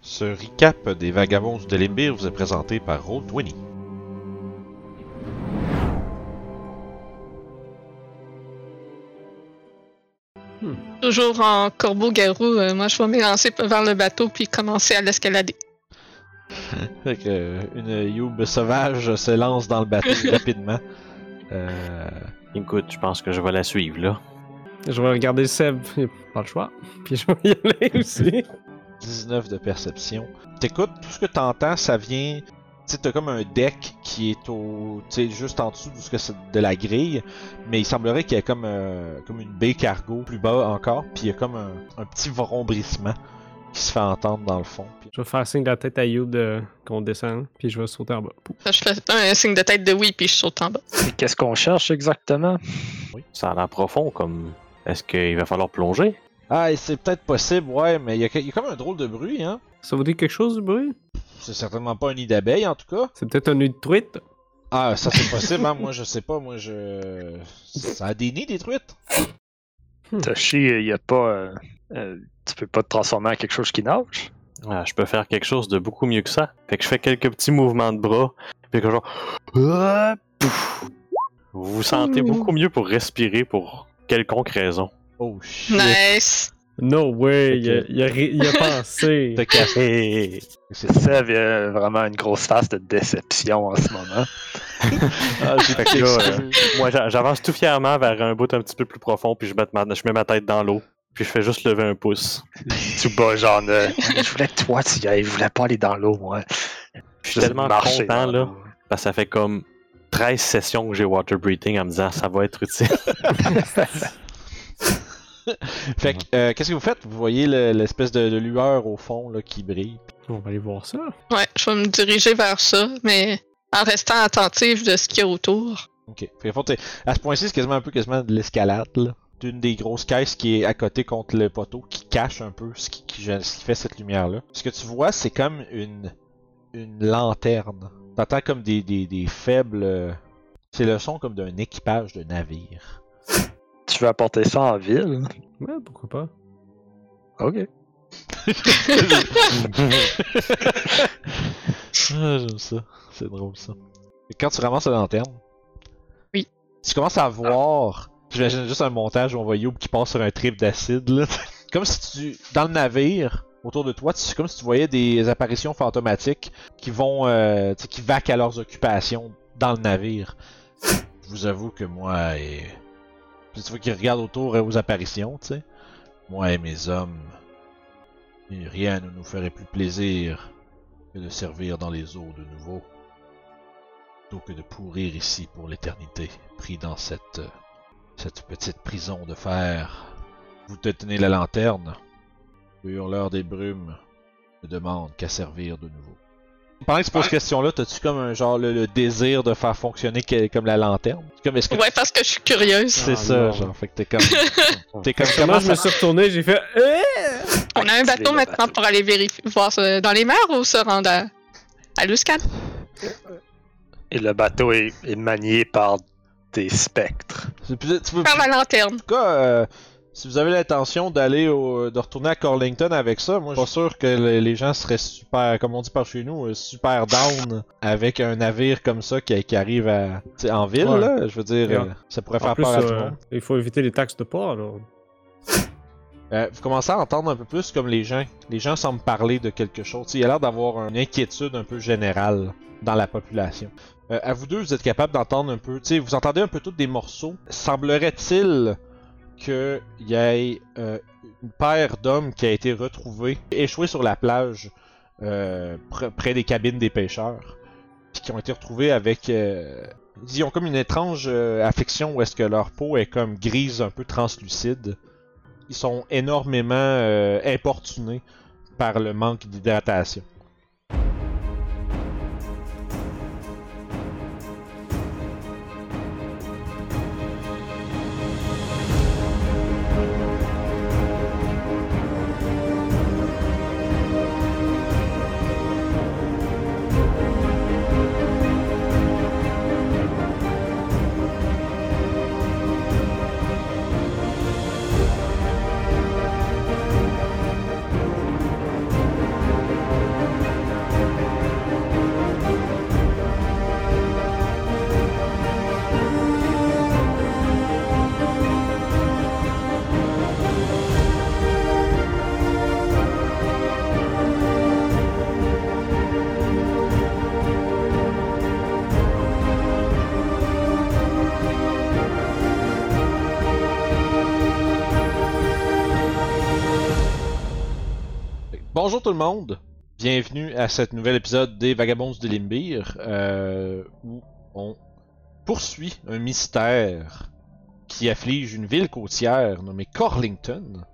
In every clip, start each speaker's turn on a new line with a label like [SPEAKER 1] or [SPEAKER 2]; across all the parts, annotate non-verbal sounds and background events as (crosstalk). [SPEAKER 1] Ce recap des Vagabonds du Délibir vous est présenté par Roll20.
[SPEAKER 2] Toujours en corbeau-garou, euh, moi je vais m'élancer vers le bateau puis commencer à l'escalader.
[SPEAKER 1] Fait que euh, une Youb sauvage se lance dans le bateau rapidement. Euh,
[SPEAKER 3] Écoute, je pense que je vais la suivre là.
[SPEAKER 4] Je vais regarder Seb, il a pas le choix. Puis je vais y
[SPEAKER 1] (laughs)
[SPEAKER 4] aller aussi.
[SPEAKER 1] 19 de perception. T'écoutes, tout ce que t'entends, ça vient. Tu sais, t'as comme un deck qui est au. Tu sais, juste en dessous de, ce que c'est de la grille. Mais il semblerait qu'il y ait comme, euh, comme une baie cargo plus bas encore. Puis il y a comme un, un petit vrombissement qui se fait entendre dans le fond. Puis
[SPEAKER 4] Je vais faire signe de la tête à You de... qu'on descende, puis je vais sauter en bas. Pou.
[SPEAKER 2] Je fais un signe de tête de oui puis je saute en bas.
[SPEAKER 5] Mais Qu'est-ce qu'on cherche exactement?
[SPEAKER 3] Ça a l'air profond comme. Est-ce qu'il va falloir plonger?
[SPEAKER 1] Ah, et c'est peut-être possible, ouais, mais il y, a que- il y a comme un drôle de bruit, hein.
[SPEAKER 4] Ça vous dit quelque chose du bruit?
[SPEAKER 1] C'est certainement pas un nid d'abeille, en tout cas.
[SPEAKER 4] C'est peut-être un nid de truite?
[SPEAKER 1] Ah, ça (laughs) c'est possible, hein. Moi, je sais pas. Moi, je. Ça a des nids, des truites.
[SPEAKER 5] Tachi, il y a pas. euh, euh, tu peux pas te transformer en quelque chose qui nage?
[SPEAKER 3] Ah, je peux faire quelque chose de beaucoup mieux que ça. Fait que je fais quelques petits mouvements de bras. Puis que genre. Ah, pouf. Vous vous sentez beaucoup mieux pour respirer pour quelconque raison.
[SPEAKER 1] Oh shit.
[SPEAKER 2] Nice!
[SPEAKER 4] No
[SPEAKER 1] Ok.
[SPEAKER 4] way, il a- il a, ri- il a
[SPEAKER 1] (laughs)
[SPEAKER 4] pensé.
[SPEAKER 1] T'as cassé.
[SPEAKER 3] (laughs) Hey!
[SPEAKER 1] C'est-
[SPEAKER 5] Ça avait vraiment une grosse face de déception en
[SPEAKER 3] (laughs)
[SPEAKER 5] ce moment.
[SPEAKER 3] Fait que là,
[SPEAKER 1] hein.
[SPEAKER 3] euh, moi, j'a- j'avance tout fièrement vers un bout un petit peu plus profond, puis je, batte ma- je mets ma tête dans l'eau, puis je fais juste lever un pouce.
[SPEAKER 5] Tout bas, genre. euh, je voulais que toi, tu y ailles. Je voulais pas aller dans l'eau, moi.
[SPEAKER 3] Je suis
[SPEAKER 5] Juste
[SPEAKER 3] tellement
[SPEAKER 5] marcher
[SPEAKER 3] content,
[SPEAKER 5] dans
[SPEAKER 3] là,
[SPEAKER 5] l'eau.
[SPEAKER 3] parce que ça fait comme 13 sessions que j'ai water breathing en me disant ça va être utile.
[SPEAKER 1] Fait que, euh, qu'est-ce que vous faites? Vous voyez le- l'espèce de, de lueur au fond là, qui brille.
[SPEAKER 4] On va aller voir ça.
[SPEAKER 2] Ouais, je vais me diriger vers ça, mais en restant attentive de ce qu'il y a autour.
[SPEAKER 1] Ok. Fait que, faut- t'es- à ce point-ci, c'est quasiment un peu quasiment de l'escalade. là. D'une des grosses caisses qui est à côté contre le poteau, qui cache un peu ce qui, qui- ce qui fait cette lumière-là. Ce que tu vois, c'est comme une, une lanterne. T'entends comme des, des, des faibles. euh, C'est le son comme d'un équipage de navire.
[SPEAKER 5] Tu veux apporter ça en ville?
[SPEAKER 4] Ouais, pourquoi pas?
[SPEAKER 5] Ok.
[SPEAKER 1] Ah, (laughs) j'aime ça. C'est drôle ça. Et quand tu ramasses la lanterne,
[SPEAKER 2] Oui.
[SPEAKER 1] tu commences à voir. J'imagine juste un montage où on voit Youb qui passe sur un trip d'acide. là. (laughs) comme si tu. Dans le navire, autour de toi, c'est comme si tu voyais des apparitions fantomatiques qui vont. euh, tu sais, qui vaquent à leurs occupations dans le navire. Je vous avoue que moi et. Puis tu vois qu'ils regardent autour euh, aux apparitions, tu sais. Moi et mes hommes. et Rien ne nous ferait plus plaisir que de servir dans les eaux de nouveau, plutôt que de pourrir ici pour l'éternité, pris dans cette, euh, cette petite prison de fer. Vous détenez la lanterne, le hurleur des brumes ne demande qu'à servir de nouveau. Pendant que tu poses cette question-là, t'as-tu comme un genre le, le désir de faire fonctionner que- comme la lanterne? Comme est-ce que tu-
[SPEAKER 2] Ouais, parce que je suis curieuse.
[SPEAKER 1] c'est
[SPEAKER 4] Ah,
[SPEAKER 1] ça,
[SPEAKER 4] non.
[SPEAKER 1] genre, fait que t'es (laughs) comme, t'es comme
[SPEAKER 4] Moi,
[SPEAKER 1] comment
[SPEAKER 4] je
[SPEAKER 1] ça
[SPEAKER 4] me suis retourné, j'ai fait. Eh!
[SPEAKER 2] On a un
[SPEAKER 5] Activer
[SPEAKER 2] bateau
[SPEAKER 5] le
[SPEAKER 2] maintenant
[SPEAKER 5] bateau.
[SPEAKER 2] pour aller vérifier, voir ça dans les mers ou se rendre à, à Luscan?
[SPEAKER 5] Et le bateau est, est manié par des spectres.
[SPEAKER 1] C'est plus- tu peux-
[SPEAKER 2] Par la lanterne.
[SPEAKER 1] En tout cas, euh, si vous avez l'intention d'aller au, de retourner à Corlington avec ça, moi je suis pas sûr que le- les gens seraient super, comme on dit par chez nous, euh, super down avec un navire comme ça qui, qui arrive à, tu sais, en ville.
[SPEAKER 4] Ouais.
[SPEAKER 1] Là, je veux dire,
[SPEAKER 4] Ouais.
[SPEAKER 1] euh, ça pourrait
[SPEAKER 4] En
[SPEAKER 1] faire
[SPEAKER 4] plus,
[SPEAKER 1] peur à tout le
[SPEAKER 4] euh,
[SPEAKER 1] monde.
[SPEAKER 4] il faut éviter les taxes de port, là.
[SPEAKER 1] Euh, vous commencez à entendre un peu plus comme les gens. Les gens semblent parler de quelque chose. Tu sais, il y a l'air d'avoir une inquiétude un peu générale dans la population. Euh, à vous deux, vous êtes capables d'entendre un peu. Tu sais, vous entendez un peu tous des morceaux. Semblerait-il qu'il y ait euh, une paire d'hommes qui a été retrouvée, échouée sur la plage euh, pr- près des cabines des pêcheurs, puis qui ont été retrouvés avec. euh, ils ont comme une étrange euh, affection où est-ce que leur peau est comme grise, un peu translucide ils sont énormément euh, importunés par le manque d'hydratation. Bonjour tout le monde! Bienvenue à cet nouvel épisode des Vagabonds de Limbir, euh, où on poursuit un mystère qui afflige une ville côtière nommée Corlington,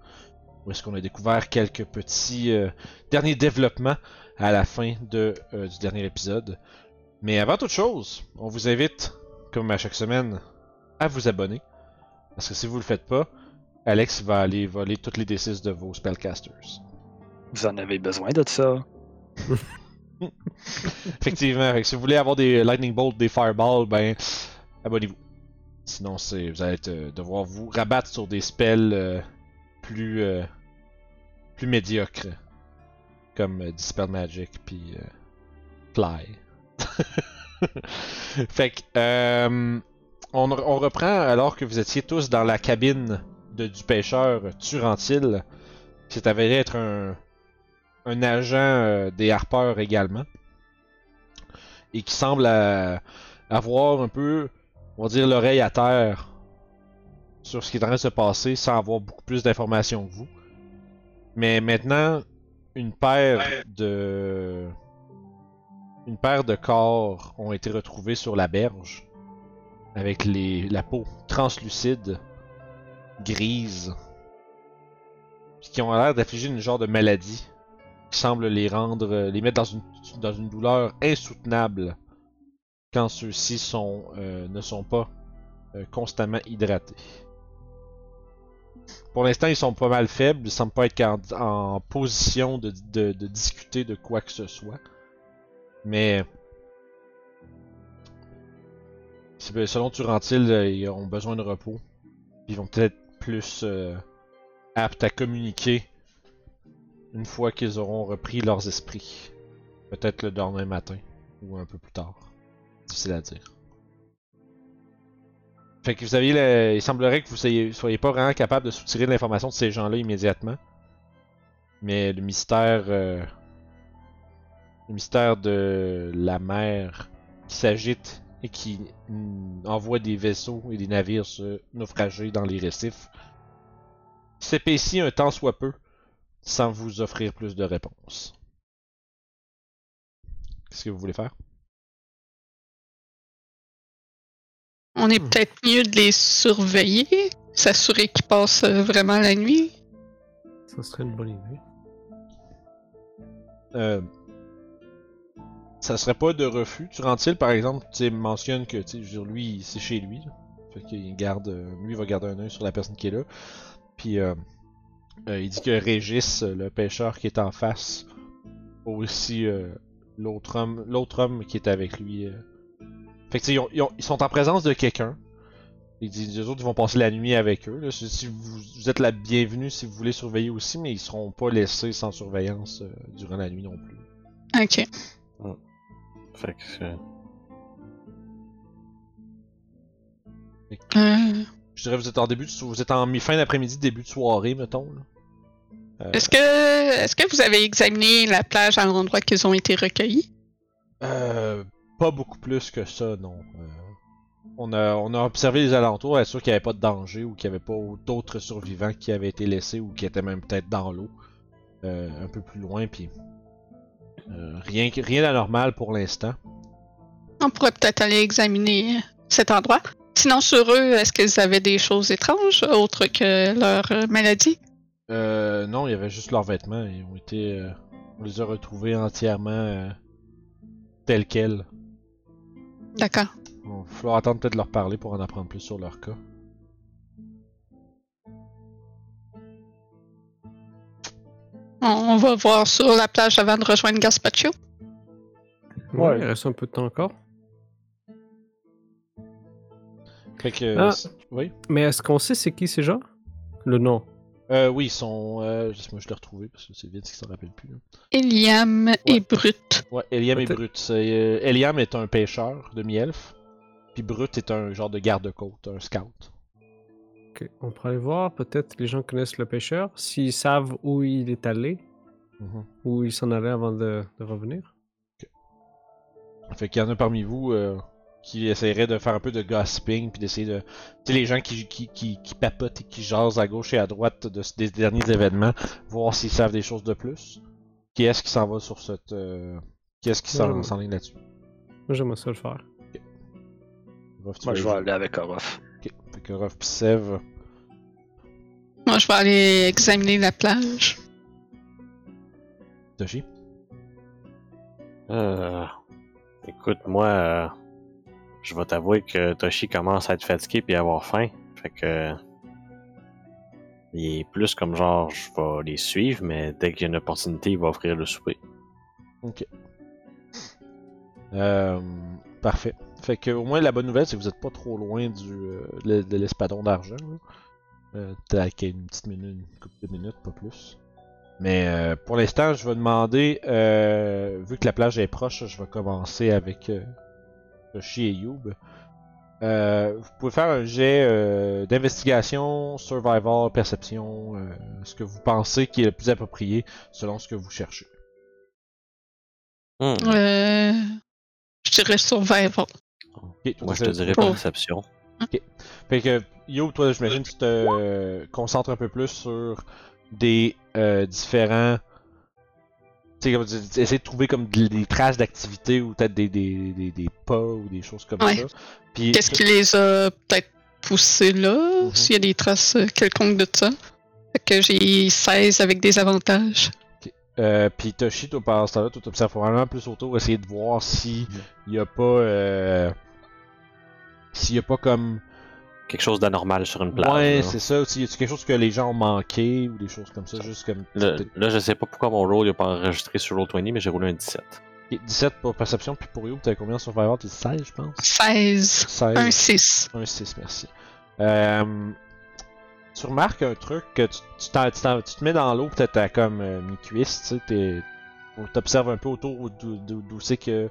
[SPEAKER 1] où est-ce qu'on a découvert quelques petits euh, derniers développements à la fin de, euh, du dernier épisode. Mais avant toute chose, on vous invite, comme à chaque semaine, à vous abonner, parce que si vous le faites pas, Alex va aller voler toutes les D6 de vos spellcasters.
[SPEAKER 5] Vous en avez besoin de ça.
[SPEAKER 1] Effectivement, fait que si vous voulez avoir des lightning bolts, des fireballs, ben abonnez-vous. Sinon, c'est vous allez être, euh, devoir vous rabattre sur des spells euh, plus euh, plus médiocres, comme euh, dispel magic puis euh, fly. (laughs) fait que euh, on, on reprend alors que vous étiez tous dans la cabine de, du pêcheur Turantil, qui s'est avéré être un, un agent euh, des harpeurs également, et qui semble euh, avoir un peu, on va dire, l'oreille à terre sur ce qui est en train de se passer sans avoir beaucoup plus d'informations que vous. Mais maintenant, une paire de. Une paire de corps ont été retrouvés sur la berge avec les, la peau translucide grises puis qui ont l'air d'affliger une genre de maladie qui semble les rendre euh, les mettre dans une, dans une douleur insoutenable quand ceux-ci sont euh, ne sont pas euh, constamment hydratés. Pour l'instant, ils sont pas mal faibles, ils semblent pas être en, en position de, de- de discuter de quoi que ce soit. Mais c'est- selon Turantil, euh, ils ont besoin de repos. Ils vont peut-être plus euh, aptes à communiquer une fois qu'ils auront repris leurs esprits. Peut-être le lendemain matin ou un peu plus tard. Difficile à dire. Fait que vous aviez le- il semblerait que vous soyez, soyez pas vraiment capable de soutirer de l'information de ces gens-là immédiatement. Mais le mystère, euh, le mystère de la mer qui s'agite et qui mm, envoie des vaisseaux et des navires se naufrager dans les récifs s'épaissit un temps soit peu sans vous offrir plus de réponses. Qu'est-ce que vous voulez faire?
[SPEAKER 2] On est
[SPEAKER 4] Hmm.
[SPEAKER 2] peut-être mieux de les surveiller, s'assurer qu'ils passent euh, vraiment la nuit.
[SPEAKER 4] Ça serait une bonne idée.
[SPEAKER 1] Euh, ça serait pas de refus. Turantil, par exemple, tu sais, mentionne que tu sais, je veux dire, lui, c'est chez lui. là. Fait qu'il garde, euh, lui, il va garder un œil sur la personne qui est là. Puis euh, euh, il dit que Régis, euh, le pêcheur qui est en face, aussi euh, l'autre homme, l'autre homme qui est avec lui. euh. Fait que tu sais, ils, ont- ils ont- ils sont en présence de quelqu'un. Il dit les autres ils vont passer la nuit avec eux. là. Si si vous, vous êtes la bienvenue si vous voulez surveiller aussi, mais ils seront pas laissés sans surveillance euh, durant la nuit non plus.
[SPEAKER 2] Ok.
[SPEAKER 3] (laughs) Fait que, euh,
[SPEAKER 2] Euh,
[SPEAKER 1] Je dirais que vous êtes en début, de so- vous êtes en mi- fin d'après-midi, début de soirée, mettons. là. Euh,
[SPEAKER 2] Est-ce que est-ce que vous avez examiné la plage à l'endroit qu'ils ont été recueillis?
[SPEAKER 1] Euh, pas beaucoup plus que ça, non. Euh, on, a, on a observé les alentours, être sûr qu'il n'y avait pas de danger ou qu'il n'y avait pas d'autres survivants qui avaient été laissés ou qui étaient même peut-être dans l'eau, euh, un peu plus loin, puis euh, rien, que- rien d'anormal pour l'instant.
[SPEAKER 2] On pourrait peut-être aller examiner euh, cet endroit. Sinon, sur eux, est-ce qu'ils avaient des choses étranges autres que leur euh, maladie?
[SPEAKER 1] Euh, non, il y avait juste leurs vêtements. Ils ont été, euh, on les a retrouvés entièrement euh, tels quels.
[SPEAKER 2] D'accord.
[SPEAKER 1] Il va falloir attendre peut-être de leur parler pour en apprendre plus sur leur cas.
[SPEAKER 2] On, on va voir sur la plage avant de rejoindre Gaspacho.
[SPEAKER 4] Ouais,
[SPEAKER 5] Ouais.
[SPEAKER 4] il reste un peu de temps encore.
[SPEAKER 1] Fait que,
[SPEAKER 4] Ah.
[SPEAKER 1] c- oui.
[SPEAKER 4] Mais est-ce qu'on sait c'est qui ces gens Le nom.
[SPEAKER 1] Euh, oui, ils sont. Euh, Laisse-moi je l'ai retrouvé parce que c'est vite qu'ils s'en rappellent plus. là.
[SPEAKER 2] Eliam et Brut.
[SPEAKER 1] Ouais, Eliam est
[SPEAKER 4] Peut-être-
[SPEAKER 1] Brut. c'est, euh, Eliam est un pêcheur demi-elfe. Puis Brut est un genre de garde-côte, un scout.
[SPEAKER 4] Ok, On pourrait aller voir. Peut-être les gens connaissent le pêcheur. S'ils savent où il est allé,
[SPEAKER 1] Mhm.
[SPEAKER 4] où il s'en allait avant de, de revenir.
[SPEAKER 1] Fait qu'il y en a parmi vous euh, qui essaieraient de faire un peu de gossiping, puis d'essayer de... Tu sais, les gens qui, qui, qui, qui papotent et qui jasent à gauche et à droite de, ce- des derniers événements, voir s'ils savent des choses de plus. qui est-ce qui s'en va sur cette. euh, qui est-ce qui s'en
[SPEAKER 4] Ouais.
[SPEAKER 1] s'enligne là-dessus
[SPEAKER 4] Moi, j'aimerais ça le faire.
[SPEAKER 1] Ruff, tu vas
[SPEAKER 5] Moi, je
[SPEAKER 1] y
[SPEAKER 5] vais
[SPEAKER 1] aller.
[SPEAKER 5] aller avec Orof.
[SPEAKER 1] Ok. Fait que Ruff pis Sev.
[SPEAKER 2] Moi, je vais aller examiner la plage.
[SPEAKER 1] Toshi.
[SPEAKER 3] Euh, écoute, moi, euh, je vais t'avouer que Toshi commence à être fatigué puis à avoir faim. Fait que. Il est plus comme genre, je vais les suivre, mais dès qu'il y a une opportunité, il va offrir le souper.
[SPEAKER 1] Euh, parfait. Fait que au moins la bonne nouvelle, c'est que vous êtes pas trop loin du euh, le- de l'espadon d'argent. là. Euh, Peut-être qu'il y a une petite minute, une couple de minutes, pas plus. Mais euh, pour l'instant, je vais demander, euh, vu que la plage est proche, je vais commencer avec euh, Toshi et Youb. Euh, vous pouvez faire un jet euh, d'investigation, survival, perception, euh, ce que vous pensez qui est le plus approprié selon ce que vous cherchez.
[SPEAKER 3] Hmm.
[SPEAKER 2] Euh, je dirais survival.
[SPEAKER 1] Ok,
[SPEAKER 3] Moi, je te dirais
[SPEAKER 2] Oh.
[SPEAKER 3] perception.
[SPEAKER 1] Fait que, Yo, toi, j'imagine que tu te euh, concentres un peu plus sur des euh, différents. Tu sais, comme tu tu essaies de trouver comme des, des traces d'activité ou peut-être des, des, des, des pas ou des choses comme
[SPEAKER 2] Ouais.
[SPEAKER 1] ça. Puis,
[SPEAKER 2] Qu'est-ce qui les a peut-être poussés là?
[SPEAKER 1] Mhm.
[SPEAKER 2] S'il y a des traces euh, quelconques de ça? Fait que j'ai 16 avec des avantages.
[SPEAKER 1] euh, puis Toshi, toi, pendant ce temps-là, tu t'observes probablement plus autour, essayer de voir si
[SPEAKER 3] Mm.
[SPEAKER 1] il y a pas. Euh, s'il y a pas comme.
[SPEAKER 3] Quelque chose d'anormal sur une plage.
[SPEAKER 1] ouais,
[SPEAKER 3] là.
[SPEAKER 1] c'est ça. ou S'il y a quelque chose que les gens ont manqué ou des choses comme ça, juste comme.
[SPEAKER 3] Là, là, je sais pas pourquoi mon roll n'est pas enregistré sur Roll 20, mais j'ai roulé un 17.
[SPEAKER 1] Ok, 17 pour perception, puis pour Yo, t'as combien sur Survivor T'es 16, je pense.
[SPEAKER 2] 16.
[SPEAKER 1] 16.
[SPEAKER 2] Un 6.
[SPEAKER 1] Un 6, merci. Euh, tu remarques un truc que tu, tu, t'en- tu t'en- tu te mets dans l'eau, peut-être à comme euh, mi-cuisse, tu sais, t'es- on t'observe un peu autour d'où, d'où- d'où c'est qu'ils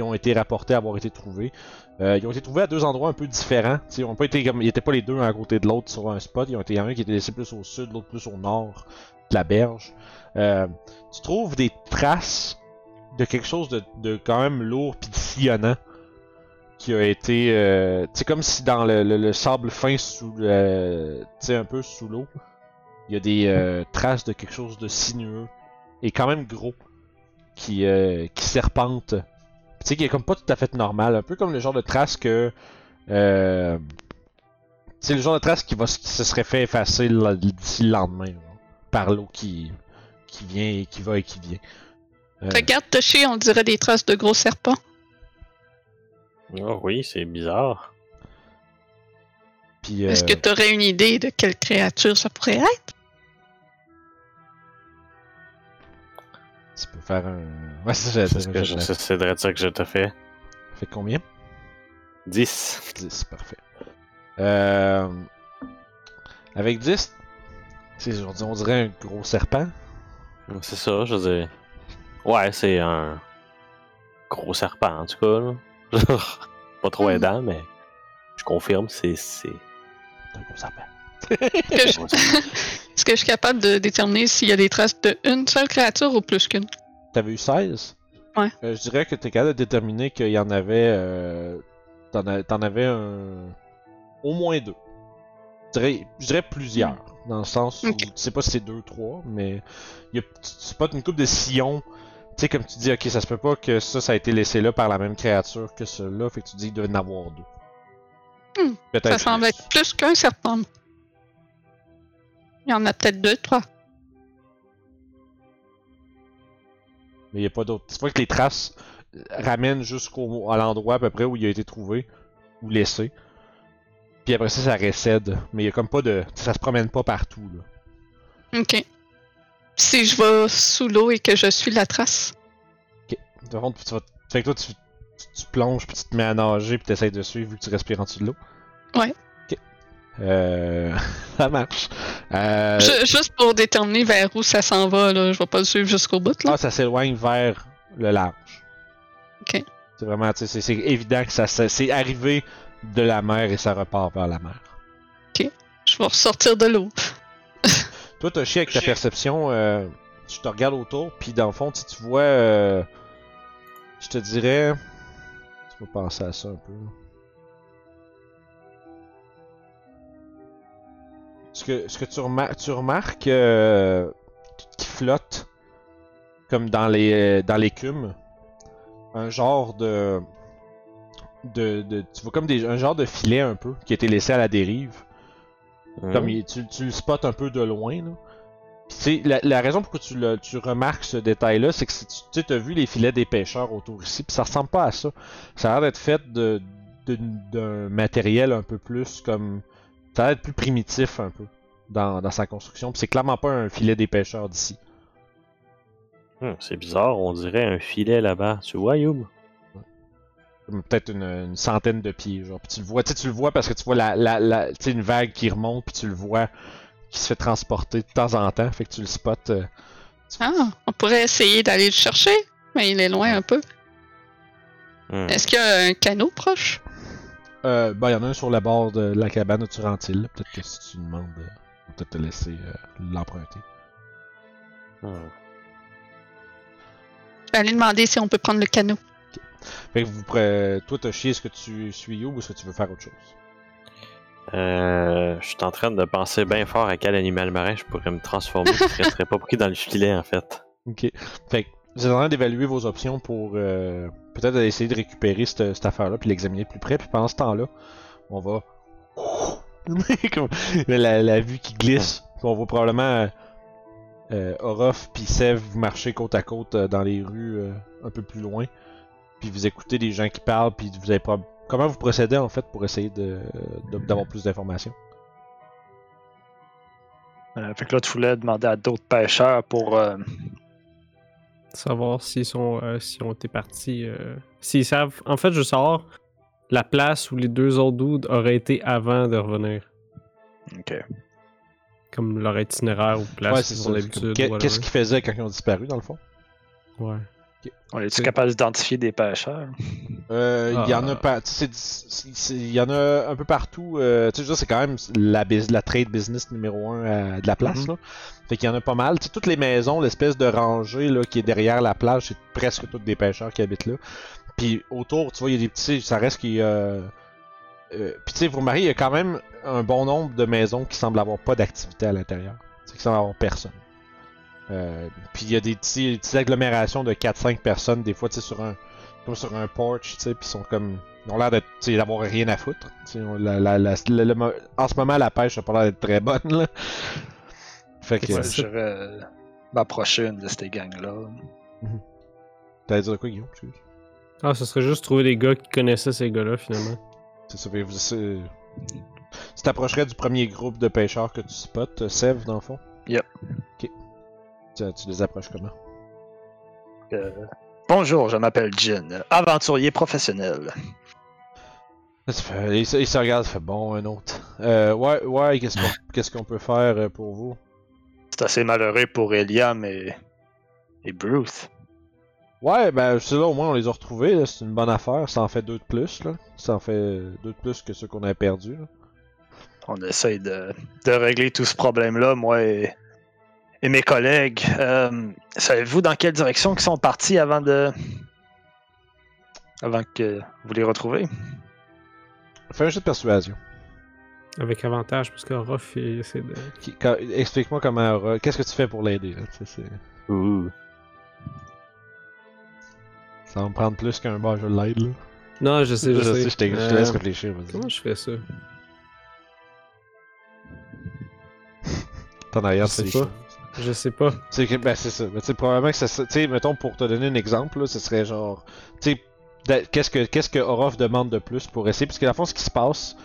[SPEAKER 1] ont été rapportés avoir été trouvés. Euh, ils ont été trouvés à deux endroits un peu différents. tu sais, Ils ont pas été comme, ils étaient pas les deux à côté de l'autre sur un spot. Ils ont été, il y en a un qui était laissé plus au sud, l'autre plus au nord de la berge. Euh, tu trouves des traces de quelque chose de, de quand même lourd puis de sillonnant qui a été. euh, tu sais, comme si dans le, le- le sable fin sous le. Tu sais, un peu sous l'eau, il y a des euh, traces de quelque chose de sinueux et quand même gros qui, euh, qui serpente. Tu sais, qui est comme pas tout à fait normal. Un peu comme le genre de trace que. euh, c'est le genre de trace qui, va, s- qui se serait fait effacer le- d'ici le lendemain là, par l'eau qui, qui vient et qui va et qui vient. Euh,
[SPEAKER 2] Regarde, Toshi, on dirait des traces de gros serpents.
[SPEAKER 3] Oh oui, c'est bizarre.
[SPEAKER 1] puis,
[SPEAKER 2] Est-ce
[SPEAKER 1] euh,
[SPEAKER 2] que tu aurais une idée de quelle créature ça pourrait être?
[SPEAKER 1] tu peux faire un. Ouais, c'est ça,
[SPEAKER 3] C'est ce que je-
[SPEAKER 1] j'allais-
[SPEAKER 3] c'est- c'est de ça que je te fais.
[SPEAKER 1] Fait combien
[SPEAKER 3] 10.
[SPEAKER 1] 10, parfait. Euh, avec 10, c'est, on dirait- on dirait un gros serpent.
[SPEAKER 3] C'est ça, je veux dire. Ouais, c'est un gros serpent, en tout cas. là. (laughs) Genre, pas trop aidant, mais je confirme, c'est. c'est-
[SPEAKER 1] C'est un gros serpent.
[SPEAKER 2] Que je- Est-ce que je suis capable de déterminer s'il y a des traces de une seule créature ou plus qu'une?
[SPEAKER 1] T'avais eu 16
[SPEAKER 2] Ouais.
[SPEAKER 1] Euh, je dirais que t'es capable de déterminer qu'il y en avait. Euh, t'en, a- t'en avais un. Au moins deux. Je dirais, je dirais plusieurs. Dans le sens où
[SPEAKER 2] Mm. Ok.
[SPEAKER 1] tu sais pas si c'est deux, trois, mais. il Y a, tu, tu spots une coupe de sillons. Tu sais, comme tu dis, ok, ça se peut pas que ça, ça a été laissé là par la même créature que ceux-là. Fait que tu dis qu'il devait en avoir deux.
[SPEAKER 2] Hmm,
[SPEAKER 1] Peut-être
[SPEAKER 2] Ça semble
[SPEAKER 1] plus.
[SPEAKER 2] être plus qu'un serpent. Il y en a peut-être deux, trois.
[SPEAKER 1] Mais il n'y a pas d'autre. C'est pas que les traces euh, ramènent jusqu'au à l'endroit à peu près où il a été trouvé ou laissé. Puis après ça, ça récède. Mais il y a comme pas de. Ça se promène pas partout. Là.
[SPEAKER 2] Ok. Si je vais sous l'eau et que je suis la trace.
[SPEAKER 1] De toute façon, tu vas- Fait que toi, tu, tu- tu plonges, puis tu te mets à nager, puis t'essayes de suivre vu que tu respires en dessous de l'eau.
[SPEAKER 2] Ouais.
[SPEAKER 1] Ok. Euh... (laughs) ça marche. Euh...
[SPEAKER 2] Ju- juste pour déterminer vers où ça s'en va, là. Je vais pas le suivre jusqu'au bout, là.
[SPEAKER 1] Ah, ça s'éloigne vers le large.
[SPEAKER 2] Ok.
[SPEAKER 1] C'est vraiment, tu sais, c'est- c'est évident que ça, ça- c'est arrivé de la mer et ça repart vers la mer. Ah.
[SPEAKER 2] Je vais ressortir de l'eau.
[SPEAKER 1] Toi, t'as chié avec ta
[SPEAKER 5] Chier.
[SPEAKER 1] perception, euh, tu te regardes autour, puis dans le fond, si tu vois, euh, je te dirais, tu peux penser à ça un peu. là. Ce que, ce que tu, remar- tu remarques euh, qui flotte, comme dans les dans l'écume, un genre de, de, de- tu vois comme des, un genre de filet un peu qui a été laissé à la dérive. (laughs) Comme il- tu, tu le spots un peu de loin. Là. Puis, tu sais, la, la raison pour laquelle tu, le- tu remarques ce détail-là, c'est que si tu tu as vu les filets des pêcheurs autour ici, puis ça ressemble pas à ça. Ça a l'air d'être fait de- d'une- d'un matériel un peu plus comme. Ça a l'air d'être plus primitif un peu dans, dans sa construction. Puis c'est clairement pas un filet des pêcheurs d'ici.
[SPEAKER 3] Hum, c'est bizarre, on dirait un filet là-bas. Tu vois, Youb?
[SPEAKER 1] Comme Peut-être une, une centaine de pieds. Genre. Puis tu le vois, tu sais, tu le vois parce que tu vois la, la, la- tu sais, une vague qui remonte, puis tu le vois qui se fait transporter de temps en temps. Fait que tu le spots. euh,
[SPEAKER 2] Ah, on pourrait essayer d'aller le chercher, mais il est loin un peu.
[SPEAKER 3] Hum.
[SPEAKER 2] Est-ce qu'il y a un canot proche?
[SPEAKER 1] Euh, bah, il y en a un sur le bord de la cabane où tu rentres là. Peut-être que si tu demandes, euh, on peut peut-être te laisser euh, l'emprunter.
[SPEAKER 3] Hum.
[SPEAKER 2] Je vais aller demander si on peut prendre le canot.
[SPEAKER 1] Fait que vous pourrez... Toi, t'as chié, est-ce que tu suis You ou est-ce que tu veux faire autre chose?
[SPEAKER 3] Euh, je suis en train de penser bien fort à quel animal marin je pourrais me transformer qui ne serait pas pris dans le filet, en fait.
[SPEAKER 1] Ok. Fait que vous êtes en train d'évaluer vos options pour euh, peut-être essayer de récupérer cette, cette affaire-là puis l'examiner de plus près. Puis pendant ce temps-là, on va. (laughs) Comme la, la vue qui glisse. Puis on voit probablement euh, euh, Orof puis Sev marcher côte à côte euh, dans les rues euh, un peu plus loin. Puis vous écoutez des gens qui parlent. Puis vous avez prob- Comment vous procédez en fait pour essayer de- de- d'avoir plus d'informations?
[SPEAKER 5] Euh, fait que là, tu voulais demander à d'autres pêcheurs pour. euh,
[SPEAKER 4] Savoir s'ils sont, euh, s'ils ont été partis. euh, s'ils savent. En fait, je sors la place où les deux autres dudes auraient été avant de revenir.
[SPEAKER 5] Ok.
[SPEAKER 4] Comme leur itinéraire ou place
[SPEAKER 1] Ouais, c'est
[SPEAKER 4] qu'ils
[SPEAKER 1] ça. c'est comme,
[SPEAKER 4] ont l'habitude.
[SPEAKER 1] qu'est-
[SPEAKER 4] whatever.
[SPEAKER 1] Qu'est-ce qu'ils faisaient quand ils ont disparu dans le fond?
[SPEAKER 4] Ouais.
[SPEAKER 5] On est-tu
[SPEAKER 4] C'est-
[SPEAKER 5] capable d'identifier des pêcheurs?
[SPEAKER 1] Euh, Il y en a
[SPEAKER 4] Ah.
[SPEAKER 1] pas. tu sais, c'est- c'est- c'est- Il y en a un peu partout. euh, tu sais, je veux dire, c'est quand même la, bus- la trade business numéro un euh, de la place.
[SPEAKER 4] Mhm.
[SPEAKER 1] là. Fait qu'il y en a pas mal. Tu sais, toutes les maisons, l'espèce de rangée là, qui est derrière la plage, c'est presque toutes des pêcheurs qui habitent là. Puis autour, tu vois, il y a des petits. Ça reste qu'il y a. euh, puis tu sais, vous remarquez, il y a quand même un bon nombre de maisons qui semblent avoir pas d'activité à l'intérieur. C'est qui semblent avoir personne. Euh, puis il y a des petits, des petites agglomérations de 4-5 personnes, des fois, tu sais, sur un comme sur un porch, tu sais, puis ils sont comme. Ils ont l'air d'être- tu sais, d'avoir rien à foutre. Tu sais, on- la- la- la- le- le mo- en ce moment, la pêche a pas l'air d'être très bonne, là. Fait que.
[SPEAKER 4] Ouais,
[SPEAKER 5] Moi,
[SPEAKER 4] c'est-
[SPEAKER 5] Je vais euh, m'approcher une de ces gangs-là.
[SPEAKER 1] T'allais dire de quoi, Guillaume Excuse.
[SPEAKER 4] Ah, ce serait juste trouver des gars qui connaissaient ces gars-là, finalement.
[SPEAKER 1] C'est ça, fait que vous- c'est- Tu t'approcherais du premier groupe de pêcheurs que tu spots, euh, Sèvres, dans le fond
[SPEAKER 5] Yep.
[SPEAKER 1] Ok. Tu, tu les approches comment
[SPEAKER 5] Bonjour, je m'appelle Jin, aventurier professionnel.
[SPEAKER 1] Ça fait- il, se- il se regarde, il fait bon, un autre. Euh, ouais, ouais, qu'est-ce qu'on (laughs) qu'est-ce qu'on peut faire euh, pour vous
[SPEAKER 5] C'est assez malheureux pour Eliam et, et Bruce.
[SPEAKER 1] Ouais, ben c'est là au moins on les a retrouvés, là, c'est une bonne affaire, ça en fait deux de plus là. Ça en fait euh, deux de plus que ceux qu'on a perdus. là.
[SPEAKER 5] On essaye de, de régler tout ce problème-là, moi et, et mes collègues. Euh, Savez-vous dans quelle direction ils sont partis avant de. avant que vous les retrouviez?
[SPEAKER 1] Fais un jeu de persuasion.
[SPEAKER 4] Avec avantage, parce que Ruff, il essaie de.
[SPEAKER 1] Qui- quand- Explique-moi comment Aura- qu'est-ce que tu fais pour l'aider là, tu sais, c'est-
[SPEAKER 3] Ouh.
[SPEAKER 1] Ça va me prendre plus qu'un bon jeu de l'aide là.
[SPEAKER 4] Non, je sais, je, sais.
[SPEAKER 1] je, t'ai- je te
[SPEAKER 4] Euh,
[SPEAKER 1] laisse réfléchir, vas-y.
[SPEAKER 4] Comment je fais ça
[SPEAKER 1] T'en arrière,
[SPEAKER 4] je sais
[SPEAKER 1] c'est
[SPEAKER 4] pas. Je sais pas.
[SPEAKER 1] C'est que- ben, c'est ça. Mais tu sais, probablement que ça. se- Tu sais, mettons, pour te donner un exemple, là, ce serait genre. Tu sais, da- qu'est-ce que, qu'est-ce que Orof demande de plus pour essayer Parce que, dans le fond, ce qui se passe,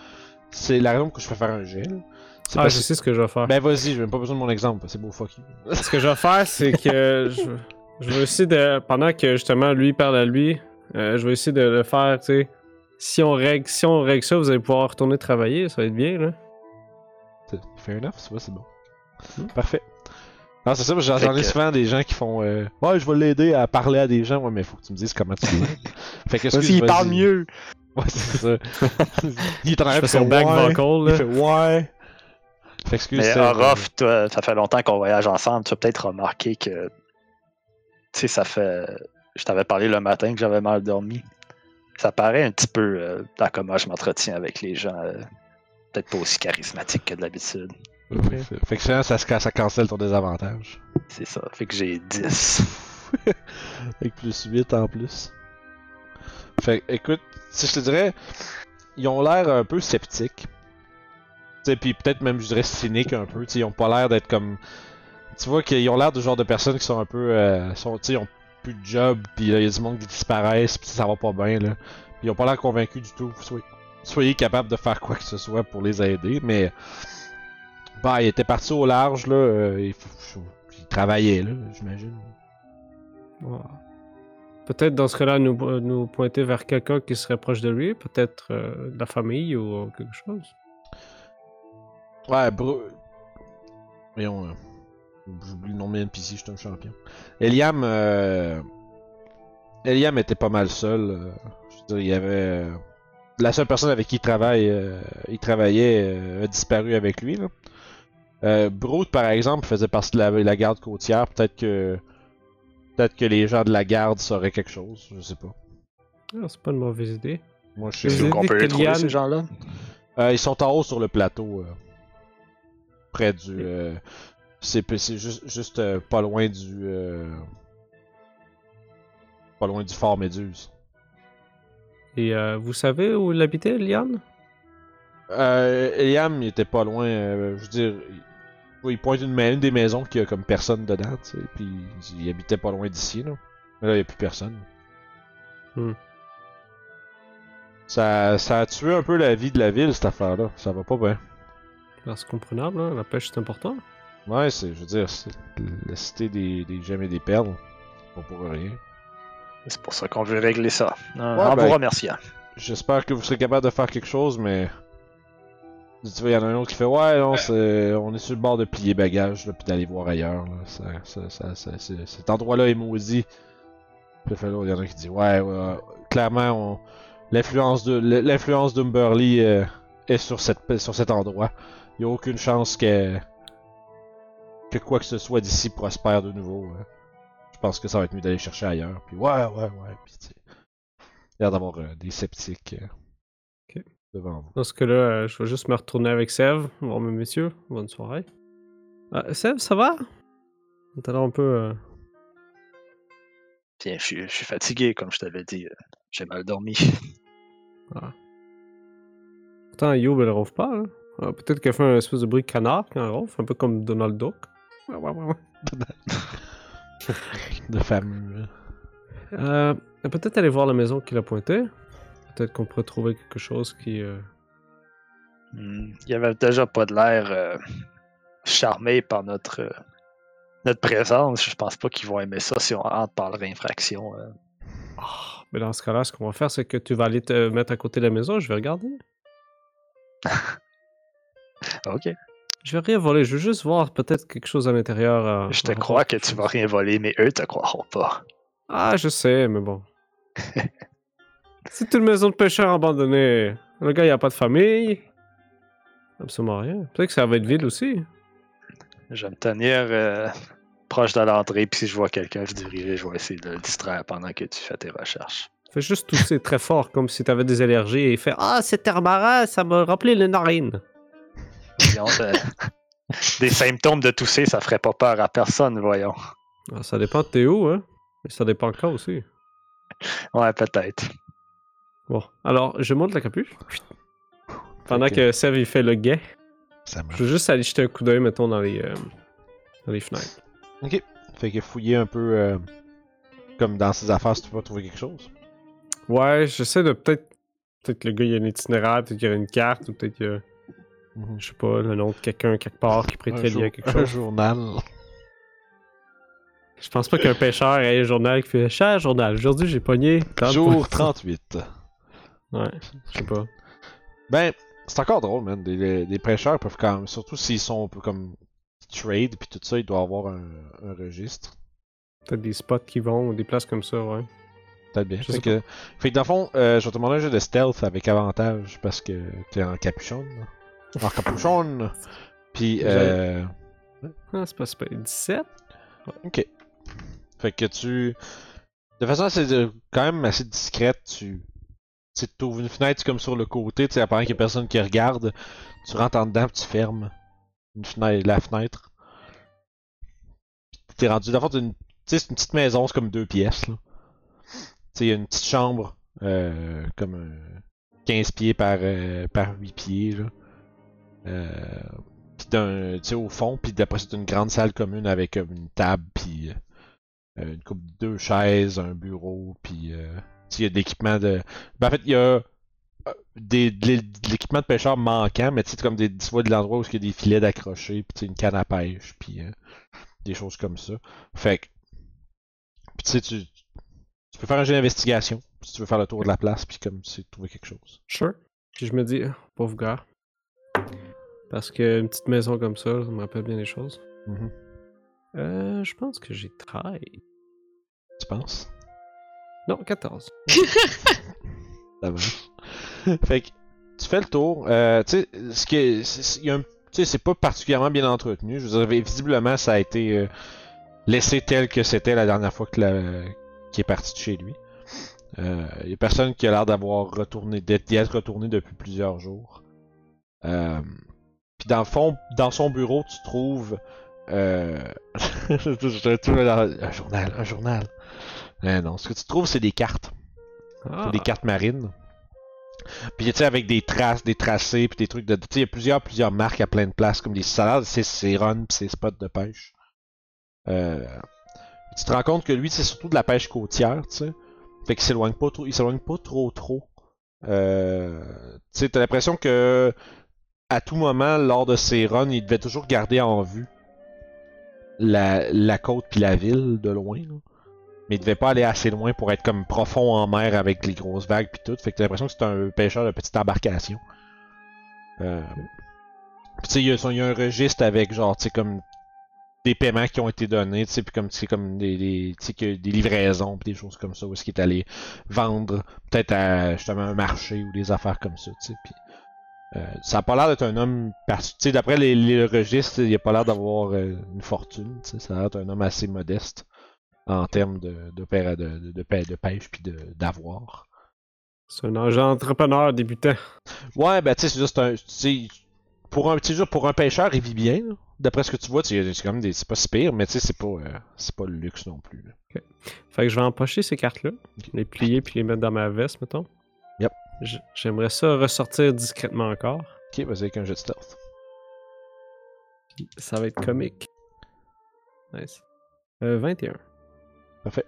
[SPEAKER 1] c'est la raison que je fais faire un gel. C'est
[SPEAKER 4] Ah,
[SPEAKER 1] parce
[SPEAKER 4] je
[SPEAKER 1] que-
[SPEAKER 4] sais ce que je vais faire.
[SPEAKER 1] Ben, vas-y, j'ai même pas besoin de mon exemple. C'est beau, fuck you.
[SPEAKER 4] Ce que je vais faire, c'est (laughs) que je, je vais essayer de. Pendant que justement lui parle à lui, euh, je vais essayer de le faire, tu sais. Si on, règle, si on règle ça, vous allez pouvoir retourner travailler, ça va être bien, là.
[SPEAKER 1] C'est- Fair enough, c'est vrai, c'est bon.
[SPEAKER 4] Hmm.
[SPEAKER 1] Parfait. Non, c'est ça, parce que j'entends
[SPEAKER 5] Fait que-
[SPEAKER 1] souvent des gens qui font. euh, ouais, je vais l'aider à parler à des gens. Ouais, mais faut que tu me dises
[SPEAKER 5] (laughs)
[SPEAKER 1] comment tu l'aides. fait que, excuse,
[SPEAKER 5] Vas-y,
[SPEAKER 1] vas-y.
[SPEAKER 5] parle mieux!
[SPEAKER 1] Ouais, c'est ça.
[SPEAKER 4] (laughs)
[SPEAKER 1] il est en train
[SPEAKER 4] Je
[SPEAKER 1] de
[SPEAKER 4] fais
[SPEAKER 1] faire
[SPEAKER 4] son back
[SPEAKER 1] ouais.
[SPEAKER 4] vocal,
[SPEAKER 1] Il
[SPEAKER 4] là. (laughs)
[SPEAKER 1] fait ouais. Fait que, excuse
[SPEAKER 5] Mais
[SPEAKER 1] Seb,
[SPEAKER 4] ben,
[SPEAKER 1] euh,
[SPEAKER 5] Orof, toi, ça fait longtemps qu'on voyage ensemble. Tu as peut-être remarqué que. Tu sais, ça fait. Je t'avais parlé le matin que j'avais mal dormi. Ça paraît un petit peu euh, dans comment je m'entretiens avec les gens. euh, peut-être pas aussi charismatique que d'habitude.
[SPEAKER 1] Fait que ça, ça, se- ça cancelle ton désavantage.
[SPEAKER 5] C'est ça. Fait que j'ai 10.
[SPEAKER 1] Avec plus 8 en plus. Fait que, écoute, si je te dirais, ils ont l'air un peu sceptiques. Tu sais, puis peut-être même, je dirais, cyniques un peu. Tu sais, ils ont pas l'air d'être comme. Tu vois qu'ils ont l'air du genre de personnes qui sont un peu. euh, sont, tu sais, ils ont plus de job, puis il y a du monde qui disparaissent, puis ça va pas bien, là. Puis ils ont pas l'air convaincus du tout. Soyez, soyez capables de faire quoi que ce soit pour les aider, mais. Bah, ils étaient partis au large, là. euh, ils, f- ils travaillaient, là, j'imagine.
[SPEAKER 4] Ouais. Peut-être dans ce cas-là, nous, nous pointer vers quelqu'un qui serait proche de lui, peut-être euh, la famille ou euh, quelque chose.
[SPEAKER 1] Ouais, bro. Voyons. euh, J'oublie le nom de mes NPC, je suis un champion. Eliam. euh, Eliam était pas mal seul. euh, Je veux dire, il y avait. euh, La seule personne avec qui il, travaille, euh, il travaillait euh, a disparu avec lui. Là. Euh, Brood, par exemple, faisait partie de la, la garde côtière. Peut-être que. Peut-être que les gens de la garde sauraient quelque chose, je sais pas.
[SPEAKER 4] Ah, c'est pas une mauvaise idée.
[SPEAKER 1] Moi, je
[SPEAKER 4] Vous
[SPEAKER 1] sais
[SPEAKER 5] Est-ce
[SPEAKER 4] avez
[SPEAKER 5] qu'on
[SPEAKER 4] dit
[SPEAKER 5] peut
[SPEAKER 4] que
[SPEAKER 5] les trouver,
[SPEAKER 4] Liane-
[SPEAKER 5] ces gens-là?
[SPEAKER 1] Euh, ils sont en haut sur le plateau. euh, près du. euh, c'est c'est juste, juste euh, pas loin du. euh, pas loin du fort Méduse.
[SPEAKER 4] Et euh, vous savez où l'habitait, Liane
[SPEAKER 1] Euh, Eliam, il était pas loin. euh, je veux dire. Il, oui, il pointe une, ma- une des maisons qui a comme personne dedans, tu sais. Puis il dit- il habitait pas loin d'ici, là. Mais là, il y a plus personne.
[SPEAKER 4] Hmm.
[SPEAKER 1] Ça, ça a tué un peu la vie de la ville, cette affaire-là. Ça va pas bien.
[SPEAKER 4] Ben, C'est comprenable, hein, la pêche c'est important.
[SPEAKER 1] Ouais, c'est, je veux dire, c'est la cité des, des gemmes et des perles. Pas pour rien.
[SPEAKER 5] C'est pour ça qu'on veut régler ça. Euh,
[SPEAKER 1] Ouais,
[SPEAKER 5] en
[SPEAKER 1] ben-
[SPEAKER 5] vous remerciant.
[SPEAKER 1] J'espère que vous serez capable de faire quelque chose, mais. Tu vois, il y en a un autre qui fait Ouais, non, c'est... on est sur le bord de plier bagages, là, puis d'aller voir ailleurs. Là. Ça, ça, ça, ça- c'est- Cet endroit-là est maudit. Puis fait l'autre, il y en a un qui dit Ouais, ouais, clairement, on... l'influence, de... l'influence d'Umberly euh, est sur, cette... sur cet endroit. Il n'y a aucune chance que... que quoi que ce soit d'ici prospère de nouveau. hein. Je pense que ça va être mieux d'aller chercher ailleurs. Puis ouais, ouais, ouais. Puis, tu sais, il y a l'air d'avoir euh, des sceptiques euh,
[SPEAKER 4] Ok.
[SPEAKER 1] devant
[SPEAKER 4] (laughs)
[SPEAKER 1] vous.
[SPEAKER 4] Dans ce cas-là, euh, je vais juste me retourner avec Sève. Bon, mes messieurs, bonne soirée. Euh, Sève, ça va T'as l'air un peu. euh,
[SPEAKER 5] Bien, je, suis- je suis fatigué, comme je t'avais dit. euh, J'ai mal dormi.
[SPEAKER 4] Pourtant, Youb, elle ronfle pas. là. Euh, Peut-être qu'elle fait un espèce de bruit de canard quand elle ronfle, un peu comme Donald Duck. Ouais, ouais, ouais, ouais.
[SPEAKER 1] De fameux. hein.
[SPEAKER 4] Euh, Peut-être aller voir la maison qu'il a pointée. Peut-être qu'on pourrait trouver quelque chose qui. euh,
[SPEAKER 5] Hmm, Il y avait déjà pas de l'air euh, charmé par notre, euh, notre présence. Je pense pas qu'ils vont aimer ça si on rentre par leur infraction. euh.
[SPEAKER 4] Ah, mais dans ce cas-là, ce qu'on va faire, c'est que tu vas aller te mettre à côté de la maison, je vais regarder.
[SPEAKER 5] Ok.
[SPEAKER 4] Je vais rien voler, je veux juste voir peut-être quelque chose à l'intérieur. euh,
[SPEAKER 5] Je
[SPEAKER 4] (laughs)
[SPEAKER 5] te
[SPEAKER 4] en rapport
[SPEAKER 5] crois
[SPEAKER 4] à
[SPEAKER 5] que
[SPEAKER 4] quelque
[SPEAKER 5] tu
[SPEAKER 4] chose.
[SPEAKER 5] vas rien voler, mais eux te croiront pas.
[SPEAKER 4] Ah, je sais, mais bon. C'est une maison de pêcheurs abandonnée. Le gars, il a pas de famille. Absolument rien. Peut-être que ça va être vide aussi.
[SPEAKER 5] Je vais me tenir euh, proche de l'entrée, puis si je vois quelqu'un se diriger, je vais essayer de le distraire pendant que tu fais tes recherches.
[SPEAKER 4] Fais juste tousser très fort, comme si t'avais des allergies, et fait Ah, cet air marin, ça m'a rappelé les narines.
[SPEAKER 5] Voyons,
[SPEAKER 4] (laughs)
[SPEAKER 5] euh, des symptômes de tousser, ça ferait pas peur à personne, voyons.
[SPEAKER 4] Ah, ça dépend de t'es où, hein. Mais ça dépend quand aussi.
[SPEAKER 5] Ouais, peut-être.
[SPEAKER 4] Bon, alors, je monte la capuche. Pendant
[SPEAKER 1] Ok.
[SPEAKER 4] que Sev, il fait le guet.
[SPEAKER 1] Ça marche.
[SPEAKER 4] Je veux juste aller jeter un coup d'œil, mettons, dans les, euh, dans les fenêtres.
[SPEAKER 1] Ok. Fait que fouiller un peu euh, comme dans ces affaires si tu peux trouver quelque chose.
[SPEAKER 4] Ouais, j'essaie de peut-être. Peut-être que le gars, il y a un itinéraire, peut-être qu'il y a une carte, ou peut-être qu'il y a, Mhm. je sais pas, le nom de quelqu'un quelque part qui pourrait être
[SPEAKER 1] Un
[SPEAKER 4] relié à
[SPEAKER 1] jour-
[SPEAKER 4] quelque
[SPEAKER 1] un
[SPEAKER 4] chose.
[SPEAKER 1] journal.
[SPEAKER 4] Je pense pas qu'un pêcheur ait un journal qui fait Cher journal, aujourd'hui j'ai pogné. tant de
[SPEAKER 1] Jour
[SPEAKER 4] poissons.
[SPEAKER 1] 38.
[SPEAKER 4] Ouais, je sais pas.
[SPEAKER 1] Ben, c'est encore drôle, man. Des, des- des prêcheurs peuvent quand même, surtout s'ils sont un peu comme trade puis tout ça, ils doivent avoir un, un registre.
[SPEAKER 4] Peut-être des spots qui vont, ou des places comme ça, ouais.
[SPEAKER 1] Peut-être bien.
[SPEAKER 4] Je
[SPEAKER 1] Fait
[SPEAKER 4] sais
[SPEAKER 1] que, fait que dans le fond, euh, je vais te demander un jeu de stealth avec avantage parce que t'es en capuchon.
[SPEAKER 4] (laughs)
[SPEAKER 1] là. En capuchon. Puis, euh,
[SPEAKER 4] Ah, c'est pas super. 17
[SPEAKER 1] ok. Fait que tu. De façon assez, euh, quand même assez discrète, tu. Tu ouvres une fenêtre comme sur le côté, tu sais, apparemment qu'il y a personne qui regarde. Tu rentres en dedans, puis tu fermes une fenêtre, la fenêtre. Puis T'es rendu devant une Tu sais, c'est une petite maison, c'est comme deux pièces. Là. Tu sais, il y a une petite chambre, euh, comme euh, 15 pieds par, euh, par 8 pieds. Là. Euh, puis d'un- tu sais, au fond, puis d'après, c'est une grande salle commune avec euh, une table, puis euh, une coupe deux chaises, un bureau, puis euh, tu sais, il y a de l'équipement de. Ben, en fait, il y a euh, des, de l'é- de l'équipement de pêcheur manquant, mais tu sais, c'est comme des, tu vois de l'endroit où il y a des filets d'accrocher, puis tu sais, une canne à pêche, puis euh, des choses comme ça. Fait que. Puis tu sais, tu, tu peux faire un jeu d'investigation si tu veux faire le tour de la place, puis comme tu sais, trouver quelque chose.
[SPEAKER 4] Sure. Puis je me dis, ah, pauvre gars. Parce que une petite maison comme ça, ça me rappelle bien des choses.
[SPEAKER 1] Mhm.
[SPEAKER 4] Euh, je pense que j'ai 13.
[SPEAKER 1] Tu penses?
[SPEAKER 4] Non, 14.
[SPEAKER 1] Ça marche. fait que tu fais le tour. Euh, tu sais, ce que c'est- c'est- il y a un- tu sais, c'est pas particulièrement bien entretenu. Je veux dire, vi- visiblement, ça a été euh, laissé tel que c'était la dernière fois que la- qu'il est parti de chez lui. Euh, Il y a personne qui a l'air d'avoir retourné, d'être- d'y être retourné depuis plusieurs jours. Euh, Puis dans le fond, dans son bureau, tu trouves euh, je trouve un un journal, un journal. Euh, non, ce que tu trouves, c'est des cartes.
[SPEAKER 4] Ah,
[SPEAKER 1] C'est des cartes marines. Puis tu sais, avec des traces, des tracés, puis des trucs de. Tu sais, il y a plusieurs, plusieurs marques à plein de places, comme des salades, ses, ses runs, puis ses spots de pêche. Euh, Tu te rends compte que lui, c'est surtout de la pêche côtière, tu sais. Fait qu'il s'éloigne pas trop, il s'éloigne pas trop, trop. Euh, tu sais, t'as l'impression que à tout moment, lors de ses runs, il devait toujours garder en vue la, la côte puis la ville de loin. là mais il devait pas aller assez loin pour être comme profond en mer avec les grosses vagues puis tout. Fait que t'as l'impression que c'est un pêcheur de petite embarcation. Euh... Puis tu sais, il y a son- il y, a un registre avec genre, tu sais, comme des paiements qui ont été donnés, tu sais, puis comme, tu sais, comme des, des, tu sais, que des livraisons, puis des choses comme ça, où est-ce qu'il est allé vendre, peut-être à justement un marché ou des affaires comme ça, tu sais. Puis, euh, ça a pas l'air d'être un homme, parce- tu sais, d'après les, les registres, il a pas l'air d'avoir euh, une fortune, tu sais, ça a l'air d'être un homme assez modeste en termes de, d'opéra- de, de, de pê- de pêche puis de- d'avoir.
[SPEAKER 4] C'est un agent entrepreneur débutant.
[SPEAKER 1] Ouais, ben tu sais, c'est juste un. tu sais, Pour un petit jeu, pour un pêcheur, il vit bien. là. D'après ce que tu vois, tu sais, c'est quand même des. C'est pas si pire, mais tu sais, c'est pas, euh, c'est pas le luxe non plus. là.
[SPEAKER 4] Fait que je vais empocher ces cartes-là, les plier puis les mettre dans ma veste, mettons.
[SPEAKER 1] Yep.
[SPEAKER 4] J- J'aimerais ça ressortir discrètement encore.
[SPEAKER 1] Ok, vas-y avec un jet de stealth.
[SPEAKER 4] Ça va être comique. Nice. Euh, 21.
[SPEAKER 1] Parfait.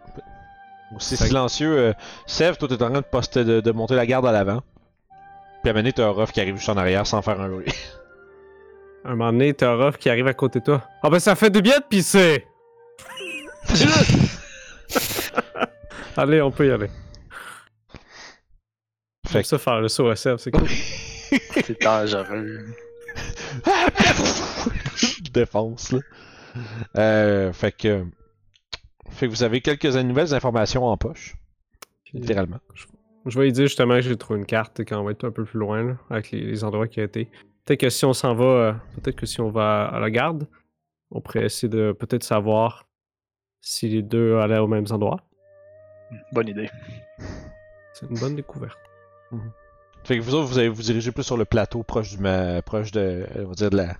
[SPEAKER 1] Aussi
[SPEAKER 4] Fait que-
[SPEAKER 1] silencieux, euh, Sev, toi, t'es en train de, poster, de, de monter la garde à l'avant. Puis à un moment donné, t'as un rough qui arrive juste en arrière sans faire un bruit.
[SPEAKER 4] Un moment donné, t'as un rough qui arrive à côté de toi. Ah ben ça fait du bien de (laughs) pisser! Allez, on peut y aller.
[SPEAKER 1] Fait
[SPEAKER 4] Fait
[SPEAKER 1] que-
[SPEAKER 4] ça faire le saut à Seb, c'est cool. (laughs)
[SPEAKER 5] C'est dangereux.
[SPEAKER 1] (laughs) défonce là. Euh, fait que fait que vous avez quelques nouvelles informations en poche, (laughs) littéralement.
[SPEAKER 4] Je vais lui dire justement que j'ai trouvé une carte et qu'on va être un peu plus loin là, avec les, les endroits qui a été. Peut-être que si on s'en va, euh, peut-être que si on va à la garde, on pourrait essayer de peut-être savoir si les deux allaient aux mêmes endroits.
[SPEAKER 5] Bonne idée.
[SPEAKER 4] C'est une bonne découverte.
[SPEAKER 1] Fait que vous autres vous allez vous diriger plus sur le plateau proche du ma- proche de on va dire de la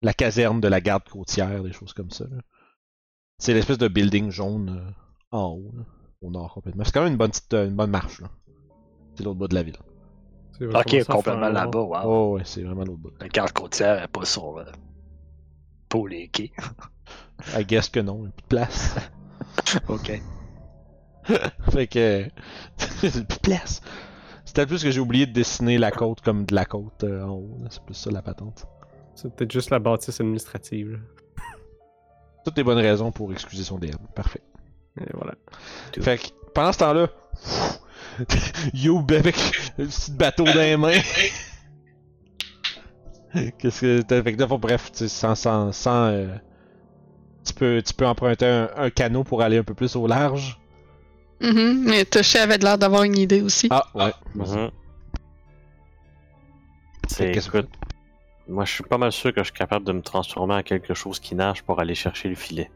[SPEAKER 1] la caserne de la garde côtière, des choses comme ça. là. C'est l'espèce de building jaune euh, en haut, là, au nord complètement. C'est quand même une bonne petite, euh, une bonne marche là. C'est l'autre bout de la ville.
[SPEAKER 4] Tu sais, on va
[SPEAKER 5] Ok,
[SPEAKER 4] commencer à faire
[SPEAKER 5] complètement
[SPEAKER 4] un-
[SPEAKER 5] là-bas, wow.
[SPEAKER 1] Oh ouais, c'est vraiment l'autre bout.
[SPEAKER 5] La garde côtière est pas sur euh, le pôle et quai.
[SPEAKER 1] I guess que non, il y a plus de place.
[SPEAKER 5] Ok.
[SPEAKER 1] (laughs) Fait que. (laughs) plus de place. C'était plus que j'ai oublié de dessiner la côte comme de la côte euh, en haut. là. C'est plus ça la patente.
[SPEAKER 4] C'est peut-être juste la bâtisse administrative. là.
[SPEAKER 1] Toutes les bonnes raisons pour excuser son DM. Parfait.
[SPEAKER 4] Et voilà.
[SPEAKER 1] Fait que pendant ce temps-là. (laughs) Youb avec le petit bateau dans les mains. (laughs) Qu'est-ce que. t'as- Fait que dans le fond, bref, tu sais, sans. sans, sans euh, tu, peux, tu peux emprunter un, un canot pour aller un peu plus au large.
[SPEAKER 2] Mhm, Mais Toshi avait l'air d'avoir une idée aussi.
[SPEAKER 1] Ah, ouais.
[SPEAKER 3] Mhm.
[SPEAKER 1] Fait
[SPEAKER 3] C'est,
[SPEAKER 1] que qu'est-ce que-
[SPEAKER 3] écoute, moi je suis pas mal sûr que je suis capable de me transformer en quelque chose qui nage pour aller chercher le filet.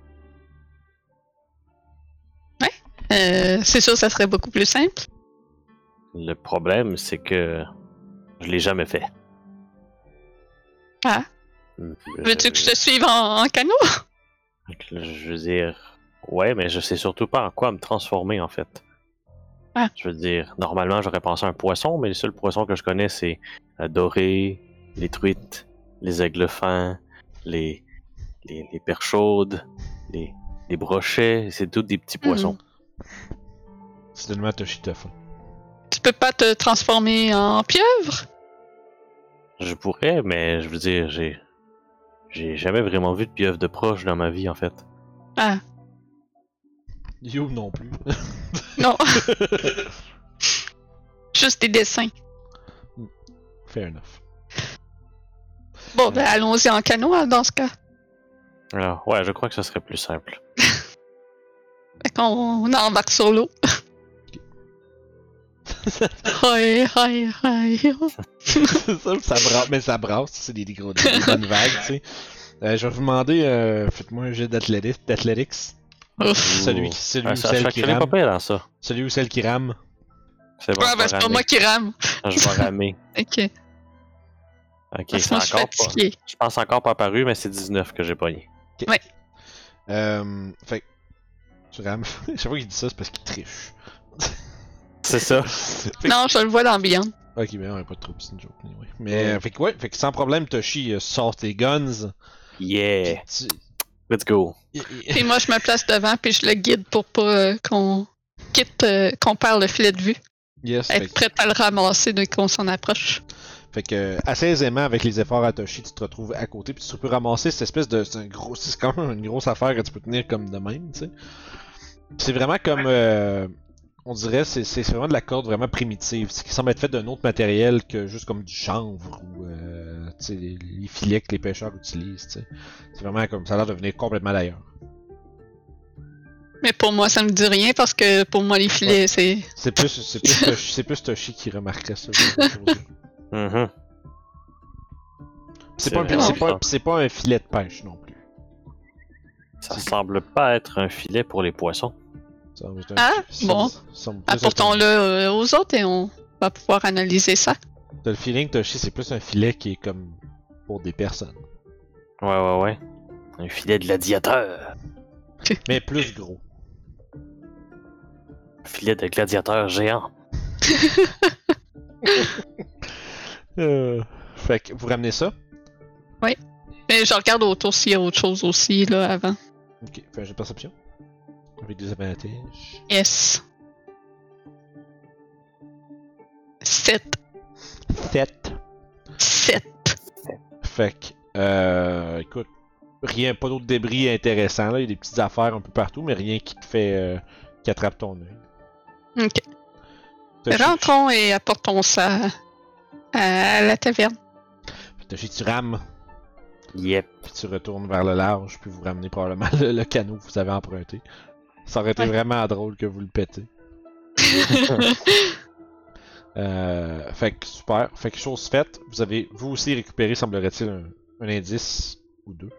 [SPEAKER 2] Euh, c'est sûr, ça serait beaucoup plus simple.
[SPEAKER 3] Le problème, c'est que je l'ai jamais fait.
[SPEAKER 2] Ah.
[SPEAKER 3] Euh,
[SPEAKER 1] Euh,
[SPEAKER 2] Veux-tu que je te suive en, en canot?
[SPEAKER 3] Je veux dire, Ouais, mais je sais surtout pas en quoi me transformer en fait.
[SPEAKER 2] Ah.
[SPEAKER 3] Je veux dire, normalement j'aurais pensé à un poisson, mais les seuls poissons que je connais c'est la dorée, les truites, les aigles fins, les, les, les perchaudes, les, les brochets, c'est tous des petits poissons.
[SPEAKER 1] Soudainement, Toshita fait.
[SPEAKER 2] Tu peux pas te transformer en pieuvre?
[SPEAKER 3] Je pourrais, mais je veux dire, j'ai j'ai jamais vraiment vu de pieuvre de proche dans ma vie en fait.
[SPEAKER 2] Ah,
[SPEAKER 1] Youb non plus.
[SPEAKER 2] non. (laughs) Juste des dessins.
[SPEAKER 1] Fair enough. (laughs)
[SPEAKER 2] Bon, ben allons-y en canot hein, dans ce cas.
[SPEAKER 3] Alors, ouais, je crois que ce serait plus simple.
[SPEAKER 2] Fait qu'on on embarque sur l'eau. Hi, hi, hi.
[SPEAKER 1] ça, ça brasse, mais ça brasse, c'est des, des gros des bonnes vagues, tu sais. Euh, je vais vous demander, euh, faites-moi un jet d'athléti- d'athletics.
[SPEAKER 2] Ouf.
[SPEAKER 1] Celui, qui- celui
[SPEAKER 3] Ah,
[SPEAKER 1] ou
[SPEAKER 3] ça,
[SPEAKER 1] celle
[SPEAKER 3] ça
[SPEAKER 1] qui
[SPEAKER 3] crée pas
[SPEAKER 1] rame.
[SPEAKER 3] pire dans ça.
[SPEAKER 1] Celui ou celle qui rame.
[SPEAKER 3] C'est bon,
[SPEAKER 2] Ah,
[SPEAKER 3] je
[SPEAKER 2] ben
[SPEAKER 3] vais
[SPEAKER 2] c'est pas
[SPEAKER 3] ramer.
[SPEAKER 2] moi qui rame.
[SPEAKER 3] Je vais ramer.
[SPEAKER 2] Ok.
[SPEAKER 3] Ok,
[SPEAKER 2] Parce que
[SPEAKER 3] c'est
[SPEAKER 2] moi, (laughs) je suis
[SPEAKER 3] encore pas.
[SPEAKER 2] fatiguée.
[SPEAKER 3] Je pense encore pas apparu, mais c'est 19 que j'ai pogné.
[SPEAKER 1] Euh, fait que tu rames. (laughs) Chaque fois qu'il dit ça, c'est parce qu'il triche.
[SPEAKER 3] C'est ça.
[SPEAKER 1] Fait que-
[SPEAKER 2] Non, je le vois dans Beyond.
[SPEAKER 1] (laughs) (laughs) Ok, mais on a pas de trouble, c'est une joke. Anyway. Mais euh, fait que ouais, fait que sans problème, Toshi euh, sort tes guns.
[SPEAKER 3] Yeah.
[SPEAKER 1] Puis
[SPEAKER 3] Let's go.
[SPEAKER 1] tu- (laughs)
[SPEAKER 2] Puis moi, je me place devant, puis je le guide pour pas euh, qu'on quitte, euh, qu'on perd le filet de vue.
[SPEAKER 1] Yes, fait
[SPEAKER 2] Être
[SPEAKER 1] que-
[SPEAKER 2] prête à le ramasser dès qu'on s'en approche.
[SPEAKER 1] Fait que assez aisément avec les efforts à Toshi, tu te retrouves à côté puis tu peux ramasser cette espèce de c'est un gros c'est quand même une grosse affaire que tu peux tenir comme de même, tu sais. Puis C'est vraiment comme euh, on dirait c'est c'est vraiment de la corde vraiment primitive, ce qui semble être fait d'un autre matériel que juste comme du chanvre ou euh, tu sais, les les filets que les pêcheurs utilisent, tu sais. C'est vraiment comme ça a l'air de venir complètement d'ailleurs.
[SPEAKER 2] Mais pour moi, ça me dit rien parce que pour moi, les filets, c'est.
[SPEAKER 1] C'est plus c'est plus Toshi, c'est plus Toshi qui remarquerait ce genre de choses.
[SPEAKER 3] Mhm.
[SPEAKER 1] C'est pas un-
[SPEAKER 3] vrai.
[SPEAKER 1] c'est pas c'est pas un filet de pêche non plus.
[SPEAKER 3] Ça semble pas être un filet pour les poissons.
[SPEAKER 1] Ça semble être un-
[SPEAKER 2] Ah,
[SPEAKER 1] ça
[SPEAKER 2] bon.
[SPEAKER 1] me- ça me- plus
[SPEAKER 2] Apportons-le euh, aux autres et on va pouvoir analyser ça.
[SPEAKER 1] T'as le feeling, Toshi, c'est plus un filet qui est comme pour des personnes.
[SPEAKER 3] Ouais, ouais, ouais. Un filet de gladiateur.
[SPEAKER 1] Mais plus gros.
[SPEAKER 3] Un filet de gladiateur géant.
[SPEAKER 1] Fait que vous ramenez ça.
[SPEAKER 2] Mais je regarde autour s'il y a autre chose aussi, là, avant.
[SPEAKER 1] Ok, fais un jeu de perception. Avec des avantages.
[SPEAKER 2] Yes. 7.
[SPEAKER 1] 7.
[SPEAKER 2] 7.
[SPEAKER 1] Fait que, euh, écoute, rien, pas d'autres débris intéressants. Là. Il y a des petites affaires un peu partout, mais rien qui te fait. euh, qui attrape ton œil.
[SPEAKER 2] Ok.
[SPEAKER 1] Toshi-
[SPEAKER 2] Rentrons et apportons ça à la taverne.
[SPEAKER 1] Toshi, tu rames,
[SPEAKER 3] Yep.
[SPEAKER 1] puis tu retournes vers le large, puis vous ramenez probablement (laughs) le, le canot que vous avez emprunté. Ça aurait été
[SPEAKER 2] Ouais.
[SPEAKER 1] vraiment drôle que vous le pétez. Euh, fait que super. Fait que chose faite, vous avez vous aussi récupéré, semblerait-il, un, un indice ou deux.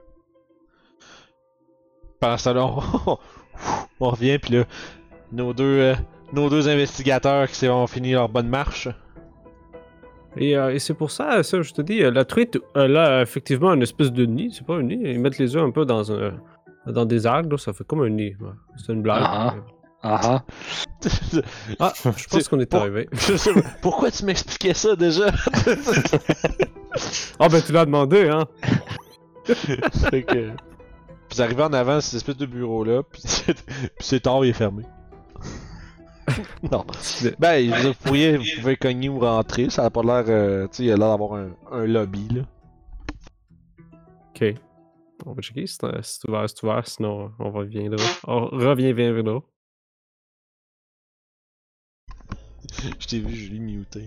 [SPEAKER 1] Pendant ce temps-là, on, (laughs) on revient, puis là, nos deux, euh, nos deux investigateurs qui ont fini leur bonne marche. (laughs)
[SPEAKER 4] Et, euh, et c'est pour ça, ça, je te dis, euh, la truite, elle a effectivement une espèce de nid, c'est pas un nid, ils mettent les œufs un peu dans, un, dans des algues, là, ça fait comme un nid. ouais. C'est une blague.
[SPEAKER 5] Ah. Ah ah.
[SPEAKER 4] Ah,
[SPEAKER 5] (laughs)
[SPEAKER 4] je pense
[SPEAKER 1] C'est-
[SPEAKER 4] qu'on est
[SPEAKER 1] pour-
[SPEAKER 4] arrivé.
[SPEAKER 1] Je sais pas, Pourquoi tu m'expliquais ça déjà?
[SPEAKER 4] Ah, ben tu l'as demandé, hein.
[SPEAKER 1] Fait que, vous arrivez en avant, cette espèce de bureau-là, puis (laughs) c'est- puis c'est tard, il est fermé. non. Ben, je veux dire, vous, pourriez, (laughs) vous pouvez cogner ou rentrer, ça a pas l'air. euh, tu sais, il a l'air d'avoir un, un lobby, là.
[SPEAKER 4] Ok. On va checker si c'est si c'est ouvert, si c'est ouvert, sinon on va reviendra. On revient vers vers là.
[SPEAKER 1] (laughs) Je t'ai vu, je l'ai muté.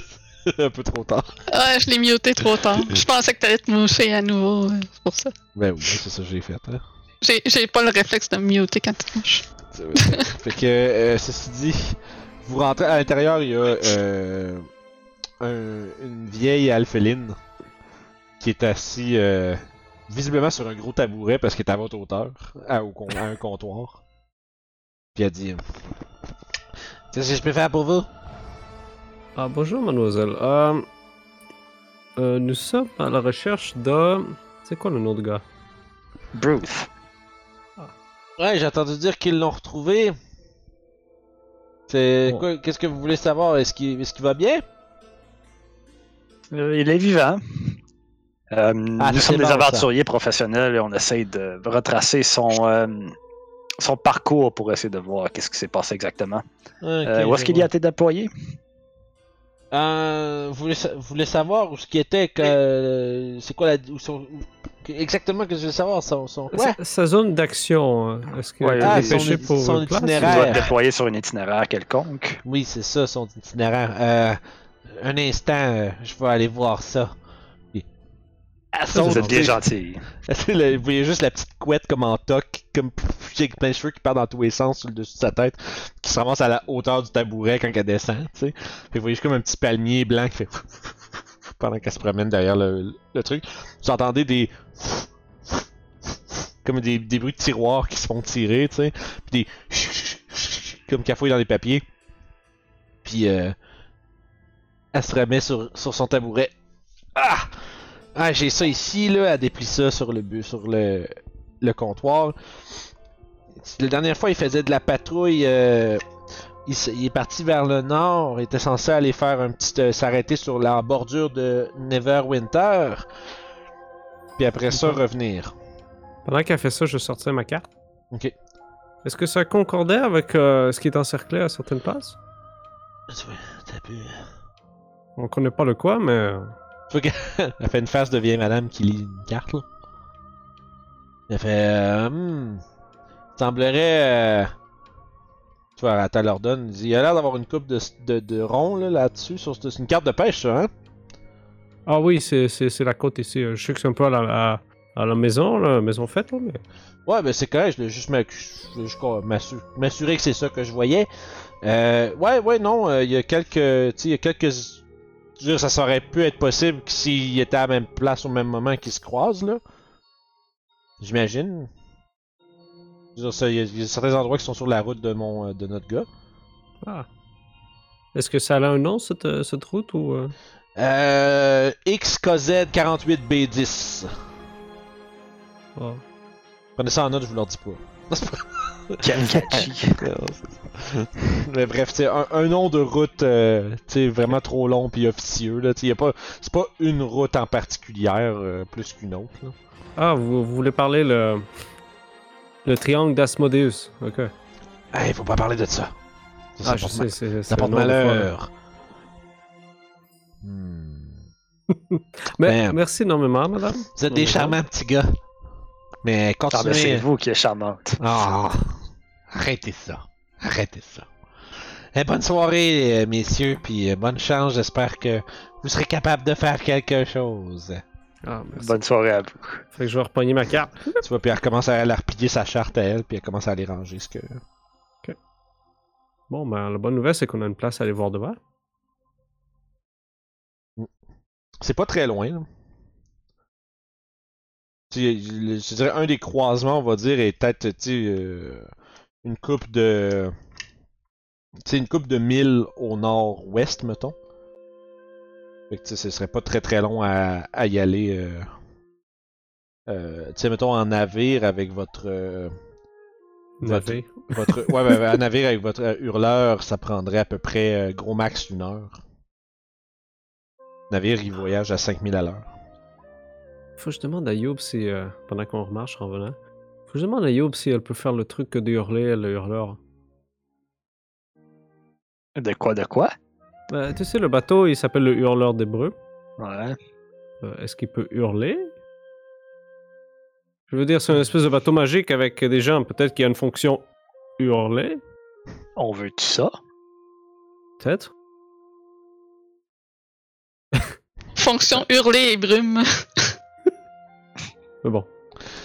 [SPEAKER 1] (laughs) un peu trop tard.
[SPEAKER 2] Ah, je l'ai muté trop (laughs) tard. Je pensais que t'allais te moucher à nouveau, euh, c'est pour ça.
[SPEAKER 1] Ben oui, c'est ça que j'ai fait, hein.
[SPEAKER 2] J'ai j'ai pas le réflexe de me muter quand tu mouches.
[SPEAKER 1] (laughs) C'est vrai. fait que, euh, ceci dit, vous rentrez à l'intérieur, il y a euh, un- une vieille alpheline qui est assise euh, visiblement sur un gros tabouret parce qu'elle est à votre hauteur, à, au con- à un comptoir. Puis elle dit Qu'est-ce que je peux faire pour vous
[SPEAKER 4] Ah, bonjour, mademoiselle. Euh, euh, nous sommes à la recherche de. C'est quoi le nom de gars
[SPEAKER 5] Bruce.
[SPEAKER 1] Ouais, j'ai entendu dire qu'ils l'ont retrouvé. C'est
[SPEAKER 4] Ouais.
[SPEAKER 1] quoi- Qu'est-ce que vous voulez savoir Est-ce qu'il est-ce qu'il va bien
[SPEAKER 5] Euh, il est vivant.
[SPEAKER 1] Ah,
[SPEAKER 5] Euh, nous
[SPEAKER 1] c'est
[SPEAKER 5] sommes des
[SPEAKER 1] bon, ça.
[SPEAKER 5] aventuriers professionnels et on essaye de retracer son, euh, son parcours pour essayer de voir qu'est-ce qui s'est passé exactement. Euh, où est-ce qu'il y a été déployé?
[SPEAKER 1] Euh, vous, voulez, sa- vous voulez savoir où ce qui était que euh, c'est quoi la où son- où- que- exactement que je veux savoir son, son quoi
[SPEAKER 4] Sa, sa zone d'action, euh, est-ce que
[SPEAKER 5] Ouais,
[SPEAKER 4] t'es
[SPEAKER 5] ah,
[SPEAKER 4] dépêché
[SPEAKER 1] son-
[SPEAKER 4] pour
[SPEAKER 1] son
[SPEAKER 4] une place, ou-
[SPEAKER 5] Il doit
[SPEAKER 1] itinéraire.
[SPEAKER 5] être déployé sur un itinéraire quelconque.
[SPEAKER 1] Oui, c'est ça son itinéraire. Euh, un instant, euh, je vais aller voir ça. Et- À son-
[SPEAKER 5] Vous êtes bien
[SPEAKER 1] tu sais,
[SPEAKER 5] gentil.
[SPEAKER 1] (laughs) C'est le- vous voyez juste la petite couette comme en toc, comme (laughs) pff, avec plein de cheveux qui partent dans tous les sens sur le dessus de sa tête, qui se ramasse à la hauteur du tabouret quand elle descend, tu sais. Fait que vous voyez juste comme un petit palmier blanc qui fait (laughs) pendant qu'elle se promène derrière le, le truc. Vous entendez des (laughs) comme des, des bruits de tiroirs qui se font tirer, tu sais. Puis des (laughs) comme qu'elle fouille dans les papiers. Puis euh, elle se remet sur, sur son tabouret. Ah! Ah, j'ai ça ici, là. Elle déplie ça sur le bu- sur le, le comptoir. La dernière fois, il faisait de la patrouille. euh, il, s- il est parti vers le nord. Il était censé aller faire un petit. euh, s'arrêter sur la bordure de Neverwinter. Puis après ça, revenir.
[SPEAKER 4] Pendant qu'elle fait ça, je sortais ma carte.
[SPEAKER 1] Ok.
[SPEAKER 4] Est-ce que ça concordait avec euh, ce qui est encerclé à certaines places On connaît pas le quoi, mais. euh,
[SPEAKER 1] Elle fait une face de vieille madame qui lit une carte, là. Elle fait. Euh, hmm, semblerait. euh, Tu vois, elle leur donne. Il dit, il a l'air d'avoir une coupe de, de, de ronds là, là-dessus. sur ce- C'est une carte de pêche, ça, hein?
[SPEAKER 4] Ah oui, c'est- c'est c'est la côte ici. Je sais que c'est un peu à la, à, à la maison, la maison faite, là, mais.
[SPEAKER 1] Ouais, ben c'est correct, je voulais juste m'ac- je voulais juste qu'on m'assu- m'assurer que c'est ça que je voyais. Euh, ouais, ouais, non, euh, il y a quelques. Tu sais, il y a quelques. je veux dire, ça ça aurait pu être possible que s'ils étaient à la même place au même moment qu'ils se croisent, là. J'imagine. Je veux dire, ça, Il y, a- il y a certains endroits qui sont sur la route de mon euh, de notre gars.
[SPEAKER 4] Ah. Est-ce que ça a un nom, cette, euh, cette route, ou. euh,
[SPEAKER 1] Euh, XKZ48B10.
[SPEAKER 4] oh.
[SPEAKER 1] Prenez ça en note, je vous leur dis pas. Non, c'est pas. (laughs)
[SPEAKER 5] Kalkachi.
[SPEAKER 1] Mais bref, c'est un, un nom de route euh, tu sais, vraiment trop long puis officieux. Là, tu sais, y a pas, c'est pas une route en particulière euh, plus qu'une autre. là.
[SPEAKER 4] Ah, vous, vous voulez parler le. Le triangle d'Asmodeus. Ok.
[SPEAKER 1] Hey, faut pas parler de ça. Ça, ça
[SPEAKER 4] Ah, je
[SPEAKER 1] porte
[SPEAKER 4] sais, c'est.
[SPEAKER 1] ma-
[SPEAKER 4] c'est
[SPEAKER 1] Ça
[SPEAKER 4] un
[SPEAKER 1] porte
[SPEAKER 4] nom de
[SPEAKER 1] malheur. Hmm.
[SPEAKER 4] fois. Mais,
[SPEAKER 1] Merde.
[SPEAKER 4] merci énormément, madame.
[SPEAKER 1] Vous êtes
[SPEAKER 4] Non,
[SPEAKER 1] des
[SPEAKER 4] mais
[SPEAKER 1] charmants petits gars. Mais
[SPEAKER 5] Ah, ben, c'est
[SPEAKER 1] continuez.
[SPEAKER 5] vous qui est charmante.
[SPEAKER 1] Ah, arrêtez ça. Arrêtez ça. Eh, bonne soirée, euh, messieurs, puis euh, bonne chance. J'espère que vous serez capable de faire quelque chose.
[SPEAKER 4] Ah, merci.
[SPEAKER 5] Bonne soirée à vous.
[SPEAKER 4] Fait que je vais repogner ma carte.
[SPEAKER 1] Tu vois, puis elle commence à la replier sa charte à elle, puis elle commence à aller ranger ce que.
[SPEAKER 4] Bon, ben, la bonne nouvelle, c'est qu'on a une place à aller voir devant.
[SPEAKER 1] C'est pas très loin. là. Tu- le- Je dirais un des croisements, on va dire, est peut-être tu sais, euh, une coupe de. Tu sais, une coupe de mille au nord-ouest, mettons. Fait que tu sais, ce serait pas très très long à, à y aller. euh, euh, tu sais, mettons en navire avec votre. euh, Votre-
[SPEAKER 4] Navet.
[SPEAKER 1] votre ouais, ben, un navire avec votre euh, hurleur, ça prendrait à peu près euh, gros max une heure. Le navire, il voyage à 5000 à l'heure.
[SPEAKER 4] Faut que je demande à Youb si, euh, pendant qu'on remarche en venant, faut que je demande à Youb si elle peut faire le truc de hurler le hurleur.
[SPEAKER 5] De quoi, de quoi?
[SPEAKER 4] Euh, tu sais, le bateau, il s'appelle le hurleur d'hébreu.
[SPEAKER 5] Ouais.
[SPEAKER 4] Euh, Est-ce qu'il peut hurler Je veux dire, c'est une espèce de bateau magique avec des jambes. Peut-être qu'il y a une fonction hurler,
[SPEAKER 5] On veut tout ça.
[SPEAKER 4] peut-être.
[SPEAKER 2] Fonction hurler et brume.
[SPEAKER 4] Mais bon,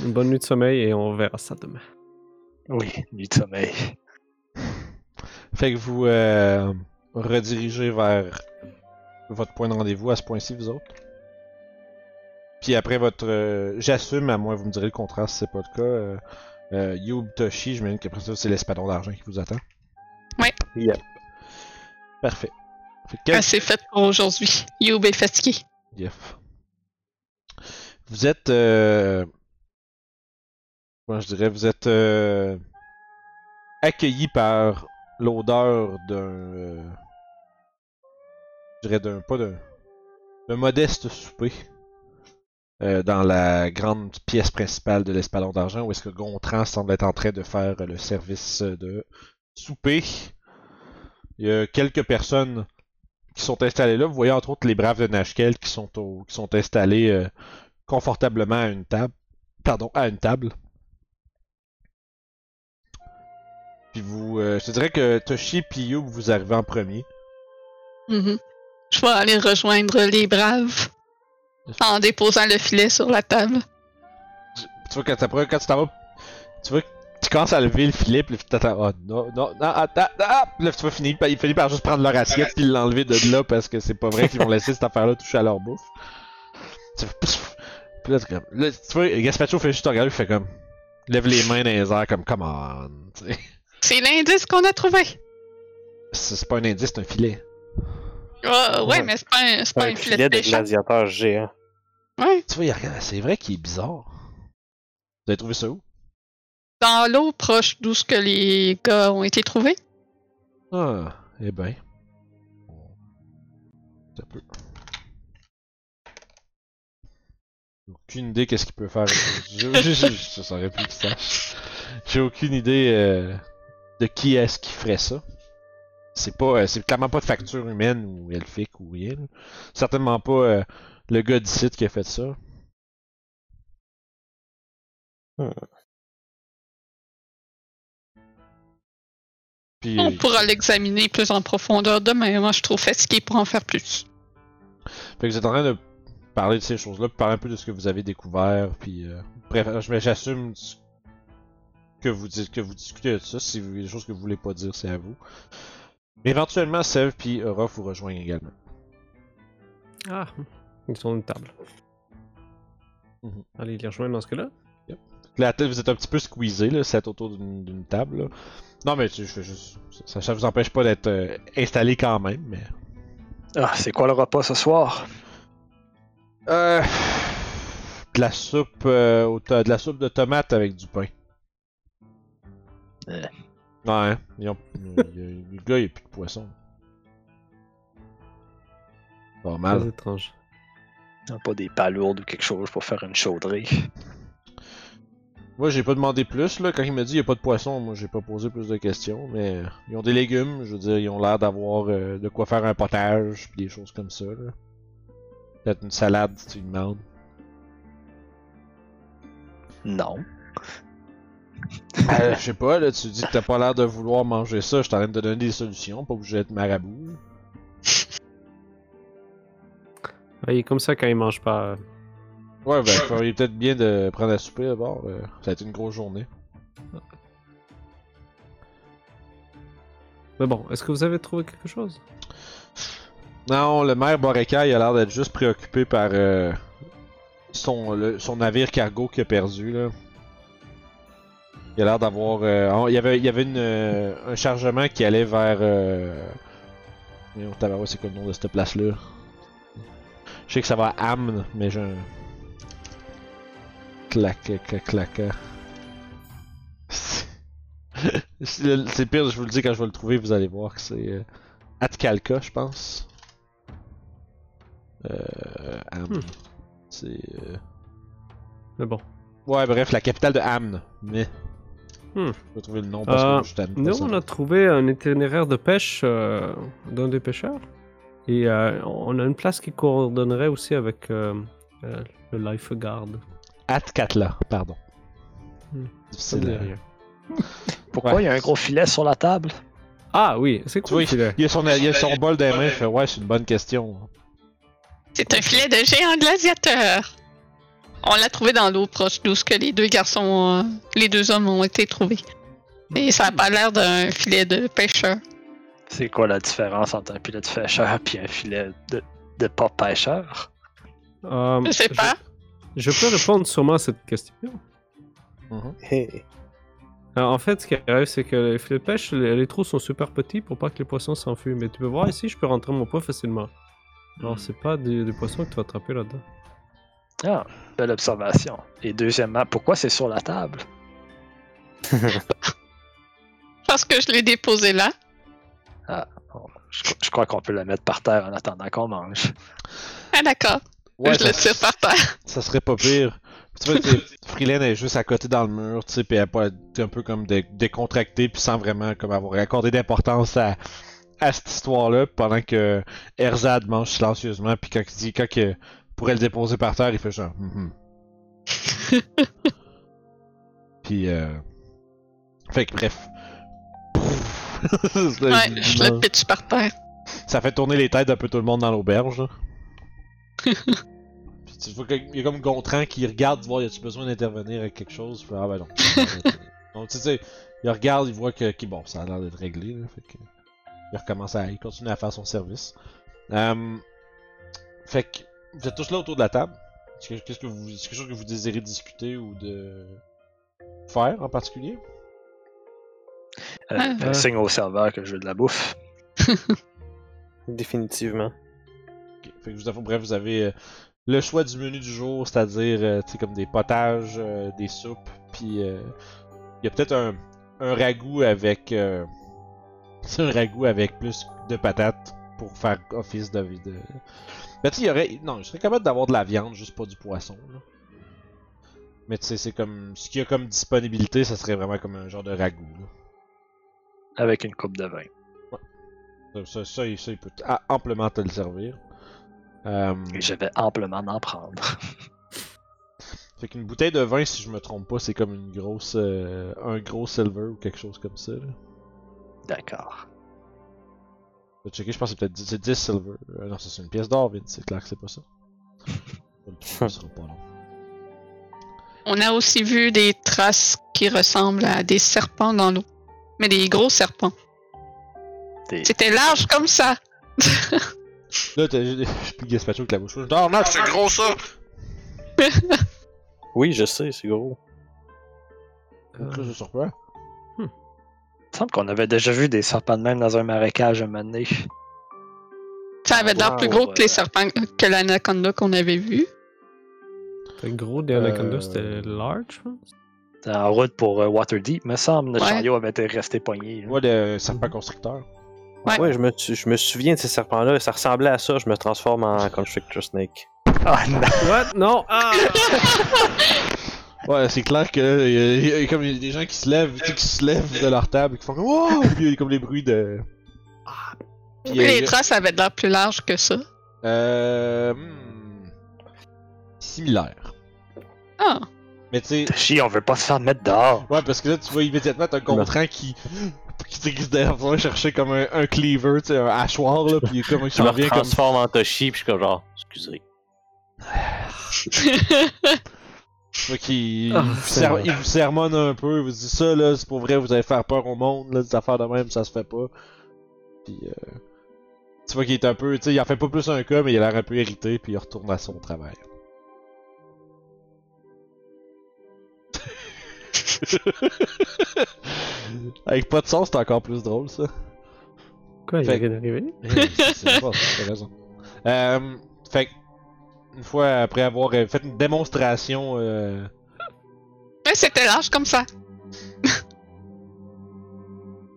[SPEAKER 4] une bonne nuit de sommeil et on verra ça demain.
[SPEAKER 5] Oui, nuit de sommeil.
[SPEAKER 1] Fait que vous euh, redirigez vers votre point de rendez-vous à ce point-ci, vous autres. Puis après votre. euh, J'assume, à moins vous me direz le contraire si c'est pas le cas. Euh, euh, Yub Toshi, j'imagine qu'après ça, c'est l'espadon d'argent qui vous attend.
[SPEAKER 2] Ouais.
[SPEAKER 5] Yep.
[SPEAKER 1] Parfait. Fait que quel-
[SPEAKER 2] (laughs) Assez faite pour aujourd'hui. Youb est fatigué.
[SPEAKER 1] Yep. Vous êtes euh, Moi, je dirais, vous êtes euh, accueilli par l'odeur d'un. euh, je dirais d'un. Pas d'un. D'un modeste souper. euh, dans la grande pièce principale de l'Espalon d'Argent, où est-ce que Gontran semble être en train de faire euh, le service de souper. Il y a quelques personnes qui sont installées là. Vous voyez entre autres les braves de Nashkel qui sont, au- qui sont installés euh, confortablement à une table. Pardon, à une table. Puis vous, euh, je te dirais que Toshi et Youb, vous arrivez en premier.
[SPEAKER 2] Mhm. Je vais aller rejoindre les braves en déposant le filet sur la table.
[SPEAKER 1] Tu vois, quand, t'as- quand tu t'en vas, tu vois, que tu commences à lever le filet, puis t'attends, oh non, non, non, attends, ah! Puis là, tu vois, finir, par- il finit par juste prendre leur assiette, puis l'enlever de là, parce que c'est pas vrai qu'ils vont laisser cette affaire-là toucher à leur bouffe. Tu fais pssouf. Puis là, tu, comme- là, tu vois, Gaspacho fait juste te regarder, il fait comme, lève les mains dans les airs, comme, come on, tu sais.
[SPEAKER 2] C'est l'indice qu'on a trouvé.
[SPEAKER 1] C'est c'est pas un indice, c'est un filet.
[SPEAKER 2] Ah, ouais,
[SPEAKER 3] Ouais.
[SPEAKER 2] mais c'est pas un, c'est pas un filet de
[SPEAKER 3] de
[SPEAKER 2] pêcheur.
[SPEAKER 3] gladiateur géant.
[SPEAKER 2] Ouais.
[SPEAKER 1] Tu vois, il regarde, c'est vrai qu'il est bizarre. Vous avez trouvé ça où?
[SPEAKER 2] Dans l'eau proche d'où ce que les gars ont été trouvés.
[SPEAKER 1] Ah, eh ben. Ça peut. J'ai Aucune idée qu'est-ce qu'il peut faire. Je, je, je- je- ça aurait pu que ça. J'ai aucune idée euh, de qui est-ce qui ferait ça. C'est pas, euh, c'est clairement pas de facture humaine ou elfique ou rien. là. Certainement pas euh, le gars du site qui a fait ça.
[SPEAKER 3] Hmm.
[SPEAKER 1] Puis,
[SPEAKER 2] On pourra l'examiner plus en profondeur demain. Moi, je suis trop fatigué pour en faire plus.
[SPEAKER 1] Fait que vous êtes en train de parler de ces choses-là, puis parler un peu de ce que vous avez découvert, puis euh, bref, je- mais j'assume ce- que vous dites, que vous discutez de ça. Si vous- il y a des choses que vous voulez pas dire, c'est à vous. Mais éventuellement, Sev puis Orof vous rejoignent également.
[SPEAKER 4] Ah, ils sont une table.
[SPEAKER 1] Mhm.
[SPEAKER 4] Allez, les rejoindre dans ce cas-là.
[SPEAKER 1] La tête, vous êtes un petit peu squeezé, là, c'est autour d'une d'une table. là. Non, mais tu- je fais juste, ça, ça vous empêche pas d'être euh, installé quand même, mais.
[SPEAKER 5] Ah, c'est quoi le repas ce soir?
[SPEAKER 1] Euh, de la soupe, euh, au to- de la soupe de tomate avec du pain.
[SPEAKER 5] Euh.
[SPEAKER 1] Ouais, hein, ils ont- il y a- le gars, il a plus de poisson.
[SPEAKER 4] Très
[SPEAKER 1] Normal.
[SPEAKER 4] étrange.
[SPEAKER 5] Non, Ah, Pas des palourdes ou quelque chose pour faire une chaudrée.
[SPEAKER 1] Moi, j'ai pas demandé plus là. Quand il m'a dit il y a pas de poisson, moi j'ai pas posé plus de questions. Mais ils ont des légumes, je veux dire, ils ont l'air d'avoir euh, de quoi faire un potage, puis des choses comme ça. là. Peut-être une salade si tu lui demandes.
[SPEAKER 5] Non.
[SPEAKER 1] Euh, je sais pas, là, tu dis que t'as pas l'air de vouloir manger ça, je suis en train de te donner des solutions, pas obligé d'être marabout.
[SPEAKER 4] Ah, il est comme ça quand il mange pas. euh.
[SPEAKER 1] Ouais, ben, il faudrait peut-être bien de prendre à souper d'abord, euh, ça a été une grosse journée.
[SPEAKER 4] Mais bon, est-ce que vous avez trouvé quelque chose
[SPEAKER 1] Non, le maire Boreka, il a l'air d'être juste préoccupé par euh, son, le- son navire cargo qu'il a perdu, là. Il a l'air d'avoir... euh, en- il y avait, il y avait une, euh, un chargement qui allait vers... Euh... voyons, tabarouette, c'est quoi le nom de cette place-là? Je sais que ça va à Amn, mais j'ai un... Clac, clac, clac, clac. hein. (laughs) C'est le- c'est pire, je vous le dis, quand je vais le trouver, vous allez voir que c'est... euh, Atkalka, je pense. Euh, Amn.
[SPEAKER 4] Hmm.
[SPEAKER 1] C'est. euh,
[SPEAKER 4] Mais bon.
[SPEAKER 1] Ouais, bref, la capitale de Amn. Mais.
[SPEAKER 4] Hmm.
[SPEAKER 1] Je vais trouver le nom parce
[SPEAKER 4] Euh,
[SPEAKER 1] que je t'aime pas
[SPEAKER 4] Nous,
[SPEAKER 1] ça.
[SPEAKER 4] on a trouvé un itinéraire de pêche euh, d'un des pêcheurs. Et euh, on a une place qui coordonnerait aussi avec euh, euh, le Life Guard.
[SPEAKER 1] Atkatla, pardon.
[SPEAKER 4] Hmm. Ça me
[SPEAKER 1] Difficile. hein.
[SPEAKER 4] dit
[SPEAKER 1] à-
[SPEAKER 4] rien.
[SPEAKER 5] (laughs) Pourquoi
[SPEAKER 1] Ouais.
[SPEAKER 5] il y a un gros filet sur la table?
[SPEAKER 4] Ah oui, c'est
[SPEAKER 1] Tu vois,
[SPEAKER 4] cool. qu'il
[SPEAKER 2] (laughs)
[SPEAKER 4] est.
[SPEAKER 1] Il a son, Ben, il a son bol des mains, il fait ouais, c'est une bonne question.
[SPEAKER 2] C'est un filet de géant gladiateur. On l'a trouvé dans l'eau proche d'où ce que les deux garçons, ont- les deux hommes ont été trouvés. Et ça n'a pas l'air d'un filet de pêcheur.
[SPEAKER 5] C'est quoi la différence entre un filet de pêcheur et un filet de, de pas pêcheur?
[SPEAKER 4] Euh,
[SPEAKER 2] Je sais pas.
[SPEAKER 4] Je peux répondre sûrement à cette question.
[SPEAKER 1] Mhm.
[SPEAKER 4] Alors, en fait, ce qui arrive, c'est que les filets de pêche, les, les trous sont super petits pour pas que les poissons s'enfuient. Mais tu peux voir ici, je peux rentrer mon poids facilement.
[SPEAKER 2] Hmm.
[SPEAKER 4] Alors, c'est pas des, des poissons que tu vas attraper là-dedans.
[SPEAKER 5] Ah, belle observation. Et deuxièmement, pourquoi c'est sur la table?
[SPEAKER 2] Parce que je l'ai déposé là.
[SPEAKER 5] Je, je crois qu'on peut le mettre par terre en attendant qu'on mange.
[SPEAKER 2] Ah d'accord.
[SPEAKER 1] Ouais,
[SPEAKER 2] je le
[SPEAKER 1] ça,
[SPEAKER 2] tire par terre.
[SPEAKER 1] ça serait pas pire. Tu vois, t'es- Freeland est juste à côté dans le mur, tu sais, puis elle a pas- t'es un peu comme dé- décontractée, puis sans vraiment comme avoir accordé d'importance à, à cette histoire-là, pendant que Erzad mange silencieusement, puis quand il dit, quand que pourrait le déposer par terre, il fait genre, hum, hum. Puis, euh... Fait que bref. (laughs)
[SPEAKER 2] Ouais, je le
[SPEAKER 1] Non.
[SPEAKER 2] pitch par terre.
[SPEAKER 1] Ça fait tourner les têtes un peu tout le monde dans l'auberge. là. Puis tu vois qu'il y a comme Gontran qui regarde, voir y a-tu besoin d'intervenir avec quelque chose. Puis, ah ben non. Donc tu sais, il regarde, il voit que, qui bon, ça a l'air d'être réglé. Là, fait que, il recommence à, il continue à faire son service. Euh, fait que vous êtes tous là autour de la table. Est-ce que, qu'est-ce que vous, est-ce quelque chose que vous désirez discuter ou de faire en particulier?
[SPEAKER 5] Euh,
[SPEAKER 2] Ah.
[SPEAKER 5] fais Signe au serveur que je veux de la bouffe.
[SPEAKER 3] Définitivement.
[SPEAKER 1] Ok. Fait que vous avez, bref, vous avez euh, le choix du menu du jour, c'est-à-dire euh, tu sais, comme des potages, euh, des soupes, puis euh, il y a peut-être un, un ragoût avec euh, (laughs) c'est un ragoût avec plus de patates pour faire office de de. Ben, tu sais, il y aurait non, je serais capable d'avoir de la viande, juste pas du poisson. là. Mais tu sais, c'est comme ce qu'il y a comme disponibilité, ça serait vraiment comme un genre de ragoût. là.
[SPEAKER 5] Avec une coupe de vin.
[SPEAKER 1] Ça, ça, ça, il- ça, il peut a- amplement te le servir. Euh,
[SPEAKER 5] Et je vais amplement en prendre.
[SPEAKER 1] Fait qu'une bouteille de vin, si je me trompe pas, c'est comme une grosse, euh, un gros silver ou quelque chose comme ça. Là.
[SPEAKER 5] D'accord.
[SPEAKER 1] Je vais checker, je pense que c'est peut-être 10, c'est 10 silver. Euh, non, ça c'est une pièce d'or, Vince, c'est clair que c'est pas ça. On le trouvera, ce sera pas long.
[SPEAKER 2] On a aussi vu des traces qui ressemblent à des serpents dans l'eau. Mais des gros serpents.
[SPEAKER 5] Des-
[SPEAKER 2] C'était large comme ça. (laughs)
[SPEAKER 1] Là, t'as- (laughs) je suis plus gaspacho que la bouche. Non, non, c'est gros ça!
[SPEAKER 3] Oui, je sais, c'est gros.
[SPEAKER 1] Donc là, je surprends.
[SPEAKER 5] Il me semble qu'on avait déjà vu des serpents de même dans un marécage un moment donné.
[SPEAKER 2] Ça avait l'air
[SPEAKER 5] Wow,
[SPEAKER 2] plus gros que les
[SPEAKER 5] euh.
[SPEAKER 2] serpents que l'anaconda qu'on avait vu.
[SPEAKER 4] Le gros des Anaconda,
[SPEAKER 1] Euh,
[SPEAKER 4] c'était large, je pense.
[SPEAKER 5] C'était En route pour euh, Waterdeep, me semble. Notre
[SPEAKER 2] Ouais.
[SPEAKER 5] chariot avait été resté poigné. là.
[SPEAKER 1] Ouais, le serpent constricteur.
[SPEAKER 2] Ouais.
[SPEAKER 3] Ouais, je, me, tu- je me souviens de ces serpents-là. Ça ressemblait à ça. Je me transforme en Constrictor Snake.
[SPEAKER 5] Ah, non.
[SPEAKER 4] What? Non! Ah!
[SPEAKER 1] Ouais, c'est clair que là, il y a- il y, a comme des gens qui se lèvent, tu sais, qui se lèvent de leur table et qui font comme Wow! Puis il y a comme les bruits de. Puis, euh, il
[SPEAKER 2] les
[SPEAKER 1] y a-
[SPEAKER 2] traces avaient l'air plus larges que ça.
[SPEAKER 1] Euh. hmm, Similaire.
[SPEAKER 2] Ah,
[SPEAKER 1] Mais tu sais,
[SPEAKER 5] Tachi, on veut pas se faire mettre dehors.
[SPEAKER 1] Ouais, parce que là, tu vois immédiatement, t'as un contrant qui. qui, tu sais, qui se derrière pour chercher comme un, un cleaver, tu sais, un hachoir, là, pis il est comme il
[SPEAKER 3] Je
[SPEAKER 1] s'en
[SPEAKER 3] me
[SPEAKER 1] vient comme.
[SPEAKER 3] transforme en Toshi, puis je suis comme genre, excusez.
[SPEAKER 2] (laughs)
[SPEAKER 1] Tu vois qu'il- il,
[SPEAKER 4] Ah,
[SPEAKER 1] vous
[SPEAKER 4] c'est
[SPEAKER 1] ser-
[SPEAKER 4] vrai.
[SPEAKER 1] il vous sermonne un peu, il vous dit ça, là, c'est pour vrai, vous allez faire peur au monde, là, des affaires de même, ça se fait pas. Pis, euh, Tu vois qu'il est un peu. Tu sais, il en fait pas plus un cas, mais il a l'air un peu irrité, puis il retourne à son travail. Avec pas de son, c'est encore plus drôle, ça.
[SPEAKER 4] Quoi, il
[SPEAKER 1] Fait-
[SPEAKER 4] vient d'arriver?
[SPEAKER 1] Ouais, c'est- c'est pas, t'as raison. Euh, fait que, une fois après avoir euh, fait une démonstration, euh,
[SPEAKER 2] mais c'était large comme ça.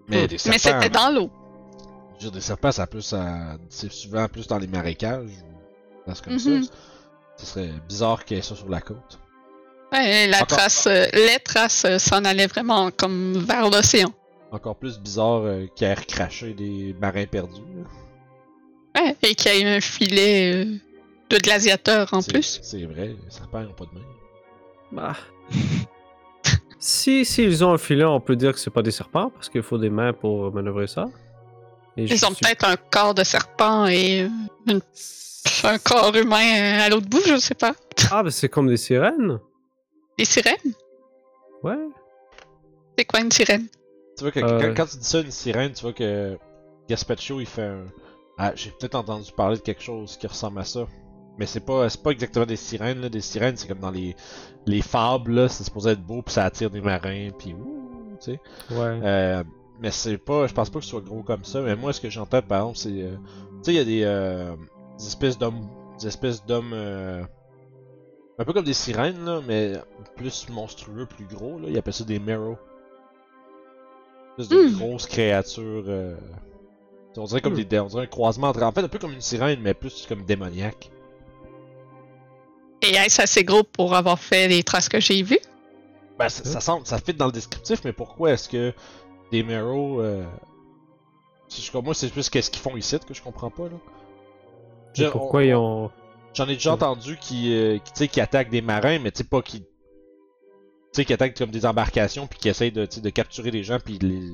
[SPEAKER 1] mais des serpents,
[SPEAKER 2] Mais c'était dans l'eau.
[SPEAKER 1] Hmm. je veux dire, des serpents, ça plus, ça- c'est souvent plus dans les marécages, ou dans ce comme
[SPEAKER 2] Mhm.
[SPEAKER 1] ça. Ce serait bizarre qu'il y ait ça sur la côte.
[SPEAKER 2] Ouais, la
[SPEAKER 1] Encore-
[SPEAKER 2] trace, euh, les traces euh, s'en allaient vraiment comme vers l'océan.
[SPEAKER 1] Encore plus bizarre euh, qu'il ait recraché des marins perdus. là.
[SPEAKER 2] Ouais, et qu'il y a eu un filet euh, de gladiateurs en
[SPEAKER 1] C'est-
[SPEAKER 2] plus.
[SPEAKER 1] C'est vrai, les serpents n'ont pas de main. (laughs)
[SPEAKER 4] Bah. si, si ils ont un filet, on peut dire que c'est pas des serpents, parce qu'il faut des mains pour manœuvrer ça. Et je
[SPEAKER 2] Ils ont
[SPEAKER 4] suis-
[SPEAKER 2] peut-être un corps de serpent et euh, un corps humain euh, à l'autre bout, je sais pas.
[SPEAKER 4] (laughs) Ah, ben c'est comme des sirènes.
[SPEAKER 2] Des sirènes?
[SPEAKER 4] Ouais.
[SPEAKER 2] C'est quoi une sirène?
[SPEAKER 1] Tu vois que
[SPEAKER 4] Euh.
[SPEAKER 1] quand, quand tu dis ça, une sirène, tu vois que Gaspacho il fait un. Ah, j'ai peut-être entendu parler de quelque chose qui ressemble à ça. Mais c'est pas, c'est pas exactement des sirènes, là. Des sirènes, c'est comme dans les, les fables, là. C'est supposé être beau, puis ça attire des marins, puis ouh, tu sais.
[SPEAKER 4] Ouais.
[SPEAKER 1] Euh, mais c'est pas. Je pense pas que ce soit gros comme ça. Mais moi, ce que j'entends, par exemple, c'est. euh, tu sais, il y a des, euh, des espèces d'hommes. Des espèces d'hommes. euh, un peu comme des sirènes, là, mais plus monstrueux, plus gros, là. Ils appellent ça des Mero. espèce de
[SPEAKER 2] Hmm.
[SPEAKER 1] grosse créature. euh, on dirait comme
[SPEAKER 4] Hmm.
[SPEAKER 1] des, on dirait un croisement entre. En fait, un peu comme une sirène, mais plus comme démoniaque.
[SPEAKER 2] Et est-ce assez gros pour avoir fait les traces que j'ai vues?
[SPEAKER 1] Ben, ça, ça semble, ça fit dans le descriptif, mais pourquoi est-ce que des Mero. Euh... si je- moi, c'est plus qu'est-ce qu'ils font ici que je comprends pas, là. Je-
[SPEAKER 4] Et Pourquoi
[SPEAKER 1] on-
[SPEAKER 4] ils ont.
[SPEAKER 1] J'en ai déjà
[SPEAKER 4] Mhm.
[SPEAKER 1] entendu qui, euh, qui, tu sais, qui attaquent des marins, mais tu sais pas qui. Tu sais, qui attaquent comme des embarcations, puis qui essayent de, tu sais, de capturer des gens, puis de les.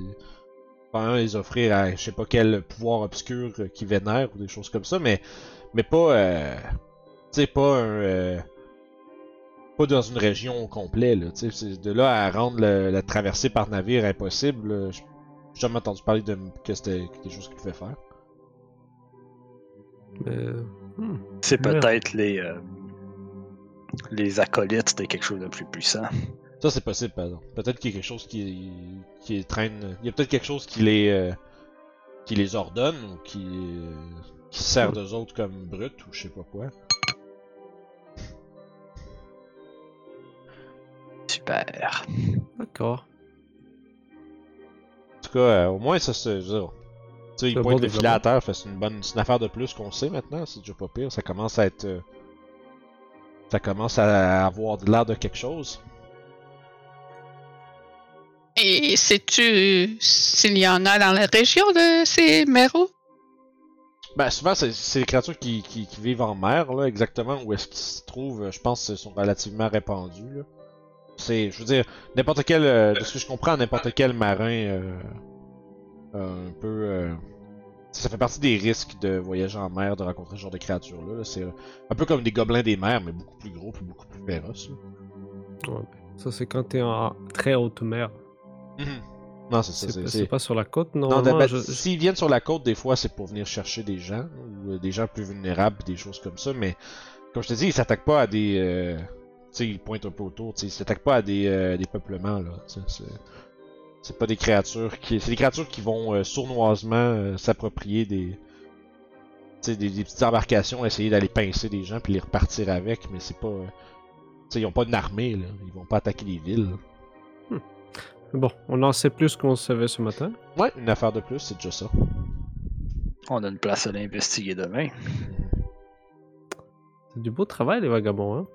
[SPEAKER 1] Enfin, les offrir à je sais pas quel pouvoir obscur euh, qui vénère, ou des choses comme ça, mais. Mais pas. euh, tu sais, pas un. euh, pas dans une région au complet, là. Tu sais, c'est- de là à rendre le- la traversée par navire impossible, euh, j'ai j'ai jamais entendu parler de que c'était quelque chose qu'ils pouvaient faire.
[SPEAKER 4] euh, hmm,
[SPEAKER 5] C'est
[SPEAKER 4] Merde.
[SPEAKER 5] peut-être les, euh, les acolytes de quelque chose de plus puissant.
[SPEAKER 1] Ça, c'est possible, par exemple. Peut-être qu'il y a quelque chose qui, qui les traîne. Il y a peut-être quelque chose qui les, euh, qui les ordonne ou qui, euh, qui se sert d'eux autres comme brutes ou je sais pas quoi.
[SPEAKER 5] Super.
[SPEAKER 4] D'accord.
[SPEAKER 1] En tout cas, euh, au moins, ça se. je veux dire, Tu sais,
[SPEAKER 4] C'est
[SPEAKER 1] ils
[SPEAKER 4] un
[SPEAKER 1] pointent
[SPEAKER 4] bon
[SPEAKER 1] le filet à terre, fait que c'est une bonne c'est une affaire de plus qu'on sait maintenant, c'est déjà pas pire. Ça commence à être. euh, ça commence à avoir de l'air de quelque chose.
[SPEAKER 2] Et sais-tu euh, s'il y en a dans la région de ces méros?
[SPEAKER 1] Ben, souvent, c'est- c'est les créatures qui, qui, qui vivent en mer, là, exactement où est-ce qu'ils se trouvent, je pense, sont relativement répandus, là. C'est, je veux dire, n'importe quel, euh, de ce que je comprends, n'importe quel marin, euh, euh, un peu, euh, ça fait partie des risques de voyager en mer, de rencontrer ce genre de créatures-là, là. c'est euh, un peu comme des gobelins des mers, mais beaucoup plus gros, puis beaucoup plus féroces, là.
[SPEAKER 4] Ça, c'est quand t'es en très haute mer.
[SPEAKER 1] Non, c'est ça,
[SPEAKER 4] C'est
[SPEAKER 1] c'est...
[SPEAKER 4] pas-
[SPEAKER 1] c'est-
[SPEAKER 4] c'est pas sur la côte,
[SPEAKER 1] Non,
[SPEAKER 4] normalement.
[SPEAKER 1] ben,
[SPEAKER 4] je- je-
[SPEAKER 1] s'ils viennent sur la côte, des fois, c'est pour venir chercher des gens, ou euh, des gens plus vulnérables, des choses comme ça, mais comme je te dis, ils s'attaquent pas à des... euh, tu sais, ils pointent un peu autour, tu sais, ils s'attaquent pas à des, euh, des peuplements, là, tu sais, c'est- c'est pas des créatures qui... C'est des créatures qui vont euh, sournoisement euh, s'approprier des... tu sais, des, des petites embarcations, essayer d'aller pincer des gens puis les repartir avec, mais c'est pas... euh, tu sais, ils ont pas une armée, là. Ils vont pas attaquer les villes. là.
[SPEAKER 4] Bon, on en sait plus qu'on savait ce matin.
[SPEAKER 1] Ouais, une affaire de plus, c'est déjà ça.
[SPEAKER 5] On a une place à l'investiguer demain.
[SPEAKER 4] C'est du beau travail, les vagabonds, hein.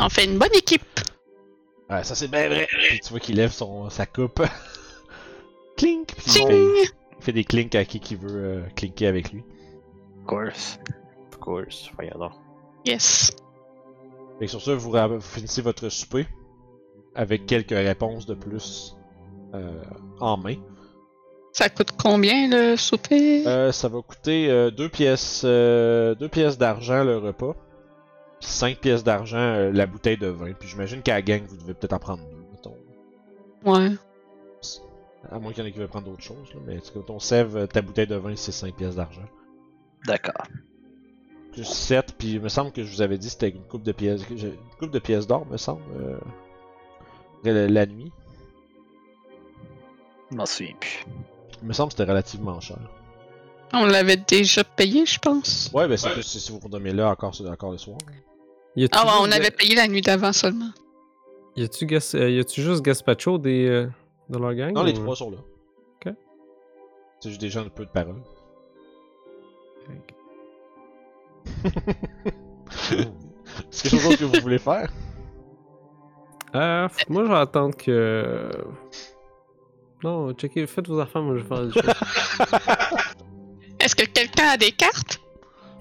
[SPEAKER 2] On fait une bonne équipe.
[SPEAKER 1] Ouais, ça c'est bien vrai. Puis tu vois qu'il lève son, sa coupe. (laughs) clink! Puis il
[SPEAKER 2] Tching!
[SPEAKER 1] fait, il fait des clinks à qui qui veut euh, clinker avec lui.
[SPEAKER 5] Of course.
[SPEAKER 3] Of course, voyons donc.
[SPEAKER 2] Yes.
[SPEAKER 1] Fait que sur ça, vous, ra- vous finissez votre souper avec quelques réponses de plus euh, en main.
[SPEAKER 2] Ça coûte combien le souper?
[SPEAKER 1] Euh, ça va coûter euh, deux pièces euh, deux pièces d'argent le repas. Puis cinq pièces d'argent euh, la bouteille de vin. Puis j'imagine qu'à la gang, vous devez peut-être en prendre deux, mettons.
[SPEAKER 2] Ouais.
[SPEAKER 1] À moins qu'il y en ait qui veulent prendre d'autres choses, là. Mais tu sais, quand on sève, euh, ta bouteille de vin, c'est cinq pièces d'argent.
[SPEAKER 5] D'accord.
[SPEAKER 1] plus 7, puis il me semble que je vous avais dit que c'était une coupe de pièces que j'ai- une coupe de pièces d'or, me semble, euh, la, la nuit.
[SPEAKER 5] Je m'en souviens plus.
[SPEAKER 1] Il me semble que c'était relativement cher.
[SPEAKER 2] On l'avait déjà payé, je pense.
[SPEAKER 1] Ouais, ben c'est plus si si vous consommez là encore, ce- encore le soir.
[SPEAKER 4] Y a-tu
[SPEAKER 2] Ah ouais, on
[SPEAKER 4] juste-
[SPEAKER 2] avait payé la nuit d'avant seulement.
[SPEAKER 4] Y a-tu gas- euh, y a-tu juste Gaspacho des, euh, dans leur gang
[SPEAKER 1] Non, les
[SPEAKER 4] ou-
[SPEAKER 1] trois sont là.
[SPEAKER 4] Mmh. Ok.
[SPEAKER 1] C'est juste des gens de peu de parole. c'est quelque chose d'autre que vous voulez faire? (laughs)
[SPEAKER 4] Euh, f- moi, je vais attendre que. Non, checkez, faites vos affaires, moi je vais faire des choses.
[SPEAKER 2] Est-ce que quelqu'un a des cartes?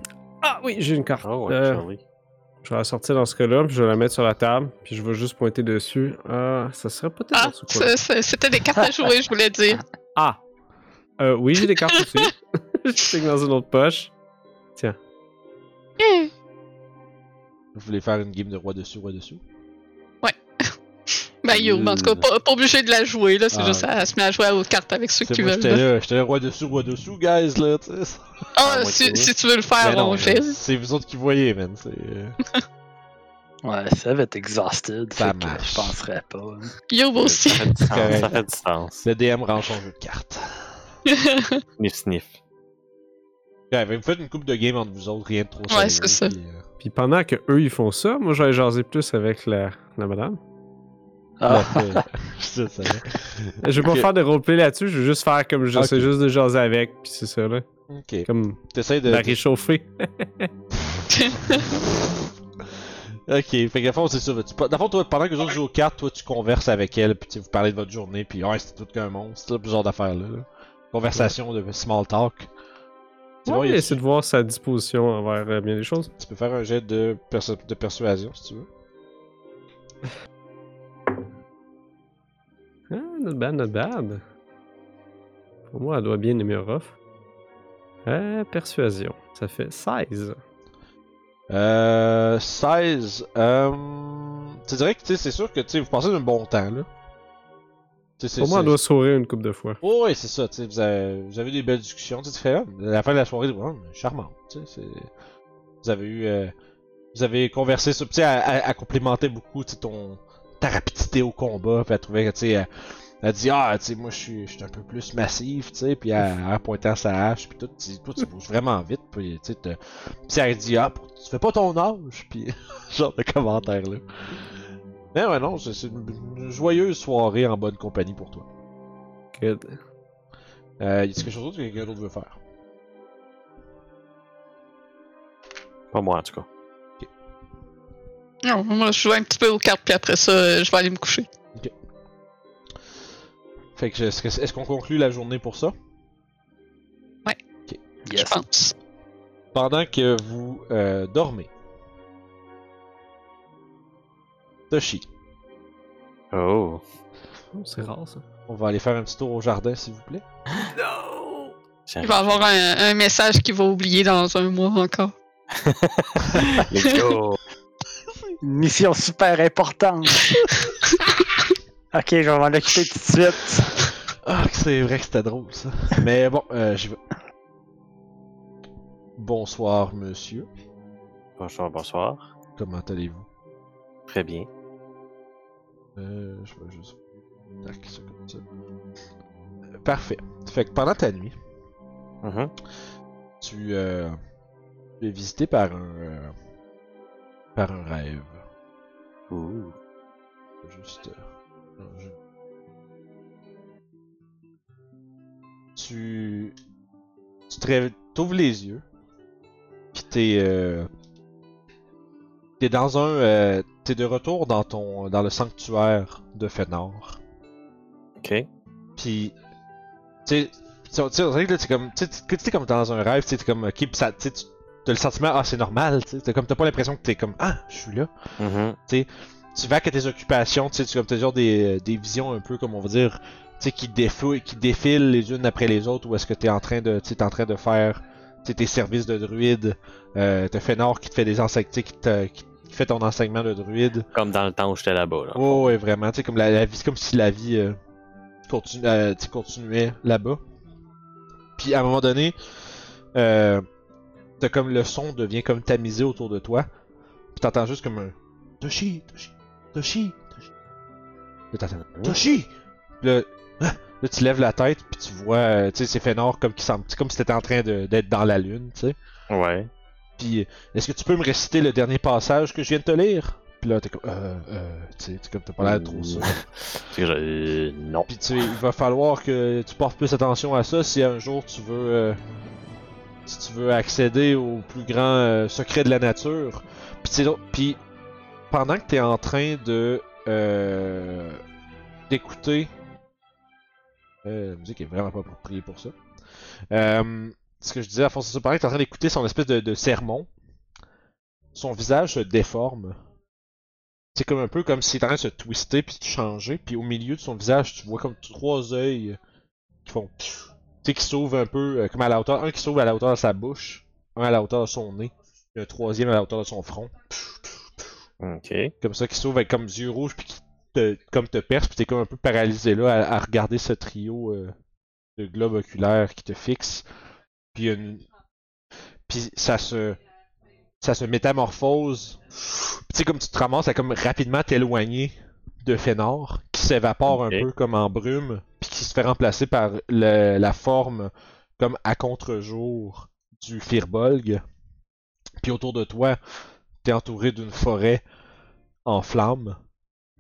[SPEAKER 4] (laughs) Ah oui, j'ai une carte.
[SPEAKER 3] Oh, ouais,
[SPEAKER 4] Euh,
[SPEAKER 3] Charlie.
[SPEAKER 4] je vais la sortir dans ce cas-là, puis je vais la mettre sur la table, puis je vais juste pointer dessus. Ah, ça serait peut-être
[SPEAKER 2] Ah,
[SPEAKER 4] dans ce coin-là.
[SPEAKER 2] ça- ça- c'était des cartes à jouer, je voulais dire.
[SPEAKER 4] Ah! Euh, oui, j'ai des cartes dessus. (laughs) je check dans une autre poche.
[SPEAKER 1] Ah.
[SPEAKER 2] Eh,
[SPEAKER 1] Vous voulez faire une game de roi dessus, roi dessus?
[SPEAKER 2] Ben, yo, en tout cas, pas, pas obligé de la jouer, là. C'est
[SPEAKER 1] Euh. Ah,
[SPEAKER 2] juste,
[SPEAKER 1] ouais.
[SPEAKER 2] elle se met à jouer aux cartes avec ceux
[SPEAKER 1] Tu sais,
[SPEAKER 2] qui
[SPEAKER 1] moi,
[SPEAKER 2] veulent.
[SPEAKER 1] J'étais
[SPEAKER 2] là.
[SPEAKER 1] là, j'étais là, roi dessus, roi dessous, guys, là, tu sais.
[SPEAKER 2] Ah,
[SPEAKER 3] Ah, moi,
[SPEAKER 2] si,
[SPEAKER 3] tu vois.
[SPEAKER 2] si tu veux le faire,
[SPEAKER 1] Mais non, euh,
[SPEAKER 2] on le fait.
[SPEAKER 1] c'est vous autres qui voyez, man. C'est. euh,
[SPEAKER 5] Ouais, ça va être exhausted.
[SPEAKER 1] Ça
[SPEAKER 5] fait que
[SPEAKER 1] marche.
[SPEAKER 5] Je penserais pas. hein.
[SPEAKER 2] Yo aussi.
[SPEAKER 3] Ça fait du sens.
[SPEAKER 1] Correct.
[SPEAKER 3] Ah, ça fait du sens.
[SPEAKER 1] Le DM range son jeu de cartes.
[SPEAKER 3] Sniff, sniff.
[SPEAKER 1] Ouais, ben, vous faites une coupe de game entre vous autres, rien de trop
[SPEAKER 2] Ouais, c'est ça.
[SPEAKER 1] puis, euh,
[SPEAKER 4] Puis pendant que eux ils font ça, moi je vais aller jaser plus avec la, la madame. (laughs)
[SPEAKER 5] Ah,
[SPEAKER 1] Je sais, ça va.
[SPEAKER 4] hein. Je vais pas
[SPEAKER 1] Ok.
[SPEAKER 4] faire de roleplay là-dessus, je vais juste faire comme j'essaie
[SPEAKER 1] Ok.
[SPEAKER 4] juste de jaser avec, puis c'est ça, là.
[SPEAKER 1] Ok.
[SPEAKER 4] Comme
[SPEAKER 1] T'essayes de.
[SPEAKER 4] la réchauffer.
[SPEAKER 1] (laughs) Ok, fait que dans le fond, c'est ça. Tu... Dans le fond, toi, pendant que les autres jouent aux cartes, toi, tu converses avec elle, puis tu vous parlez de votre journée, puis ouais, c'est tout qu'un monstre, là, puis ce genre d'affaires-là. là. Conversation de small talk.
[SPEAKER 4] Tu
[SPEAKER 1] Sinon, il y a-
[SPEAKER 4] essayer de voir sa disposition envers euh, bien des choses.
[SPEAKER 1] tu peux faire un jet de, perso- de persuasion si tu veux.
[SPEAKER 4] Ah, not bad, not bad. Pour moi, elle doit bien aimer Ruff. Euh, persuasion. Ça fait 16.
[SPEAKER 1] Euh. 16. Euh. Tu dirais que, tu sais, c'est sûr que, tu sais, vous passez un bon temps, là. Tu sais, c'est-
[SPEAKER 4] Pour moi,
[SPEAKER 1] c'est-
[SPEAKER 4] elle doit sourire une couple de fois.
[SPEAKER 1] Oh, ouais, c'est ça, tu sais, vous avez, vous avez des belles discussions, tu sais, tu fais, ah, la fin de la soirée, c'est vraiment charmante, tu sais, c'est- Vous avez eu, euh, vous avez conversé sur, tu sais, elle, elle- elle complimentait beaucoup, tu sais, ton, ta rapidité au combat, puis elle trouvait que, tu sais, elle, elle dit, ah, tu sais, moi, je suis, je suis un peu plus massif, tu sais, puis elle, elle pointant sa hache, puis tout, tu toi, tu bouges vraiment vite, puis, tu sais, te- puis elle dit, ah, tu fais pas ton âge, puis, (laughs) genre de commentaire, là. Mais ouais, non, c'est c'est une une joyeuse soirée en bonne compagnie pour toi.
[SPEAKER 4] Good.
[SPEAKER 1] Euh, y a quelque chose d'autre que quelqu'un d'autre veut faire?
[SPEAKER 3] Pas moi, en tout cas.
[SPEAKER 2] (laughs) Non, moi, je joue un petit peu aux cartes, puis après ça, euh, je vais aller me coucher.
[SPEAKER 1] Fait que, est-ce, que- est-ce qu'on conclut la journée pour ça?
[SPEAKER 5] yes.
[SPEAKER 2] Je pense.
[SPEAKER 1] Pendant que vous euh, dormez. Toshi,
[SPEAKER 3] Oh.
[SPEAKER 4] Oh, c'est rare, ça.
[SPEAKER 1] on va aller faire un petit tour au jardin, s'il vous plaît.
[SPEAKER 3] ça-
[SPEAKER 2] Je vais avoir un, un message qu'il va oublier dans un mois encore.
[SPEAKER 3] Let's go.
[SPEAKER 5] Une mission super importante. ok, je vais m'en occuper tout de suite.
[SPEAKER 1] Ah, que c'est vrai que c'était drôle, ça. (laughs) Mais bon, euh, j'y vais. Bonsoir, monsieur.
[SPEAKER 3] bonsoir, bonsoir.
[SPEAKER 1] Comment allez-vous?
[SPEAKER 3] Très bien.
[SPEAKER 1] Euh, je vais juste. Tac, ça comme ça. Euh, Parfait. Fait que pendant ta nuit,
[SPEAKER 3] Mhm.
[SPEAKER 1] tu, euh, tu es visité par un euh, par un rêve.
[SPEAKER 3] Ouh.
[SPEAKER 1] Juste. euh, non, je- Tu tu te réve- t'ouvres les yeux, puis t'es euh, t'es dans un euh, t'es de retour dans ton dans le sanctuaire de Fëanor.
[SPEAKER 3] Ok.
[SPEAKER 1] Puis, tu sais, tu sais, tu sais, on dirait que là, c'est comme, tu sais, tu- tu sais, comme dans un rêve, tu sais, t'es comme, ok, pis ça, tu sais, tu- t'as le sentiment, ah, c'est normal, tu sais, t'as comme, t'as pas l'impression que t'es comme, ah, je suis là.
[SPEAKER 3] Mhm.
[SPEAKER 1] Tu vas à tes occupations, tu sais, tu comme, t'as genre des, euh, des visions un peu, comme on va dire, tu sais, qui défilent, qui défilent les unes après les autres, ou est-ce que t'es en train de, tu sais, t'es en train de faire, tu sais, tes services de druide, euh, t'as Fëanor qui te fait des enseignements, qui te, qui qui fait ton enseignement de druide.
[SPEAKER 3] Comme dans le temps où j'étais là-bas. Là.
[SPEAKER 1] Ouais, ouais, vraiment. Tu sais, comme la, la vie, c'est comme si la vie euh, continu- euh, tu sais, continuait là-bas. Puis à un moment donné, euh, t'as comme le son devient comme tamisé autour de toi. Puis t'entends juste comme un Toshi, Toshi, Toshi, Toshi. Là, t'entends Toshi. Puis Là, ah! là, tu lèves la tête puis tu vois, euh, tu sais, c'est Fénor comme qui semble, c'est comme si t'étais en train de- d'être dans la lune, tu sais.
[SPEAKER 3] Ouais.
[SPEAKER 1] Puis, est-ce que tu peux me réciter le dernier passage que je viens de te lire? Puis là, t'es comme, euh, euh, tu sais, t'es comme, t'as pas l'air trop sûr.
[SPEAKER 3] Parce que je- euh, non.
[SPEAKER 1] Puis tu, il va falloir que tu portes plus attention à ça si un jour tu veux, euh, si tu veux accéder au plus grand euh, secret de la nature. Puis, tu sais, donc- puis pendant que tu es en train de euh, d'écouter, euh, la musique est vraiment pas appropriée pour ça. Euh, ce que je disais à François Paré, tu es en train d'écouter son espèce de, de sermon. Son visage se déforme. C'est comme un peu comme s'il était en train de se twister puis de changer, puis au milieu de son visage, tu vois comme trois œils qui font pfiou, tu sais, qui s'ouvrent un peu, euh, comme à la hauteur, un qui s'ouvre à la hauteur de sa bouche, un à la hauteur de son nez, puis un troisième à la hauteur de son front,
[SPEAKER 3] Ok.
[SPEAKER 1] comme ça, qui s'ouvre avec comme des yeux rouges, puis qui te, comme te perce, puis t'es comme un peu paralysé là à, à regarder ce trio euh, de globes oculaires qui te fixe, puis une... puis ça se ça se métamorphose. Puis Tu sais, comme tu te ramasses à comme rapidement t'éloigner de Fénor, qui s'évapore
[SPEAKER 3] Ok.
[SPEAKER 1] un peu comme en brume, puis qui se fait remplacer par le- la forme comme à contre-jour du Firbolg. Puis autour de toi, t'es entouré d'une forêt en flammes.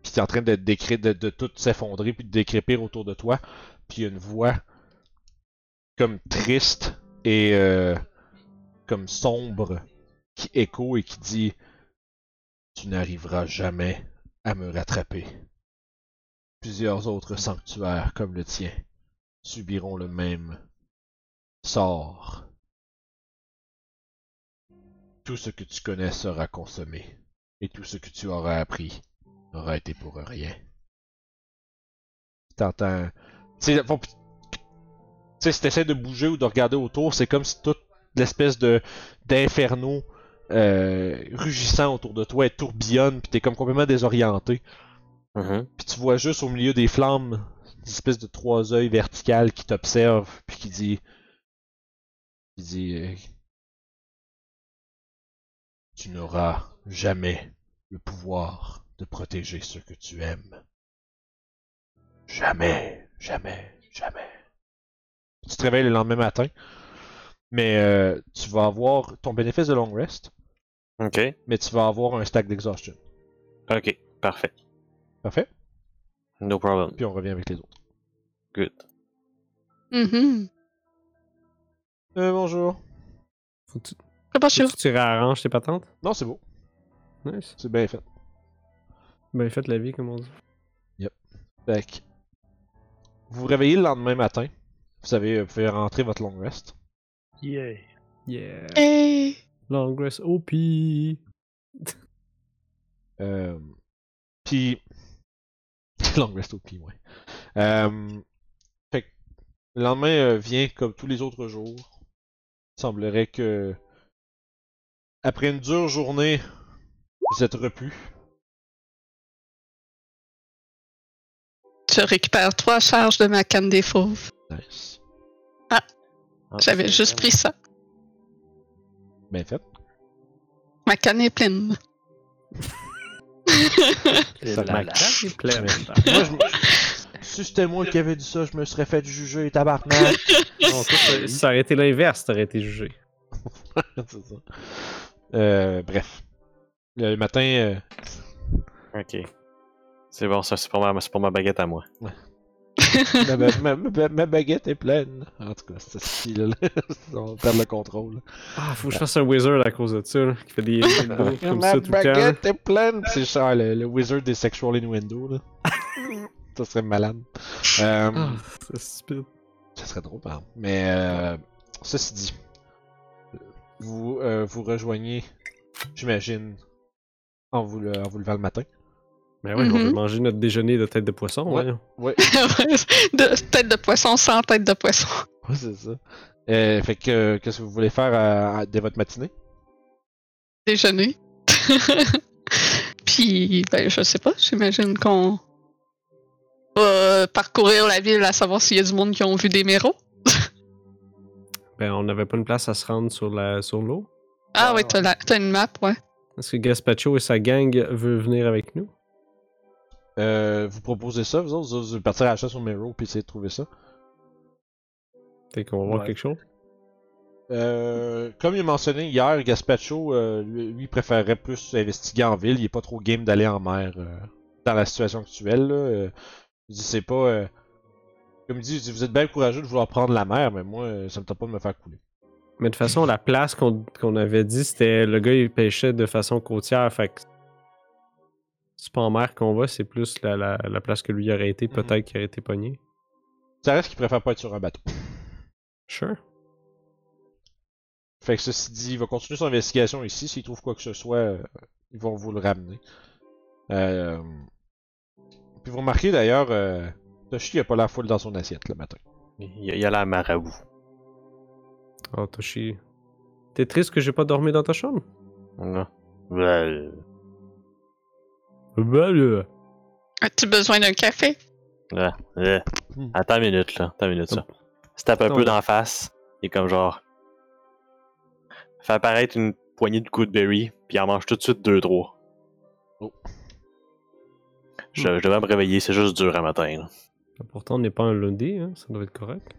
[SPEAKER 1] Puis t'es en train de, décré- de, de tout s'effondrer puis de décrépir autour de toi. Puis il y a une voix comme triste et euh, comme sombre qui écho et qui dit Tu n'arriveras jamais à me rattraper. Plusieurs autres sanctuaires comme le tien subiront le même sort. Tout ce que tu connais sera consumé, et tout ce que tu auras appris aura été pour rien. T'entends. Tu sais, faut- tu sais, si t'essaies de bouger ou de regarder autour, c'est comme si toute l'espèce de d'inferno euh, rugissant autour de toi elle tourbillonne, puis t'es comme complètement désorienté.
[SPEAKER 3] Mhm.
[SPEAKER 1] Puis tu vois juste au milieu des flammes une espèce de trois yeux verticales qui t'observent, puis qui dit. Qui dit. euh, tu n'auras jamais le pouvoir de protéger ceux que tu aimes. Jamais, jamais, jamais. Tu te réveilles le lendemain matin, mais euh, tu vas avoir ton bénéfice de long rest,
[SPEAKER 3] Ok.
[SPEAKER 1] mais tu vas avoir un stack d'exhaustion.
[SPEAKER 3] Ok. Parfait.
[SPEAKER 1] Parfait?
[SPEAKER 3] No problem.
[SPEAKER 1] Puis on revient avec les autres.
[SPEAKER 3] Good.
[SPEAKER 2] Mhm.
[SPEAKER 1] Euh, bonjour.
[SPEAKER 4] Faut que tu, faut
[SPEAKER 2] Comment je
[SPEAKER 4] que tu réarranges tes patentes.
[SPEAKER 1] Non, c'est beau.
[SPEAKER 4] Nice.
[SPEAKER 1] C'est bien fait.
[SPEAKER 4] Ben, faites la vie, comme on dit.
[SPEAKER 1] Fait que, vous vous réveillez le lendemain matin. Vous savez, vous pouvez rentrer votre long rest.
[SPEAKER 5] Yeah.
[SPEAKER 4] Yeah.
[SPEAKER 2] Hey.
[SPEAKER 4] Long rest OP.
[SPEAKER 1] Euh, Puis. (laughs) long rest au pis, ouais. Euh, Fait que, le lendemain euh, vient comme tous les autres jours. Il semblerait que. Après une dure journée, vous êtes repu.
[SPEAKER 2] Tu récupères trois charges de ma canne des fauves.
[SPEAKER 1] Nice.
[SPEAKER 3] Ah,
[SPEAKER 2] J'avais
[SPEAKER 3] c'est
[SPEAKER 2] juste
[SPEAKER 3] vrai.
[SPEAKER 2] pris ça.
[SPEAKER 1] Bien Ben, fait.
[SPEAKER 2] Ma canne est pleine. (laughs)
[SPEAKER 5] Et
[SPEAKER 1] Ça
[SPEAKER 5] là,
[SPEAKER 1] manque.
[SPEAKER 5] là.
[SPEAKER 4] C'est plein.
[SPEAKER 1] moi, je me- (laughs) Si c'était moi qui avait dit ça, je me serais fait juger, tabarnak.
[SPEAKER 4] Non, toi,
[SPEAKER 1] (laughs)
[SPEAKER 4] ça- ça aurait été l'inverse, t'aurais été jugé.
[SPEAKER 1] C'est ça. Euh, bref. Le matin, euh,
[SPEAKER 3] Ok. C'est bon, ça, c'est pour, ma... c'est pour ma baguette à moi.
[SPEAKER 1] ma, ba- ma- ma- ma baguette est pleine. En tout cas, c'est si là, (laughs) on perd le contrôle.
[SPEAKER 4] Ah, faut que je fasse un wizard à cause de ça, là, qui fait (laughs) des des bruits comme
[SPEAKER 1] ma
[SPEAKER 4] ça tout le temps.
[SPEAKER 1] baguette est pleine. C'est ça, le, le wizard des sexual innuendo.
[SPEAKER 4] (laughs)
[SPEAKER 1] Là. ça serait malade. Euh,
[SPEAKER 4] Ah, c'est stupide.
[SPEAKER 1] Ça serait drôle, par exemple. Mais euh, ceci dit, vous euh, vous rejoignez, j'imagine, en vous, le- en vous levant le matin.
[SPEAKER 4] Ben Mais oui, on
[SPEAKER 2] Mhm.
[SPEAKER 4] veut manger notre déjeuner de tête de poisson,
[SPEAKER 1] Ouais.
[SPEAKER 4] voyons.
[SPEAKER 1] Ouais,
[SPEAKER 2] de, tête de poisson sans tête de poisson.
[SPEAKER 1] Ouais, c'est ça. Euh, fait que, euh, qu'est-ce que vous voulez faire euh, à- dès votre matinée?
[SPEAKER 2] Déjeuner. (laughs) Puis, ben, je sais pas, j'imagine qu'on va parcourir la ville à savoir s'il y a du monde qui ont vu des méros.
[SPEAKER 4] Ben, on n'avait pas une place à se rendre sur la sur l'eau.
[SPEAKER 2] Ah
[SPEAKER 1] Ah,
[SPEAKER 2] ouais, t'as la- t'as une map, ouais.
[SPEAKER 4] Est-ce que Gaspacho et sa gang veulent venir avec nous?
[SPEAKER 1] Euh, vous proposez ça, vous autres, vous vous partir à la chasse au Mero puis essayer de trouver ça.
[SPEAKER 4] Peut-être qu'on va voir
[SPEAKER 5] Ouais.
[SPEAKER 4] quelque chose.
[SPEAKER 1] Euh, comme il a mentionné hier, Gaspacho, euh, lui, lui, préférerait plus investiguer en ville, il est pas trop game d'aller en mer euh, dans la situation actuelle. Là, euh, il dit c'est pas. euh, comme il dit, il dit, vous êtes bien courageux de vouloir prendre la mer, mais moi, euh, ça me tente pas de me faire couler.
[SPEAKER 4] Mais de toute façon, la place qu'on qu'on avait dit, c'était le gars, il pêchait de façon côtière. Fait que c'est pas en mer qu'on va, c'est plus la, la, la place que lui aurait été,
[SPEAKER 1] Mhm.
[SPEAKER 4] peut-être qu'il aurait été pogné.
[SPEAKER 1] Ça reste qu'il préfère pas être sur un bateau.
[SPEAKER 4] Sure.
[SPEAKER 1] Fait que ceci dit, il va continuer son investigation ici. S'il trouve quoi que ce soit, euh, ils vont vous le ramener. Euh, Puis vous remarquez d'ailleurs, euh, Toshi a pas la foule dans son assiette le matin.
[SPEAKER 3] Il y a, il y a la marabout.
[SPEAKER 4] Oh, Toshi. T'es triste que j'ai pas dormi dans ta chambre?
[SPEAKER 3] Non. Ouais.
[SPEAKER 4] Ben là.
[SPEAKER 2] As-tu besoin d'un café?
[SPEAKER 3] Ouais. Ouais.
[SPEAKER 1] Hmm.
[SPEAKER 3] Attends une minute, là. Attends une minute, ça. Se tape un
[SPEAKER 4] Non,
[SPEAKER 3] peu
[SPEAKER 4] mais-
[SPEAKER 3] d'en face. Et comme genre. Fait apparaître une poignée de coups de berry. Puis il en mange tout de suite deux, trois.
[SPEAKER 1] Oh.
[SPEAKER 3] Je, je devais me réveiller, c'est juste dur à matin. là.
[SPEAKER 4] Ah, Pourtant, on n'est pas un lundi, hein, ça doit être correct.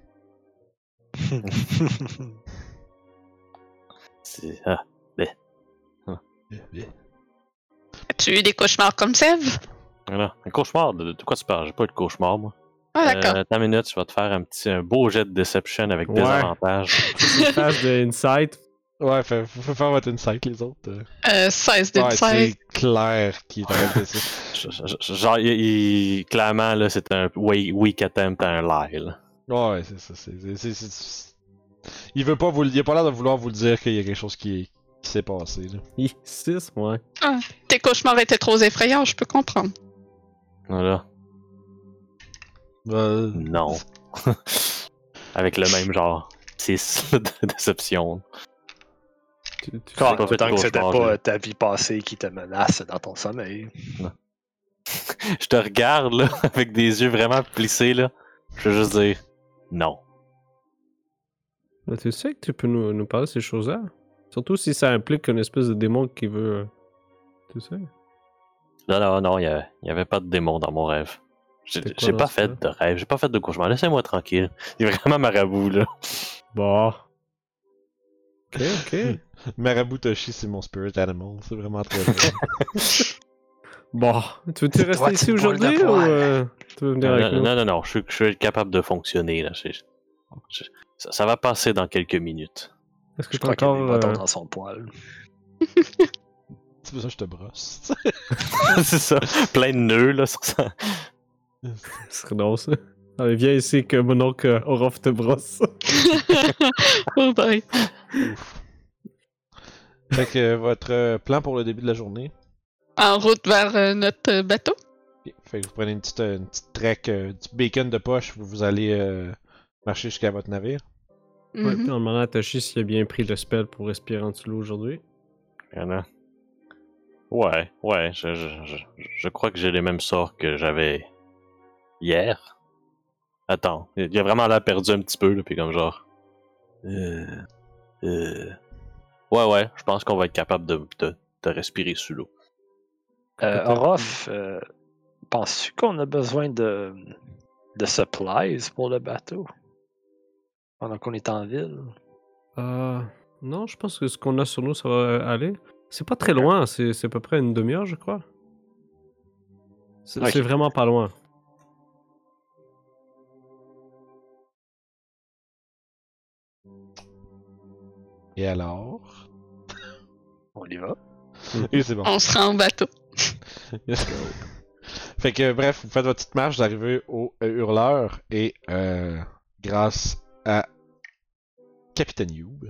[SPEAKER 3] C'est. Ah.
[SPEAKER 2] As-tu eu des cauchemars comme Sève?
[SPEAKER 3] Voilà. Un cauchemar, de, de quoi tu parles? J'ai pas eu de cauchemar, moi.
[SPEAKER 2] Ah, d'accord.
[SPEAKER 3] Euh, attends une minute, je vais te faire un petit un beau jet de deception avec
[SPEAKER 4] Ouais.
[SPEAKER 3] des avantages.
[SPEAKER 2] (laughs)
[SPEAKER 4] Page de Insight. (laughs)
[SPEAKER 1] Ouais, fait, faut faut faire votre insight, les autres. euh.
[SPEAKER 2] Euh, 16
[SPEAKER 1] Ouais,
[SPEAKER 2] d'insight.
[SPEAKER 1] c'est clair qui est en train de ça.
[SPEAKER 3] Je- je- je- Genre, il- il- clairement, là, c'est un weak, weak attempt à un lie. là.
[SPEAKER 1] Ouais, c'est ça. c'est- c'est- c'est- c'est- Il veut pas vous le- Il a pas l'air de vouloir vous le dire qu'il y a quelque chose qui, qui s'est passé, là.
[SPEAKER 4] 6, ouais.
[SPEAKER 2] Tes cauchemars étaient trop effrayants, je peux comprendre.
[SPEAKER 3] Voilà.
[SPEAKER 1] Euh,
[SPEAKER 3] Non. (laughs) avec le même genre. 6 (laughs) de déception.
[SPEAKER 4] Tu- tu-
[SPEAKER 3] Quand-
[SPEAKER 4] tu-
[SPEAKER 3] fait
[SPEAKER 5] Tant que
[SPEAKER 3] trop
[SPEAKER 5] c'était
[SPEAKER 3] changer.
[SPEAKER 5] pas euh, ta vie passée qui te menace dans ton sommeil.
[SPEAKER 3] Je te regarde là, (laughs) avec des yeux vraiment plissés. Là. Je veux juste dire non.
[SPEAKER 4] Mais tu sais que tu peux nous, nous parler de ces choses-là. Surtout si ça implique une espèce de démon qui veut. euh, Tu sais.
[SPEAKER 3] Non, non, non, il n'y avait, il y avait pas de démon dans mon rêve. J'ai
[SPEAKER 4] C'était quoi
[SPEAKER 3] j'ai
[SPEAKER 4] dans
[SPEAKER 3] pas
[SPEAKER 4] ce
[SPEAKER 3] fait
[SPEAKER 4] rêve?
[SPEAKER 3] de rêve, j'ai pas fait de cauchemar. Laissez-moi tranquille. Il est vraiment marabout, là.
[SPEAKER 4] Bon. Ok, Bah.
[SPEAKER 5] Hmm.
[SPEAKER 4] ok.
[SPEAKER 1] Marabout Toshi, c'est mon spirit animal. C'est vraiment très bien.
[SPEAKER 4] Bon. Bah. Tu veux-tu
[SPEAKER 5] Toi,
[SPEAKER 4] rester
[SPEAKER 5] tu
[SPEAKER 4] ici
[SPEAKER 5] me brûles de hein?
[SPEAKER 4] aujourd'hui ou
[SPEAKER 5] poils.
[SPEAKER 4] euh, tu veux venir
[SPEAKER 3] Non,
[SPEAKER 4] avec
[SPEAKER 3] non,
[SPEAKER 4] nous?
[SPEAKER 3] non, non, non, je, suis- je suis capable de fonctionner, là. C'est- je- ça, ça va passer dans quelques minutes. (laughs)
[SPEAKER 4] Est-ce que
[SPEAKER 5] Je
[SPEAKER 4] t'es
[SPEAKER 5] crois qu'il y a
[SPEAKER 4] encore.
[SPEAKER 5] des
[SPEAKER 4] euh,
[SPEAKER 5] bâtons dans son poil.
[SPEAKER 1] c'est pour ça que je te brosse. (laughs)
[SPEAKER 3] c'est ça. Plein de nœuds, là, sur ça.
[SPEAKER 4] Ce serait drôle ça. Ah, mais viens ici que mon oncle euh, Orof te
[SPEAKER 5] (laughs)
[SPEAKER 4] brosse.
[SPEAKER 2] Oh boy.
[SPEAKER 1] Ouf. Fait que euh, votre euh, plan pour le début de la journée.
[SPEAKER 2] En route vers euh, notre euh, bateau.
[SPEAKER 1] Ok. Fait que vous prenez une petite, euh, une petite trek, euh, du bacon de poche, vous, vous allez euh, marcher jusqu'à votre navire.
[SPEAKER 4] Ouais, puis
[SPEAKER 2] Mhm.
[SPEAKER 4] on demandant à Toshi s'il a bien pris le spell pour respirer en dessous de l'eau aujourd'hui.
[SPEAKER 3] Voilà. Ouais, ouais, je, je- je- je crois que j'ai les mêmes sorts que j'avais hier. Attends, il y a vraiment l'air perdu un petit peu, là, puis comme genre. Euh, euh. Ouais, ouais, je pense qu'on va être capable de, de- de respirer sous l'eau.
[SPEAKER 5] Euh,
[SPEAKER 4] Peut-être.
[SPEAKER 5] Orof, euh, penses-tu qu'on a besoin de, de supplies pour le bateau pendant qu'on est en ville?
[SPEAKER 4] Euh, non, je pense que ce qu'on a sur nous, ça va aller. C'est pas très loin, c'est c'est à peu près une demi-heure, je crois. C'est
[SPEAKER 5] Ok.
[SPEAKER 4] c'est vraiment pas loin.
[SPEAKER 1] Et alors
[SPEAKER 5] On y va.
[SPEAKER 1] Et c'est bon.
[SPEAKER 2] On se rend au bateau. (laughs)
[SPEAKER 1] (laughs) Fait que bref, vous faites votre petite marche, vous arrivez au euh, hurleur et euh, grâce à Capitaine Youb,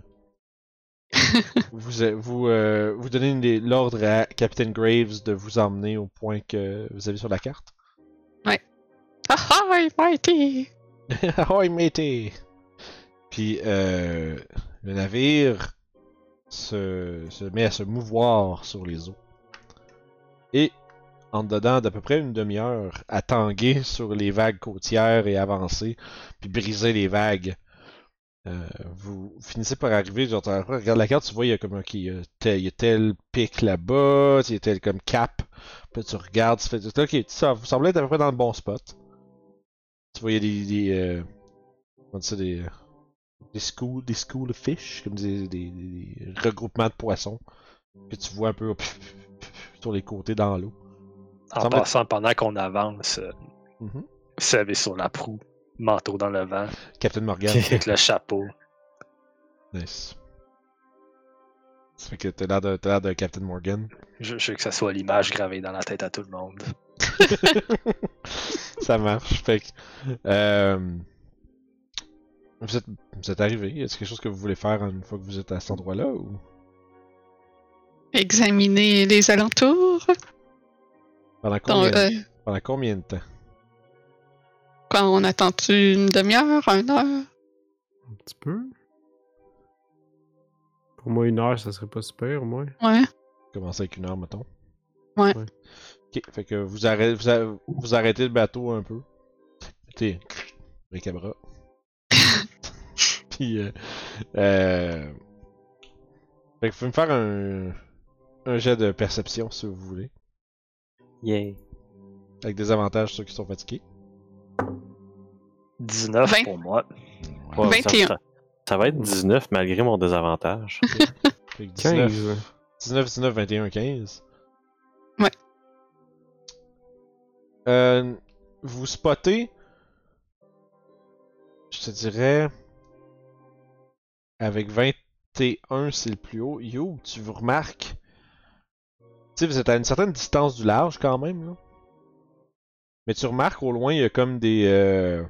[SPEAKER 1] vous, euh, vous, euh, vous donnez une- l'ordre à Capitaine Graves de vous emmener au point que vous avez sur la carte.
[SPEAKER 2] Ah ah, Mighty!
[SPEAKER 1] (laughs) Ahoy matey! Puis euh, le navire se, se met à se mouvoir sur les eaux. Et en dedans d'à peu près une demi-heure, à tanguer sur les vagues côtières et avancer, puis briser les vagues. Euh, vous finissez par arriver, genre, t'as- regarde la carte, tu vois, il y a comme, ok, il y a tel, il y a tel pic là-bas, il y a tel comme cap, puis là, tu regardes, tu fais, ok, tu sens- vous semblez être à peu près dans le bon spot. Tu vois, il y a des, des, euh, comment on dit ça, des, euh, des schools, des schools of fish, comme des, des- des- des regroupements de poissons, que tu vois un peu (laughs) sur les côtés dans l'eau.
[SPEAKER 5] En
[SPEAKER 1] Ça va être-
[SPEAKER 5] passant, pendant qu'on avance, euh,
[SPEAKER 1] Mhm.
[SPEAKER 5] savez sur la proue, manteau dans
[SPEAKER 1] (laughs)
[SPEAKER 5] le vent,
[SPEAKER 1] Captain Morgan.
[SPEAKER 5] avec le chapeau.
[SPEAKER 1] (laughs) Nice. Ça fait que t'as l'air de, t'as l'air de Captain Morgan.
[SPEAKER 5] Je, je veux que ça soit l'image gravée dans la tête à tout le monde.
[SPEAKER 1] Ça marche. Fait que, euh, vous êtes, vous êtes arrivé. Est-ce quelque chose que vous voulez faire une fois que vous êtes à cet endroit-là ou
[SPEAKER 2] Examiner les alentours.
[SPEAKER 1] pendant
[SPEAKER 2] Dans,
[SPEAKER 1] combien,
[SPEAKER 2] euh,
[SPEAKER 1] pendant combien de temps
[SPEAKER 2] quand on attend-tu une demi-heure, une heure?
[SPEAKER 4] Un petit peu. Pour moi, une heure, ça serait pas super, au moins.
[SPEAKER 2] Ouais.
[SPEAKER 1] Commencer avec une heure, mettons.
[SPEAKER 2] Ouais.
[SPEAKER 4] Ouais.
[SPEAKER 1] Ok. Fait que vous arrêtez, vous, a- vous arrêtez le bateau un peu. T'es les cabras. Puis euh, euh, fait que vous pouvez me faire un un jet de perception si vous voulez.
[SPEAKER 3] Yay.
[SPEAKER 1] Avec des avantages ceux qui sont fatigués.
[SPEAKER 5] 19
[SPEAKER 2] Vingt.
[SPEAKER 5] pour moi.
[SPEAKER 3] ça,
[SPEAKER 2] 21.
[SPEAKER 3] ça- ça va être 19 malgré mon désavantage. (laughs)
[SPEAKER 1] Fait que 19,
[SPEAKER 4] 15.
[SPEAKER 1] 19, 19, 21, 15.
[SPEAKER 2] Ouais.
[SPEAKER 1] Euh, vous spottez, je te dirais, avec 21, c'est le plus haut. Yo, tu vous remarques, tu sais, vous êtes à une certaine distance du large quand même, là. Mais tu remarques au loin, il y a comme des. euh,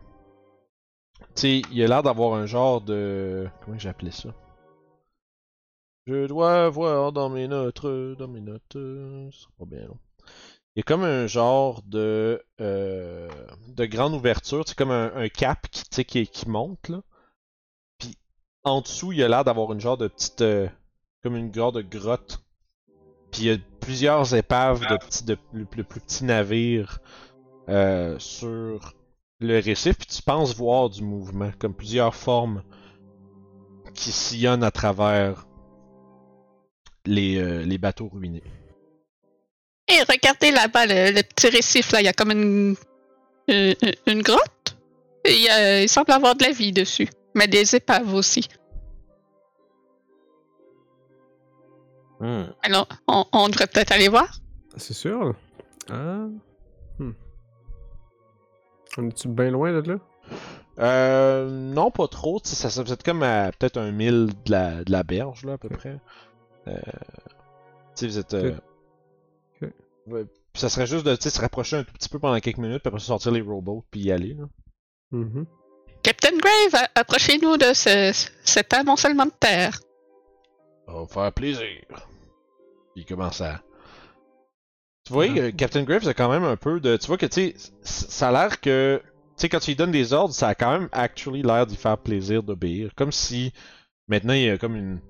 [SPEAKER 1] Tu sais, il a l'air d'avoir un genre de. Comment j'appelais ça Je dois voir dans mes notes. euh, Dans mes notes. euh, Ce sera pas bien long. Il y a comme un genre de. euh, de grande ouverture. C'est comme un, un cap qui, tu sais, qui, qui monte, là. Puis en dessous, il a l'air d'avoir une genre de petite. euh, comme une genre de grotte. Puis il y a plusieurs épaves de, petits, de, de plus petits navires euh, sur le récif, puis tu penses voir du mouvement, comme plusieurs formes qui sillonnent à travers les, euh, les bateaux ruinés.
[SPEAKER 2] Et regardez là-bas le, le petit récif, là, il y a comme une, une, une grotte. Et il, y a- il semble avoir de la vie dessus, mais des épaves aussi.
[SPEAKER 3] Hmm.
[SPEAKER 2] Alors, on, on devrait peut-être aller voir.
[SPEAKER 4] C'est sûr. Ah. Hmm. On est-tu bien loin de là?
[SPEAKER 1] Euh, non, pas trop, tu sais, ça, ça vous êtes comme à peut-être un mille de la, de la berge, là, à peu près. Euh, tu sais, vous êtes. euh,
[SPEAKER 4] Ok.
[SPEAKER 1] ouais, puis ça serait juste de tu sais, se rapprocher un tout petit peu pendant quelques minutes, puis après sortir les rowboats, puis y aller. Là.
[SPEAKER 4] Mhm.
[SPEAKER 2] Captain Grave, a- approchez-nous de ce- cet amoncellement de terre.
[SPEAKER 1] Ça va me faire plaisir. Puis il commence à. Tu vois,
[SPEAKER 4] Ah.
[SPEAKER 1] euh, Captain Graves a quand même un peu de. Tu vois que, tu sais, c- ça a l'air que. Tu sais, quand tu lui donnes des ordres, ça a quand même actually l'air d'y faire plaisir d'obéir. Comme si. Maintenant, il y a comme une. Tu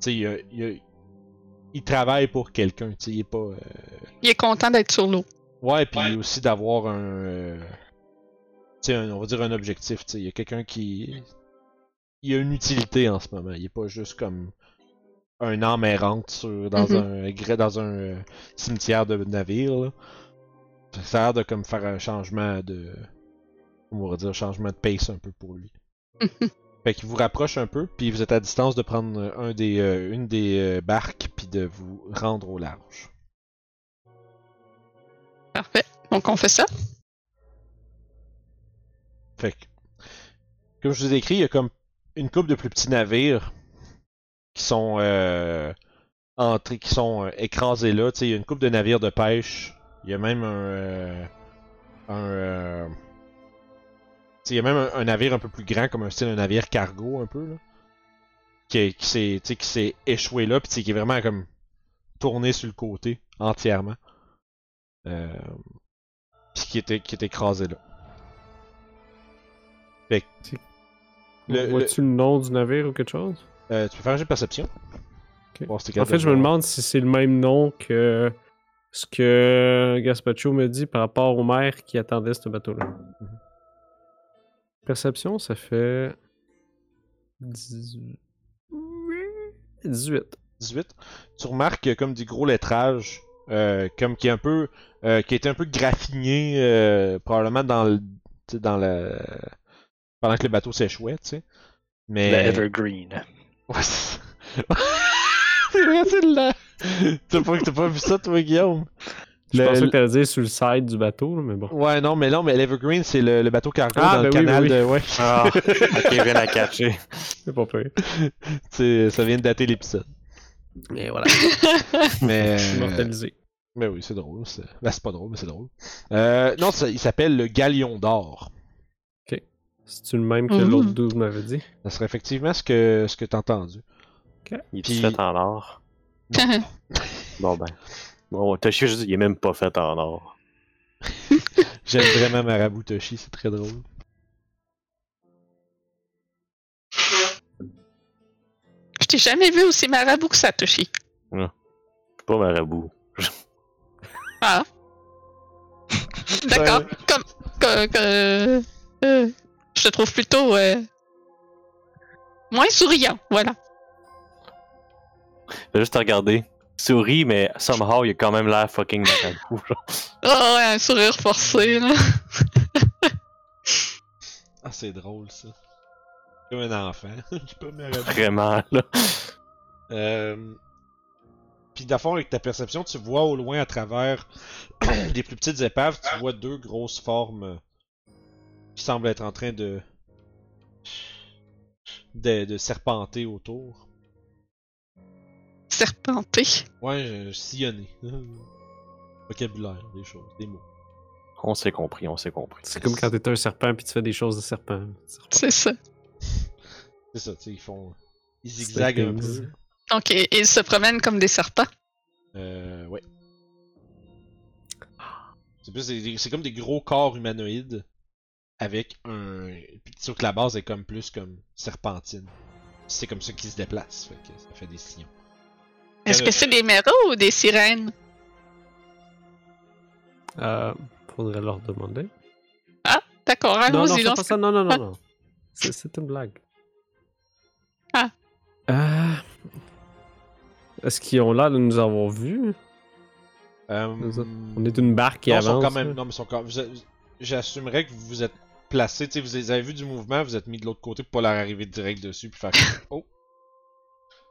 [SPEAKER 1] sais, il, y a- il y a- il travaille pour quelqu'un, tu sais, il est pas. euh,
[SPEAKER 2] Il est content d'être sur l'eau.
[SPEAKER 1] Ouais, puis aussi d'avoir un, euh, tu sais, un- on va dire un objectif. tu sais, Il y a quelqu'un qui. Il y a une utilité en ce moment. Il est pas juste comme un âme errante sur, dans,
[SPEAKER 2] Mhm.
[SPEAKER 1] un, gré- dans un euh, cimetière de navire. là. Fait que Ça a l'air de comme faire un changement de. On va dire changement de pace un peu pour lui.
[SPEAKER 2] Mhm.
[SPEAKER 1] Fait qu'il vous rapproche un peu, puis vous êtes à distance de prendre un des, euh, une des euh, barques, puis de vous rendre au large.
[SPEAKER 2] Parfait. Donc, on fait ça. (laughs)
[SPEAKER 1] Fait que, comme je vous ai écrit, il y a comme une couple de plus petits navires qui sont euh, entrés, qui sont euh, écrasés là. Tu sais, il y a une couple de navires de pêche. Il y a même un, euh, un, euh, tu sais, il y a même un, un navire un peu plus grand, comme un style un navire cargo un peu là, qui est- qui s'est, tu sais, qui s'est échoué là, puis tu sais, qui est vraiment comme tourné sur le côté entièrement, euh, puis qui était, qui est écrasé là. Le-
[SPEAKER 4] On Vois-tu le... nom du navire ou quelque chose?
[SPEAKER 1] Euh, tu peux faire un jeu de perception.
[SPEAKER 4] Ok.
[SPEAKER 1] Bon, c'était
[SPEAKER 4] En fait, je
[SPEAKER 1] capable
[SPEAKER 4] me
[SPEAKER 1] de voir.
[SPEAKER 4] demande si c'est le même nom que ce que Gaspacho me dit par rapport au maire qui attendait ce bateau-là. Perception, ça fait. 18. 18.
[SPEAKER 1] 18. Tu remarques qu'il y a comme du gros lettrage, euh, comme qui est un peu, euh, qui est un peu graffiné euh, probablement dans le, tu sais, dans le, pendant que le bateau s'échouait, tu sais. Mais
[SPEAKER 5] Le Evergreen.
[SPEAKER 1] (laughs) Ouais, c'est C'est vrai, c'est là. T'as pas, t'as pas vu ça, toi, Guillaume?
[SPEAKER 4] Je
[SPEAKER 1] Le-
[SPEAKER 4] pensais que t'allais dire sur le side du bateau, là, mais bon.
[SPEAKER 1] Ouais, non, mais non, mais l'Evergreen, c'est le, le bateau cargo
[SPEAKER 4] Ah,
[SPEAKER 1] dans le
[SPEAKER 4] ben oui,
[SPEAKER 1] canal
[SPEAKER 4] ben oui.
[SPEAKER 1] de. Ouais.
[SPEAKER 3] Ah, (laughs) ok, rien à cacher.
[SPEAKER 4] (laughs) C'est pas pire.
[SPEAKER 1] C'est- ça vient de dater l'épisode.
[SPEAKER 4] Mais voilà,
[SPEAKER 1] Mais.
[SPEAKER 4] je suis mortalisé.
[SPEAKER 1] Mais oui, c'est drôle. C'est... Ben, c'est pas drôle, mais c'est drôle. Euh, non, ça- il s'appelle le Galion d'or.
[SPEAKER 4] C'est-tu le même que
[SPEAKER 2] Mhm.
[SPEAKER 4] l'autre 12 m'avait dit?
[SPEAKER 1] Ça serait effectivement ce que, ce que t'as entendu.
[SPEAKER 3] Il est
[SPEAKER 1] Puis-
[SPEAKER 3] fait en or. Bon ben. Bon, Toshi, je dis, il est même pas fait en or.
[SPEAKER 1] J'aime vraiment Marabout Toshi, c'est très drôle.
[SPEAKER 2] Je t'ai jamais vu aussi marabout que Satoshi.
[SPEAKER 3] Je suis pas marabout.
[SPEAKER 2] Ah. D'accord. Comme. que- que- euh, je te trouve plutôt. euh, moins souriant, voilà.
[SPEAKER 3] J'ai juste à regarder. Souris, mais somehow, il a quand même l'air fucking marabout. (laughs) genre.
[SPEAKER 2] Oh, ouais, un sourire forcé, là. (laughs)
[SPEAKER 1] Ah, c'est drôle, ça. Comme (laughs) un enfant. Je suis pas Marabout.
[SPEAKER 3] Vraiment, là.
[SPEAKER 1] Euh, Puis d'abord avec ta perception, tu vois au loin à travers (clears throat) des plus petites épaves, tu vois deux grosses formes euh, qui semblent être en train de de, de serpenter autour.
[SPEAKER 2] Serpenté.
[SPEAKER 1] Ouais, je- je sillonner. (laughs) Vocabulaire, des choses, des mots.
[SPEAKER 3] On s'est compris, on s'est compris.
[SPEAKER 4] C'est comme quand t'es un serpent puis tu fais des choses de serpent.
[SPEAKER 2] C'est ça.
[SPEAKER 1] C'est ça, tu sais, ils font. Ils zigzagent un peu.
[SPEAKER 4] things.
[SPEAKER 2] Donc, i- ils se promènent comme des serpents.
[SPEAKER 1] Euh, ouais. C'est plus des- des- c'est comme des gros corps humanoïdes avec un. Puis sauf que la base est comme plus comme serpentine. C'est comme ça qu'ils se déplacent, fait que ça fait des sillons.
[SPEAKER 2] Est-ce
[SPEAKER 1] Euh,
[SPEAKER 2] que c'est des méros ou des sirènes?
[SPEAKER 4] Euh, faudrait leur demander.
[SPEAKER 2] D'accord, hein,
[SPEAKER 4] non, non,
[SPEAKER 2] allons-y.
[SPEAKER 4] c'est
[SPEAKER 2] Ah, lance-
[SPEAKER 4] pas ça. Non, non, non, non. C'est- C'est une blague.
[SPEAKER 2] Ah.
[SPEAKER 4] Euh, Est-ce qu'ils ont l'air de nous avoir vus?
[SPEAKER 1] Euh,
[SPEAKER 4] ça. On est une barque qui
[SPEAKER 1] non, ils sont
[SPEAKER 4] avance.
[SPEAKER 1] quand même.
[SPEAKER 4] là.
[SPEAKER 1] Non, mais ils sont quand vous êtes- J'assumerais que vous vous êtes placé, tu sais, vous les avez vu du mouvement, vous êtes mis de l'autre côté pour pas leur arriver direct dessus, puis faire.
[SPEAKER 4] (laughs)
[SPEAKER 1] comme, Oh!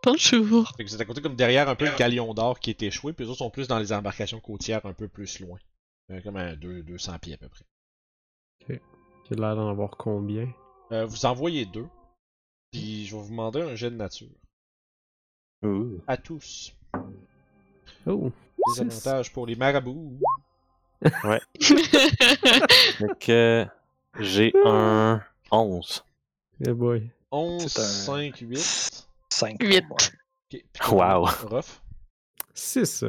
[SPEAKER 2] Bonjour. (laughs)
[SPEAKER 1] Fait que vous êtes à côté comme derrière un peu le galion d'or qui est échoué, puis les autres sont plus dans les embarcations côtières un peu plus loin. Euh, comme à deux- 200 pieds à peu près.
[SPEAKER 4] J'ai l'air d'en avoir combien?
[SPEAKER 1] Euh, vous envoyez deux. Puis je vais vous demander un jet de nature.
[SPEAKER 3] Ouh.
[SPEAKER 1] À tous.
[SPEAKER 4] Oh!
[SPEAKER 1] Des avantages pour les marabouts.
[SPEAKER 3] Fait que j'ai un 11.
[SPEAKER 4] Eh boy.
[SPEAKER 1] 11,
[SPEAKER 5] C'est un-
[SPEAKER 1] 5, 8.
[SPEAKER 5] 5
[SPEAKER 2] Huit.
[SPEAKER 3] Wow.
[SPEAKER 1] Rough.
[SPEAKER 4] 6.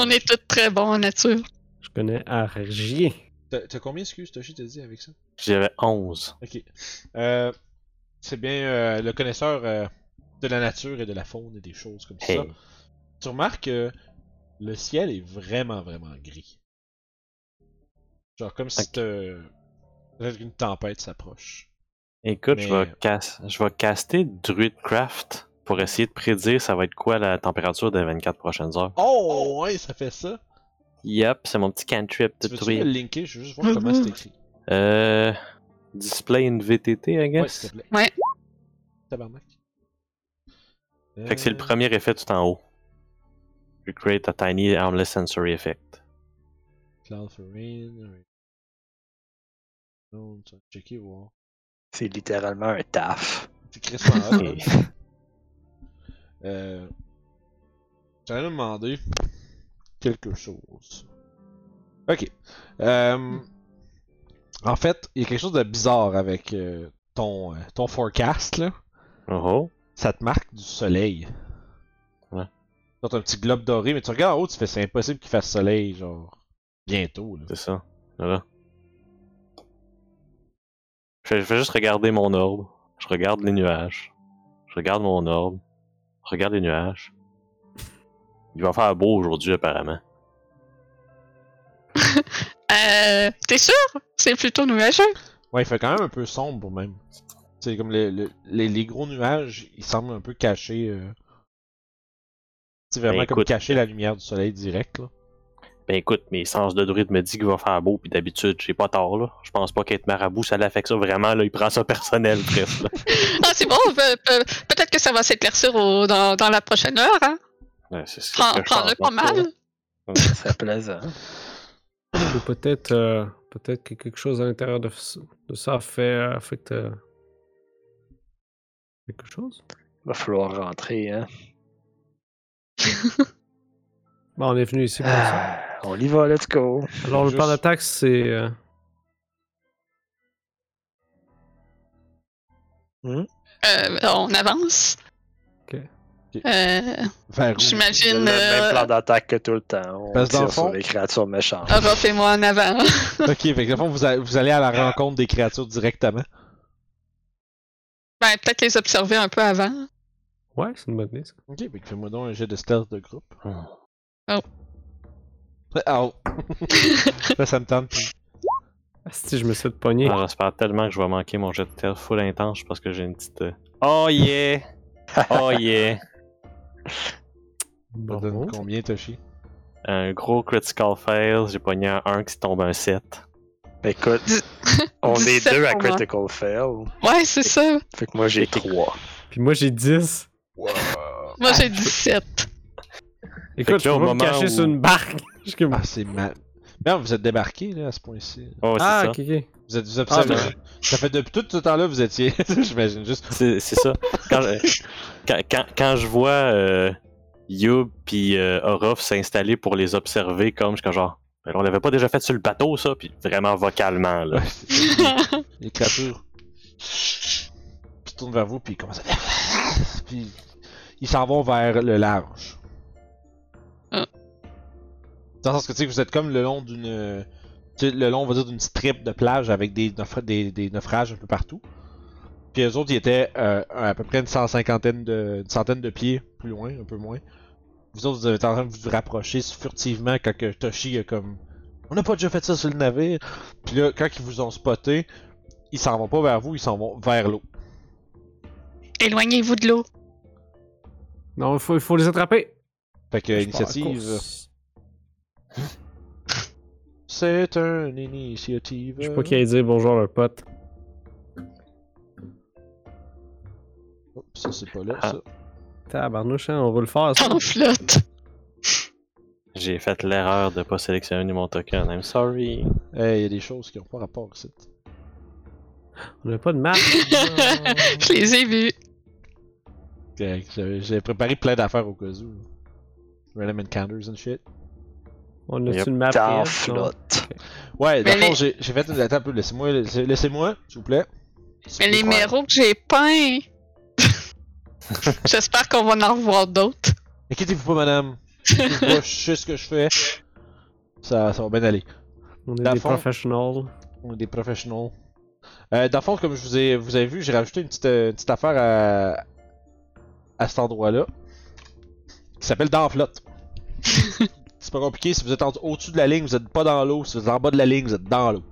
[SPEAKER 2] On est tous très bons en nature.
[SPEAKER 4] Je connais à rien.
[SPEAKER 1] T'as t'as combien, excuse, Toshi, t'as dit avec ça
[SPEAKER 3] J'avais 11.
[SPEAKER 1] Ok. Euh, C'est bien euh, le connaisseur euh, de la nature et de la faune et des choses comme ça.
[SPEAKER 3] Hey.
[SPEAKER 1] Tu remarques que le ciel est vraiment, vraiment gris. Genre comme si
[SPEAKER 3] Ok.
[SPEAKER 1] t'as- peut-être qu'une tempête s'approche.
[SPEAKER 3] Écoute, je, vais
[SPEAKER 1] Mais-
[SPEAKER 3] cas- je vais caster Druidcraft pour essayer de prédire ça va être quoi la température des 24 prochaines heures.
[SPEAKER 1] Oh, ouais, ça fait ça.
[SPEAKER 3] Yep, c'est mon petit cantrip
[SPEAKER 1] Tu
[SPEAKER 3] de
[SPEAKER 1] veux-tu me
[SPEAKER 3] druid.
[SPEAKER 1] le linker? Je veux juste voir comment c'est écrit.
[SPEAKER 3] Euh. Display une VTT, I
[SPEAKER 1] Ouais,
[SPEAKER 3] guess.
[SPEAKER 1] s'il te plaît.
[SPEAKER 2] Ouais.
[SPEAKER 1] Tabarnak. Euh,
[SPEAKER 3] fait que c'est le premier effet tout en haut. You create a tiny harmless sensory effect.
[SPEAKER 1] Cloud for rain. alright. Non, tu vas checker, voir.
[SPEAKER 5] C'est littéralement un taf.
[SPEAKER 1] C'est crissement hot,
[SPEAKER 3] (laughs) Et-
[SPEAKER 1] hein. Euh. J'allais me demander quelque chose. Ok. Euh, en fait, il y a quelque chose de bizarre avec euh, ton, euh, ton forecast, là.
[SPEAKER 3] Oh oh.
[SPEAKER 1] ça te marque du soleil.
[SPEAKER 3] Ouais.
[SPEAKER 1] Dans un petit globe doré, mais tu regardes en haut, tu fais c'est impossible qu'il fasse soleil, genre. Bientôt, là.
[SPEAKER 3] C'est ça. Voilà. Je vais, je vais juste regarder mon orbe. Je regarde les nuages. Je regarde mon orbe. Je regarde les nuages. Il va faire beau aujourd'hui, apparemment.
[SPEAKER 2] Euh, T'es sûr? C'est plutôt nuageux.
[SPEAKER 1] Ouais, il fait quand même un peu sombre, même. C'est comme le- le- les, les gros nuages, ils semblent un peu cachés. euh. C'est vraiment
[SPEAKER 3] Ben,
[SPEAKER 1] comme
[SPEAKER 3] écoute.
[SPEAKER 1] cacher la lumière du soleil direct, là.
[SPEAKER 3] Ben écoute, mes sens de druide me dit qu'il va faire beau, puis d'habitude, j'ai pas tort, là. Je pense pas qu'être marabout, ça l'affecte ça vraiment, là. Il prend ça personnel, presque, là.
[SPEAKER 2] Ah, c'est bon. pe- pe- Peut-être que ça va s'éclaircir au- dans, dans la prochaine heure. Hein?
[SPEAKER 3] Ouais, c'est- c'est ce
[SPEAKER 2] Prends-
[SPEAKER 3] que je
[SPEAKER 2] Prends-le
[SPEAKER 3] pense,
[SPEAKER 2] pas
[SPEAKER 3] en tout cas.
[SPEAKER 2] mal. (laughs)
[SPEAKER 5] Ça serait plaisant.
[SPEAKER 4] Ou peut-être euh, peut-être que quelque chose à l'intérieur de, ce- de ça fait euh, affecte euh, quelque chose.
[SPEAKER 5] Va falloir rentrer, hein.
[SPEAKER 4] Bon, on est venu ici pour ça.
[SPEAKER 5] Ah, on y va, let's go.
[SPEAKER 4] Alors
[SPEAKER 1] Juste-
[SPEAKER 4] le plan d'attaque c'est euh,
[SPEAKER 2] (laughs) Euh, on avance.
[SPEAKER 4] Ok.
[SPEAKER 1] Ok.
[SPEAKER 2] Euh,
[SPEAKER 1] Vers où?
[SPEAKER 5] Il y a
[SPEAKER 2] J'imagine
[SPEAKER 5] le même plan
[SPEAKER 2] euh,
[SPEAKER 5] d'attaque que tout le temps. On
[SPEAKER 1] Parce dans
[SPEAKER 5] tire
[SPEAKER 1] le fond-
[SPEAKER 5] sur les créatures méchantes.
[SPEAKER 2] Europe euh, et moi en avant. (laughs)
[SPEAKER 1] ok, fait que dans le fond, vous, a- vous allez à la rencontre des créatures directement.
[SPEAKER 2] ben, Peut-être les observer un peu avant.
[SPEAKER 4] ouais c'est une bonne idée. ça.
[SPEAKER 1] Ok, fait que fais-moi donc un jet de stealth de groupe.
[SPEAKER 3] Hmm.
[SPEAKER 2] Oh.
[SPEAKER 1] Ah,
[SPEAKER 2] (laughs)
[SPEAKER 1] Oh. Là, ça me tente.
[SPEAKER 4] Ah, si je me suis fait pogner.
[SPEAKER 3] Ah, J'espère tellement que je vais manquer mon jet de terre full intense parce que j'ai une petite. euh, Oh (laughs) yeah! Oh yeah!
[SPEAKER 1] Ça
[SPEAKER 4] Bon,
[SPEAKER 1] donne combien, Toshi?
[SPEAKER 3] un gros critical fail, j'ai pogné un 1 qui tombe un 7.
[SPEAKER 5] Écoute,
[SPEAKER 2] Dix-
[SPEAKER 5] (laughs) on est
[SPEAKER 2] 17
[SPEAKER 5] deux à
[SPEAKER 2] pour moi.
[SPEAKER 5] Critical Fail.
[SPEAKER 2] Ouais, c'est ça.
[SPEAKER 5] Fait que moi, j'ai trois.
[SPEAKER 4] Puis moi j'ai 10.
[SPEAKER 2] Moi, j'ai 17.
[SPEAKER 4] Écoute,
[SPEAKER 3] que
[SPEAKER 4] je
[SPEAKER 3] là, au
[SPEAKER 4] vais me
[SPEAKER 3] moment
[SPEAKER 4] cacher
[SPEAKER 3] où-
[SPEAKER 4] sur une barque. (laughs) Je suis comme-
[SPEAKER 1] Ah, c'est ma... Merde, vous êtes débarqué là, à ce point-ci.
[SPEAKER 3] Oh, c'est
[SPEAKER 4] Ah,
[SPEAKER 3] ça.
[SPEAKER 4] ok, ok.
[SPEAKER 1] Vous êtes vous êtes-
[SPEAKER 4] Ah,
[SPEAKER 1] ça,
[SPEAKER 4] ben.
[SPEAKER 1] ça fait depuis tout ce temps-là, vous étiez. (laughs) J'imagine juste.
[SPEAKER 3] C'est c'est ça. Quand je, quand, quand- quand je vois euh, Youb puis euh, Orof s'installer pour les observer, comme je suis comme genre, Ben là, on l'avait pas déjà fait sur le bateau, ça, puis vraiment vocalement, là.
[SPEAKER 1] Ouais, c'est- c'est- les- les créatures. Puis tournent vers vous, puis ils commencent à. (laughs) Puis ils s'en vont vers le large.
[SPEAKER 2] Ah.
[SPEAKER 1] Dans le sens que tu sais, que vous êtes comme le long d'une. tu sais, Le long, on va dire, d'une strip de plage avec des, naufra- des, des naufrages un peu partout. Puis eux autres, ils étaient euh, à peu près une cent cinquantaine de, une centaine de pieds plus loin, un peu moins. Vous autres, vous êtes en train de vous rapprocher furtivement quand que Toshi a comme. On n'a pas déjà fait ça sur le navire. Puis là, quand ils vous ont spoté, ils s'en vont pas vers vous, ils s'en vont vers l'eau.
[SPEAKER 2] Éloignez-vous de l'eau.
[SPEAKER 4] Non, il faut, il faut les attraper.
[SPEAKER 1] Fait que,
[SPEAKER 3] Bah,
[SPEAKER 4] Je pars à la
[SPEAKER 1] initiative.
[SPEAKER 4] course.
[SPEAKER 1] C'est un initiative.
[SPEAKER 4] Je
[SPEAKER 3] Euh.
[SPEAKER 4] sais pas qui allait dire bonjour à leur pote.
[SPEAKER 1] Oh, Ça, c'est pas là,
[SPEAKER 3] Ah.
[SPEAKER 1] ça.
[SPEAKER 4] Tabarnouche, hein, on va le faire. ça.
[SPEAKER 2] T'en flotte.
[SPEAKER 3] J'ai fait l'erreur de pas sélectionner mon token. I'm sorry.
[SPEAKER 1] Eh, y a des choses qui ont pas rapport avec ça.
[SPEAKER 4] On n'a pas
[SPEAKER 3] (laughs)
[SPEAKER 4] de map.
[SPEAKER 2] Je les ai vus.
[SPEAKER 1] Correct, J'avais j'avais préparé plein d'affaires au cas où. Random encounters and shit.
[SPEAKER 4] On a
[SPEAKER 3] Yep.
[SPEAKER 4] une map.
[SPEAKER 5] T'en
[SPEAKER 4] PS, non?
[SPEAKER 5] flotte.
[SPEAKER 1] Ouais,
[SPEAKER 2] Mais
[SPEAKER 1] d'accord,
[SPEAKER 2] les-
[SPEAKER 1] j'ai j'ai fait une attends un peu, laissez-moi, laissez- laissez-moi, s'il vous plaît.
[SPEAKER 2] Mais les méros que j'ai
[SPEAKER 5] (laughs)
[SPEAKER 2] peints. J'espère qu'on va en revoir d'autres.
[SPEAKER 1] Inquiétez-vous pas, madame. Inquiétez-vous pas, je sais ce que je fais. Ça, ça va bien aller.
[SPEAKER 4] On est
[SPEAKER 1] Dans
[SPEAKER 4] des
[SPEAKER 1] le fond-
[SPEAKER 4] professionnels.
[SPEAKER 1] On est des professionnels. Euh, dans le fond, comme je vous ai, vous avez vu, j'ai rajouté une petite, euh, une petite affaire à, à cet endroit-là qui s'appelle dans la flotte. C'est pas compliqué, si vous êtes en- au-dessus de la ligne, vous êtes pas dans l'eau. Si vous êtes en bas de la ligne, vous êtes dans l'eau.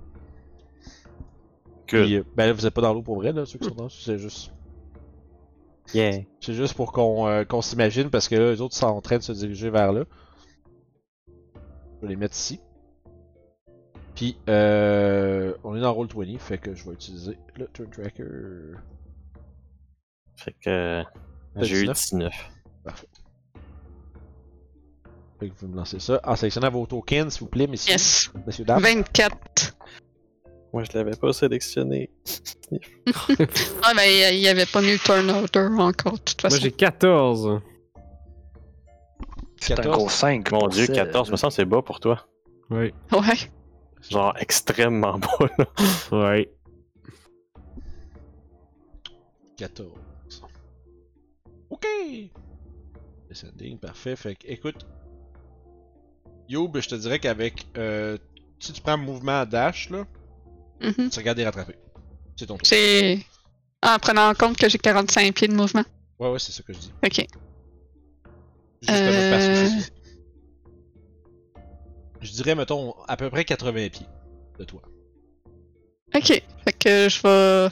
[SPEAKER 3] Good.
[SPEAKER 1] Puis, euh, ben là, vous êtes pas dans l'eau pour vrai, là, ceux qui sont dans c'est juste.
[SPEAKER 3] Yeah.
[SPEAKER 1] C'est juste pour qu'on euh, qu'on s'imagine parce que là, les autres sont en train de se diriger vers là. Je vais les mettre ici. Puis, euh, on est dans Roll20, fait que je vais utiliser le Turn Tracker.
[SPEAKER 3] Fait que euh, j'ai eu 19.
[SPEAKER 1] Fait que vous me lancez ça. En sélectionnant vos tokens, s'il vous plaît, messieurs.
[SPEAKER 2] Yes.
[SPEAKER 1] Messieurs,
[SPEAKER 5] Ah.
[SPEAKER 1] dames.
[SPEAKER 2] 24.
[SPEAKER 3] Moi, je l'avais pas sélectionné.
[SPEAKER 2] Ah, ben, il n'y avait pas mis le turn order encore, de toute
[SPEAKER 4] Moi,
[SPEAKER 2] façon.
[SPEAKER 4] j'ai 14.
[SPEAKER 5] C'est un
[SPEAKER 1] 14.
[SPEAKER 5] gros 5.
[SPEAKER 3] Mon dieu, 14, me semble que c'est euh, bas pour toi.
[SPEAKER 4] Oui.
[SPEAKER 2] Ouais.
[SPEAKER 3] Genre extrêmement bas, là.
[SPEAKER 4] Ouais.
[SPEAKER 1] 14. Ok! Descending, parfait. Fait que, écoute. Yo, ben, je te dirais qu'avec. euh, si tu prends mouvement à dash, là,
[SPEAKER 2] Mhm.
[SPEAKER 1] tu regardes et rattraper. C'est ton tour.
[SPEAKER 2] C'est. En prenant en compte que j'ai 45 pieds de mouvement.
[SPEAKER 1] Ouais, ouais, c'est ça que je dis.
[SPEAKER 2] Ok.
[SPEAKER 1] Justement,
[SPEAKER 2] Euh.
[SPEAKER 1] parce que c'est- Je dirais, mettons, à peu près 80 pieds de toi.
[SPEAKER 2] Ok. Fait que je vais.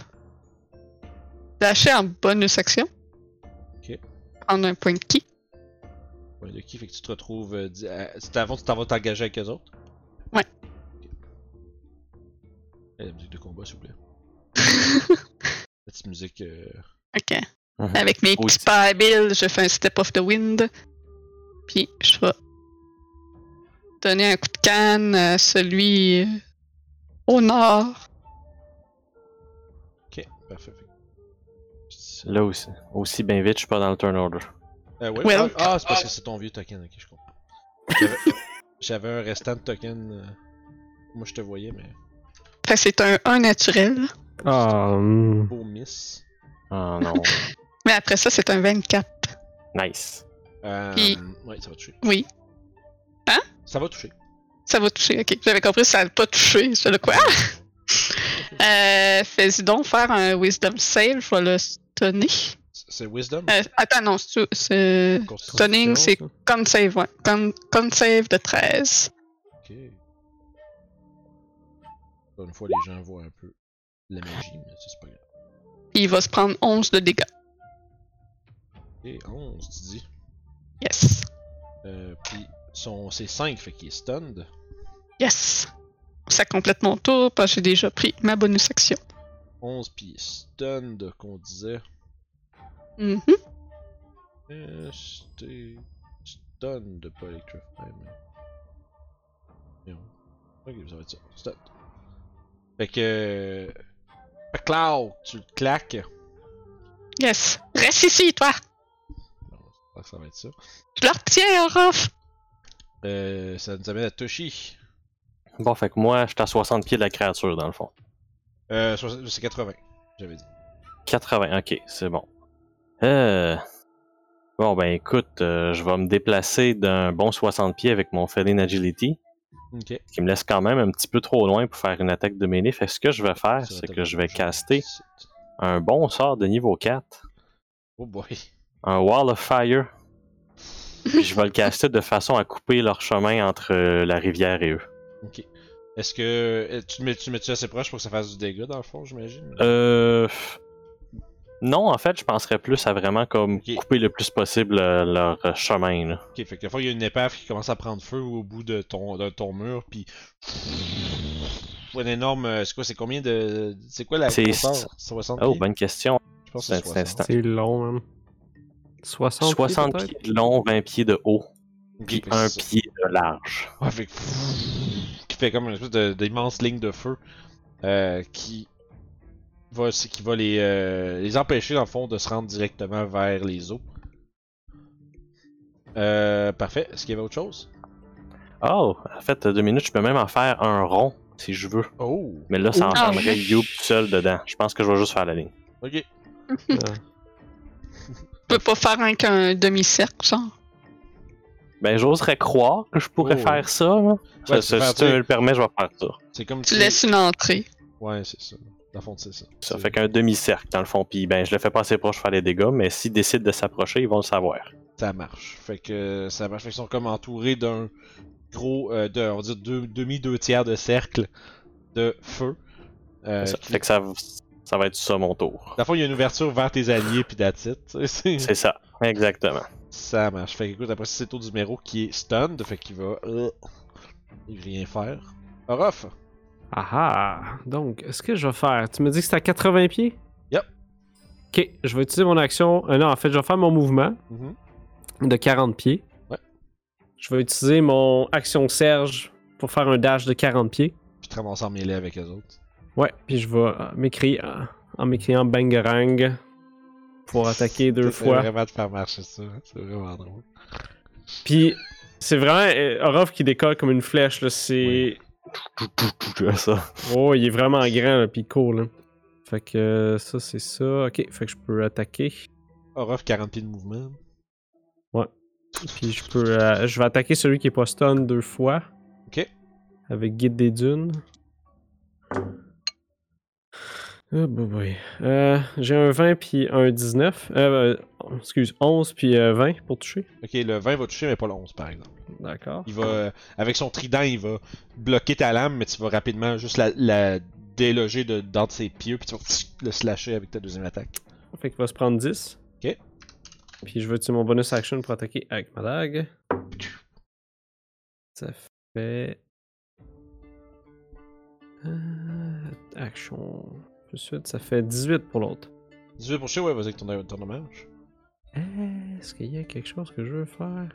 [SPEAKER 2] Lâcher en bonus action.
[SPEAKER 1] Ok.
[SPEAKER 2] Prendre un point de ki. (laughs)
[SPEAKER 1] Point de qui fait que tu te retrouves. euh, di- à- si t'avances, tu t'en vas t'engager avec eux autres.
[SPEAKER 2] Ouais.
[SPEAKER 1] Ok. Eh, La musique de combat, s'il vous plaît. La petite musique. euh,
[SPEAKER 2] Ok.
[SPEAKER 3] Mhm.
[SPEAKER 2] Avec mes
[SPEAKER 3] Oui.
[SPEAKER 2] petits pas habiles, je fais un step off the wind. Puis je vais donner un coup de canne à celui euh, au nord.
[SPEAKER 1] Ok, parfait. Fait que- C'est-
[SPEAKER 3] (laughs) Là aussi, aussi bien vite, je suis pas dans le turn order.
[SPEAKER 1] Euh, ouais.
[SPEAKER 2] Well.
[SPEAKER 1] Ah, ah, c'est parce que c'est ton vieux token, ok, je comprends. J'avais- (laughs) J'avais un restant de token. euh, Moi, je te voyais, mais.
[SPEAKER 2] Fait que c'est un 1 naturel.
[SPEAKER 4] Ah, hmm.
[SPEAKER 1] Beau miss.
[SPEAKER 3] Ah non.
[SPEAKER 2] Mais après ça, c'est un 24.
[SPEAKER 3] (laughs) nice.
[SPEAKER 1] Euh,
[SPEAKER 2] Puis-
[SPEAKER 1] Ouais, ça va toucher.
[SPEAKER 2] Oui. Hein?
[SPEAKER 1] Ça va toucher.
[SPEAKER 2] Ça va toucher, ok. J'avais compris que ça allait pas toucher. C'est le quoi? Euh, Fais-y donc faire un Wisdom Save, je vais le stunner.
[SPEAKER 1] C'est Wisdom?
[SPEAKER 2] Euh, attends, non, c'est- c'est.
[SPEAKER 1] Constitution?
[SPEAKER 2] Stunning, c'est
[SPEAKER 4] ça.
[SPEAKER 2] con save, ouais. Con, con save de 13.
[SPEAKER 1] Ok. Encore une fois, les gens voient un peu la magie, mais ça, c'est pas grave.
[SPEAKER 2] Il va se prendre 11 de dégâts.
[SPEAKER 1] Et 11, tu dis.
[SPEAKER 2] Yes.
[SPEAKER 1] Euh, puis son... c'est 5, fait qu'il est stunned.
[SPEAKER 2] Yes! Ça complète mon tour, parce que j'ai déjà pris ma bonus action.
[SPEAKER 1] 11, puis il est stunned, qu'on disait.
[SPEAKER 2] Mhm.
[SPEAKER 1] Euh, C'était. tonnes de Paul Electrify, mais- Non. Ok, ça va être ça. Stop. Fait que. euh, Fait que Cloud, tu le claques.
[SPEAKER 2] Yes. Reste ici, toi.
[SPEAKER 1] Non, je crois que ça va être ça.
[SPEAKER 2] Je le retiens, Orof.
[SPEAKER 1] Euh, ça nous amène à Toshi.
[SPEAKER 3] Bon, fait que moi, je suis à 60 pieds de la créature, dans le fond.
[SPEAKER 1] Euh, soix- c'est 80, j'avais dit.
[SPEAKER 3] 80, ok, c'est bon. Euh... Bon, ben écoute, euh, je vais me déplacer d'un bon 60 pieds avec mon Feline Agility,
[SPEAKER 1] Ok.
[SPEAKER 3] ce qui me laisse quand même un petit peu trop loin pour faire une attaque de mêlée. Fait que ce que je vais faire,
[SPEAKER 1] Ça va
[SPEAKER 3] Ah, c'est
[SPEAKER 1] être
[SPEAKER 3] que je vais
[SPEAKER 1] bon.
[SPEAKER 3] caster un bon sort de niveau 4,
[SPEAKER 1] Oh boy.
[SPEAKER 3] un Wall of Fire, puis je vais le caster de façon à couper leur chemin entre euh, la rivière et eux.
[SPEAKER 1] Ok. Est-ce que. euh, Tu te mets, tu te mets-tu assez proche pour que ça fasse du dégât dans le fond, j'imagine?
[SPEAKER 3] Euh... Non, en fait, je penserais plus à vraiment comme
[SPEAKER 1] Ok.
[SPEAKER 3] couper le plus possible euh, leur euh, chemin, là.
[SPEAKER 1] Ok, fait que des fois, il y a une épave qui commence à prendre feu au bout de ton, de ton mur, puis. Un énorme. euh, C'est quoi, c'est combien de. C'est quoi la.
[SPEAKER 3] C'est-
[SPEAKER 1] grosseur? 60
[SPEAKER 3] Oh,
[SPEAKER 1] pieds?
[SPEAKER 3] bonne question.
[SPEAKER 1] Je pense que
[SPEAKER 3] c'est-
[SPEAKER 1] c'est 60.
[SPEAKER 3] c'est-
[SPEAKER 4] C'est long, même. 60,
[SPEAKER 3] 60
[SPEAKER 4] pieds,
[SPEAKER 3] pieds,
[SPEAKER 4] peut-être?
[SPEAKER 3] de long, 20 pieds de haut,
[SPEAKER 1] Ok,
[SPEAKER 3] puis
[SPEAKER 1] fait que
[SPEAKER 3] un
[SPEAKER 1] c'est-
[SPEAKER 3] pied de large.
[SPEAKER 1] Ouais, fait que- qui fait comme une espèce de- d'immense ligne de feu euh, qui va, c'est- qui va les, euh, les empêcher, dans le fond, de se rendre directement vers les eaux. Euh, parfait. Est-ce qu'il y avait autre chose?
[SPEAKER 3] Oh, en fait, deux minutes, je peux même en faire un rond si je veux.
[SPEAKER 1] Oh!
[SPEAKER 3] Mais là, ça
[SPEAKER 2] Oh.
[SPEAKER 3] enfermerait Youb tout seul dedans. Je pense que je vais juste faire la ligne.
[SPEAKER 1] Ok.
[SPEAKER 2] Je peux pas faire un qu'un demi-cercle, genre.
[SPEAKER 3] Ben, j'oserais croire que je pourrais
[SPEAKER 1] Oh.
[SPEAKER 3] faire ça. là.
[SPEAKER 1] tu
[SPEAKER 3] Ça- ça-
[SPEAKER 1] peux
[SPEAKER 3] si
[SPEAKER 1] faire,
[SPEAKER 3] tu
[SPEAKER 1] tu sais.
[SPEAKER 3] me le permets, je vais faire ça.
[SPEAKER 1] C'est comme
[SPEAKER 2] Tu laisses une entrée.
[SPEAKER 1] Ouais, c'est ça. Dans le fond, c'est ça.
[SPEAKER 3] Ça
[SPEAKER 1] C'est-
[SPEAKER 3] fait qu'un demi-cercle, dans le fond. Puis, ben, je le fais pas assez proche pour faire les dégâts, mais s'ils décident de s'approcher, ils vont le savoir.
[SPEAKER 1] Ça marche. Fait que ça marche. Fait qu'ils sont comme entourés d'un gros, euh, de, on va dire, deux, demi, deux tiers de cercle de feu. Euh,
[SPEAKER 3] Ça
[SPEAKER 1] qui-
[SPEAKER 3] fait que ça, ça va être ça mon tour.
[SPEAKER 1] Dans le fond, il y a une ouverture vers tes alliés, puis that's it. Tu sais, c'est-
[SPEAKER 3] (laughs) C'est ça, (laughs) exactement.
[SPEAKER 1] Ça marche. Fait que, écoute, après, ça, c'est le tour du numéro qui est stunned, fait qu'il va. euh, il va rien faire. Orof!
[SPEAKER 4] Ah ah! Donc, est-ce que je vais faire? Tu me dis que c'est à 80 pieds?
[SPEAKER 1] Yep.
[SPEAKER 4] Ok, je vais utiliser mon action. euh, non, en fait, je vais faire mon mouvement
[SPEAKER 1] Mm-hmm.
[SPEAKER 4] de 40 pieds.
[SPEAKER 1] Ouais.
[SPEAKER 4] Je vais utiliser mon action Serge pour faire un dash de 40 pieds.
[SPEAKER 1] Puis te ramasser en mêlée avec les autres.
[SPEAKER 4] Ouais, puis je vais euh, m'écrire euh, en m'écriant Bangarang pour attaquer deux
[SPEAKER 1] T'essaies
[SPEAKER 4] fois.
[SPEAKER 1] vraiment de faire marcher ça. hein. C'est vraiment drôle.
[SPEAKER 4] Puis c'est vraiment euh, Orof qui décolle comme une flèche. Là, c'est...
[SPEAKER 1] Oui.
[SPEAKER 3] ça.
[SPEAKER 4] Oh, il est vraiment grand, là, puis court. Là. Fait que euh, ça, c'est ça. Ok, fait que je peux attaquer.
[SPEAKER 1] Orof, 40 Ah, pieds de mouvement.
[SPEAKER 4] Puis je peux. euh, je vais attaquer celui qui est pas stun deux fois.
[SPEAKER 1] Ok.
[SPEAKER 4] Avec Guide des Dunes. Oh boy, boy. Euh, J'ai un 20 puis un 19. Euh, euh, excuse, 11 puis euh, 20 pour toucher.
[SPEAKER 1] Ok, le 20 va toucher, mais pas le 11 par exemple.
[SPEAKER 4] D'accord.
[SPEAKER 1] Il va. euh, avec son trident, il va bloquer ta lame, mais tu vas rapidement juste la, la déloger de, dans ses pieux, puis tu vas le slasher avec ta deuxième attaque.
[SPEAKER 4] Fait qu'il va se prendre 10.
[SPEAKER 1] Ok.
[SPEAKER 4] Puis je vais utiliser mon bonus action pour attaquer avec ma dague. Ça fait. Euh, action. Plus suite, ça fait 18 pour l'autre.
[SPEAKER 1] 18 pour toucher, ouais, vas-y avec ton, ton hommage.
[SPEAKER 4] Est-ce qu'il y a quelque chose que je veux faire?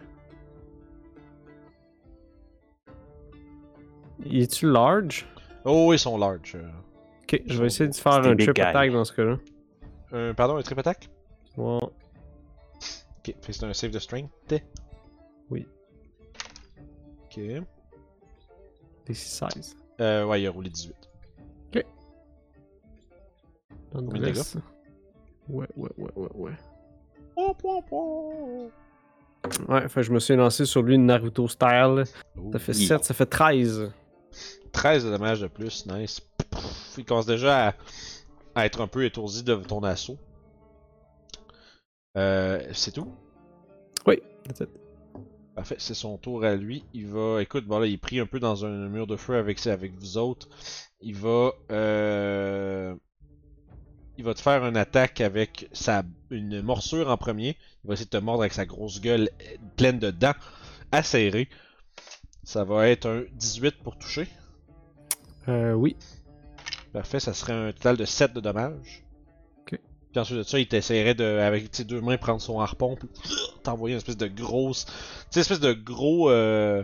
[SPEAKER 4] Il est-tu large?
[SPEAKER 1] Oh, ils sont large. euh.
[SPEAKER 4] Ok, je vais essayer de
[SPEAKER 3] C'est
[SPEAKER 4] faire
[SPEAKER 3] des
[SPEAKER 4] un
[SPEAKER 3] big
[SPEAKER 4] trip
[SPEAKER 3] guys.
[SPEAKER 4] attack dans ce cas-là.
[SPEAKER 1] Euh, pardon, un triple attaque?
[SPEAKER 4] Ouais.
[SPEAKER 1] Ok, fait que c'est un save de strength.
[SPEAKER 4] Oui.
[SPEAKER 1] Ok.
[SPEAKER 4] DC 16.
[SPEAKER 1] Euh, ouais, il a roulé 18. Combien de dégâts?
[SPEAKER 4] Nonetheless. Ouais, ouais, ouais, ouais, ouais.
[SPEAKER 1] Oh, point, point.
[SPEAKER 4] Ouais, enfin, je me suis lancé sur lui Naruto style.
[SPEAKER 1] Oh,
[SPEAKER 4] Ça fait
[SPEAKER 3] Oui.
[SPEAKER 4] 7, ça fait 13.
[SPEAKER 1] 13 de dommages de plus, nice. Pff, Il commence déjà à, à être un peu étourdi de ton assaut. Euh, c'est tout.
[SPEAKER 4] That's it.
[SPEAKER 1] Parfait, c'est son tour à lui. Il va. Écoute, bon là, il est pris un peu dans un mur de feu avec, avec vous autres. Il va. euh, Il va te faire une attaque avec sa une morsure en premier. Il va essayer de te mordre avec sa grosse gueule euh, pleine de dents acérées. Ça va être un 18 pour toucher.
[SPEAKER 4] Euh, oui.
[SPEAKER 1] Parfait, ça serait un total de 7 de dommages.
[SPEAKER 4] Ok.
[SPEAKER 1] Puis Puis ensuite de ça, il t'essaierait de, avec tes deux mains, prendre son harpon, puis (sniffs) t'envoyer une espèce de grosse. Tu sais, espèce de gros. euh,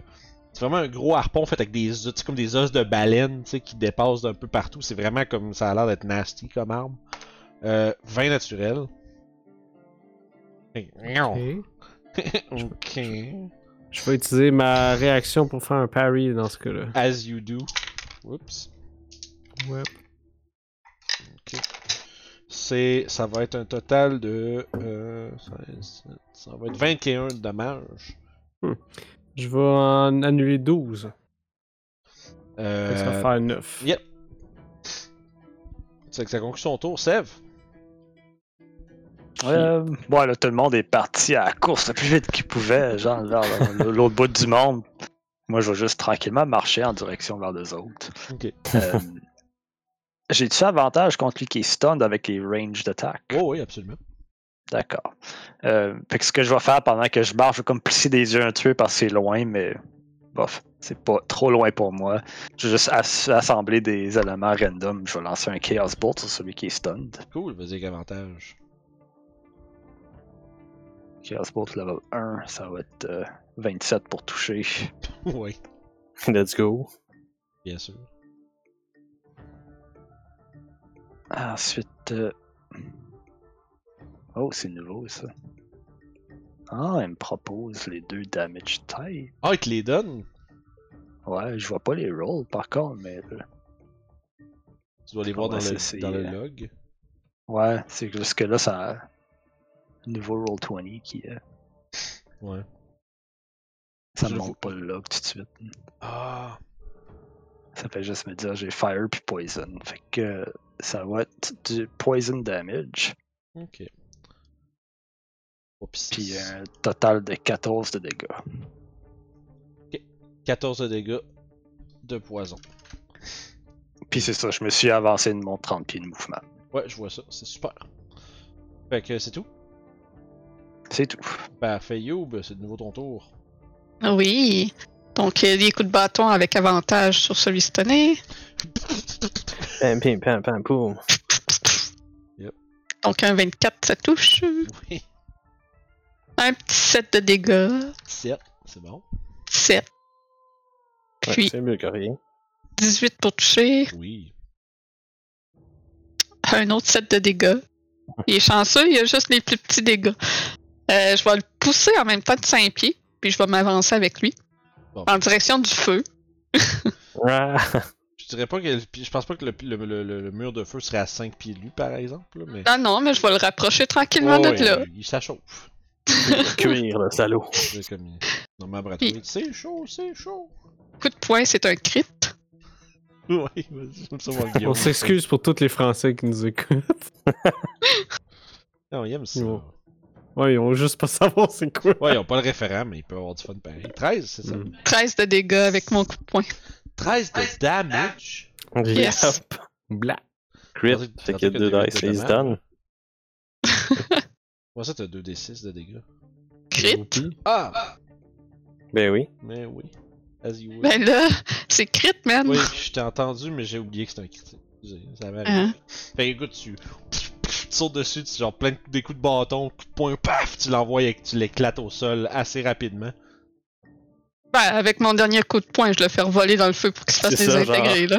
[SPEAKER 1] C'est vraiment un gros harpon fait avec des os, tu sais, comme des os de baleine, tu sais, qui dépassent d'un peu partout. C'est vraiment comme. Ça a l'air d'être nasty comme arme. Euh, 20 naturel. Ok. (laughs)
[SPEAKER 4] Ok. Je vais utiliser ma réaction pour faire un parry dans ce cas-là.
[SPEAKER 1] As you do. Oups.
[SPEAKER 4] Ouais.
[SPEAKER 1] C'est, ça va être un total de. euh, ça- ça va être 21 de dommages.
[SPEAKER 4] Je vais en annuler 12. Fait que Ça va
[SPEAKER 1] Euh,
[SPEAKER 4] faire 9.
[SPEAKER 1] yeah. c'est que ça conclut son tour. Sev,
[SPEAKER 5] Euh, ouais, là, tout le monde est parti à la course le plus vite qu'il pouvait, genre vers le- l'autre bout du monde. Moi, je vais juste tranquillement marcher en direction vers les autres.
[SPEAKER 1] Ok.
[SPEAKER 5] Euh, J'ai-tu avantage contre lui qui est stunned avec les ranges d'attaque?
[SPEAKER 1] oh oui, absolument.
[SPEAKER 5] D'accord. Euh, fait que ce que je vais faire pendant que je marche, je vais comme plisser des yeux un peu parce que c'est loin, mais bof, c'est pas trop loin pour moi. Je vais juste ass- assembler des éléments random. Je vais lancer un Chaos Bolt sur celui qui est stunned.
[SPEAKER 1] Cool, vas-y avec avantage. (laughs)
[SPEAKER 5] Chaos Bolt level 1, ça va être euh, 27 pour toucher.
[SPEAKER 1] oui,
[SPEAKER 3] (laughs) Let's go.
[SPEAKER 1] bien sûr.
[SPEAKER 5] Ensuite. euh, Oh, c'est nouveau ça. Ah, elle me propose les deux damage type.
[SPEAKER 1] Ah, il te les donne.
[SPEAKER 5] Ouais, je vois pas les rolls par contre, mais. euh,
[SPEAKER 1] Tu dois les voir
[SPEAKER 5] Ouais,
[SPEAKER 1] dans,
[SPEAKER 5] c'est-
[SPEAKER 1] le,
[SPEAKER 5] c'est,
[SPEAKER 1] dans le
[SPEAKER 5] euh,
[SPEAKER 1] log.
[SPEAKER 5] Ouais, c'est juste que là, ça. Nouveau Roll 20 qui. euh,
[SPEAKER 1] Ouais.
[SPEAKER 5] ça
[SPEAKER 1] Je
[SPEAKER 5] me
[SPEAKER 1] le
[SPEAKER 5] montre
[SPEAKER 1] vois.
[SPEAKER 5] pas le log tout de suite.
[SPEAKER 1] Ah,
[SPEAKER 5] Ça fait juste me dire j'ai Fire puis Poison. Fait que ça va être du Poison Damage.
[SPEAKER 1] ok. Oups.
[SPEAKER 5] Puis euh, un total de 14 de dégâts.
[SPEAKER 1] 14 de dégâts de poison.
[SPEAKER 5] Puis c'est ça, je me suis avancé de mon 30 pieds de mouvement.
[SPEAKER 1] Ouais, je vois ça, c'est super. Fait que c'est tout.
[SPEAKER 5] C'est tout.
[SPEAKER 1] Parfait, Youb, c'est de nouveau ton tour. (laughs)
[SPEAKER 2] Oui. Donc, euh, des coups de bâton avec avantage sur celui stunné.
[SPEAKER 3] Pam, pim, pam, pam, poum.
[SPEAKER 2] Donc, un 24, ça touche.
[SPEAKER 1] Oui,
[SPEAKER 2] Un petit 7 de dégâts.
[SPEAKER 1] 7, c'est bon.
[SPEAKER 2] 7.
[SPEAKER 3] Ouais,
[SPEAKER 2] Puis
[SPEAKER 3] C'est mieux que rien.
[SPEAKER 2] 18 pour toucher.
[SPEAKER 1] Oui.
[SPEAKER 2] Un autre 7 de dégâts. Il est chanceux, il y a juste les plus petits dégâts. Euh, je vais le pousser en même temps de 5 pieds. Puis je vais m'avancer avec lui.
[SPEAKER 1] Bon.
[SPEAKER 2] En direction du feu.
[SPEAKER 3] Ah,
[SPEAKER 1] Je dirais pas que. Je pense pas que le, le- le- le- le mur de feu serait à 5 pieds de lui, par exemple, là, mais.
[SPEAKER 2] Non, non, mais je vais le rapprocher tranquillement
[SPEAKER 1] Oh, Ouais,
[SPEAKER 2] de là.
[SPEAKER 1] Il, il s'achauffe.
[SPEAKER 3] cuir, le salaud.
[SPEAKER 1] C'est comme. il- Norman Bradford, c'est chaud, c'est chaud. (laughs)
[SPEAKER 2] Coup de poing, c'est un crit.
[SPEAKER 1] Oui, vas-y, comme ça, on va le Guillaume.
[SPEAKER 4] On s'excuse pour tous les Français qui nous écoutent. (laughs)
[SPEAKER 1] Non, il aime ça.
[SPEAKER 4] Ouais. Ouais, ils ont juste pas savoir c'est quoi.
[SPEAKER 1] Ouais, ils ont pas le référent, mais ils peuvent avoir du fun pareil. 13, c'est ça.
[SPEAKER 4] Mm.
[SPEAKER 2] 13 de dégâts avec mon coup de poing.
[SPEAKER 1] 13 de damage.
[SPEAKER 2] Yes.
[SPEAKER 3] Yep.
[SPEAKER 4] Blah.
[SPEAKER 3] Crit,
[SPEAKER 1] Tandis-
[SPEAKER 3] fait
[SPEAKER 1] tandis
[SPEAKER 3] que
[SPEAKER 1] que
[SPEAKER 3] deux
[SPEAKER 1] t'as
[SPEAKER 3] dice,
[SPEAKER 1] huit de
[SPEAKER 3] ils se
[SPEAKER 1] dommage.
[SPEAKER 3] donnent.
[SPEAKER 1] Moi, ça, t'as 2d6 de dégâts.
[SPEAKER 2] (laughs) Crit.
[SPEAKER 1] Ah!
[SPEAKER 3] Ben oui.
[SPEAKER 1] Mais oui. As you will.
[SPEAKER 2] Ben là, (laughs) c'est crit, man.
[SPEAKER 1] Oui, je t'ai entendu, mais j'ai oublié que c'était un critique. Excusez, Ça m'arrive.
[SPEAKER 2] Hein?
[SPEAKER 1] Fait que écoute, tu, tu sautes dessus, tu genre plein de, des coups de bâton, coup de poing, paf, tu l'envoies et que tu l'éclates au sol assez rapidement.
[SPEAKER 2] Ben, avec mon dernier coup de poing, je le fais voler dans le feu pour qu'il se fasse
[SPEAKER 3] C'est ça,
[SPEAKER 2] désintégrer, là.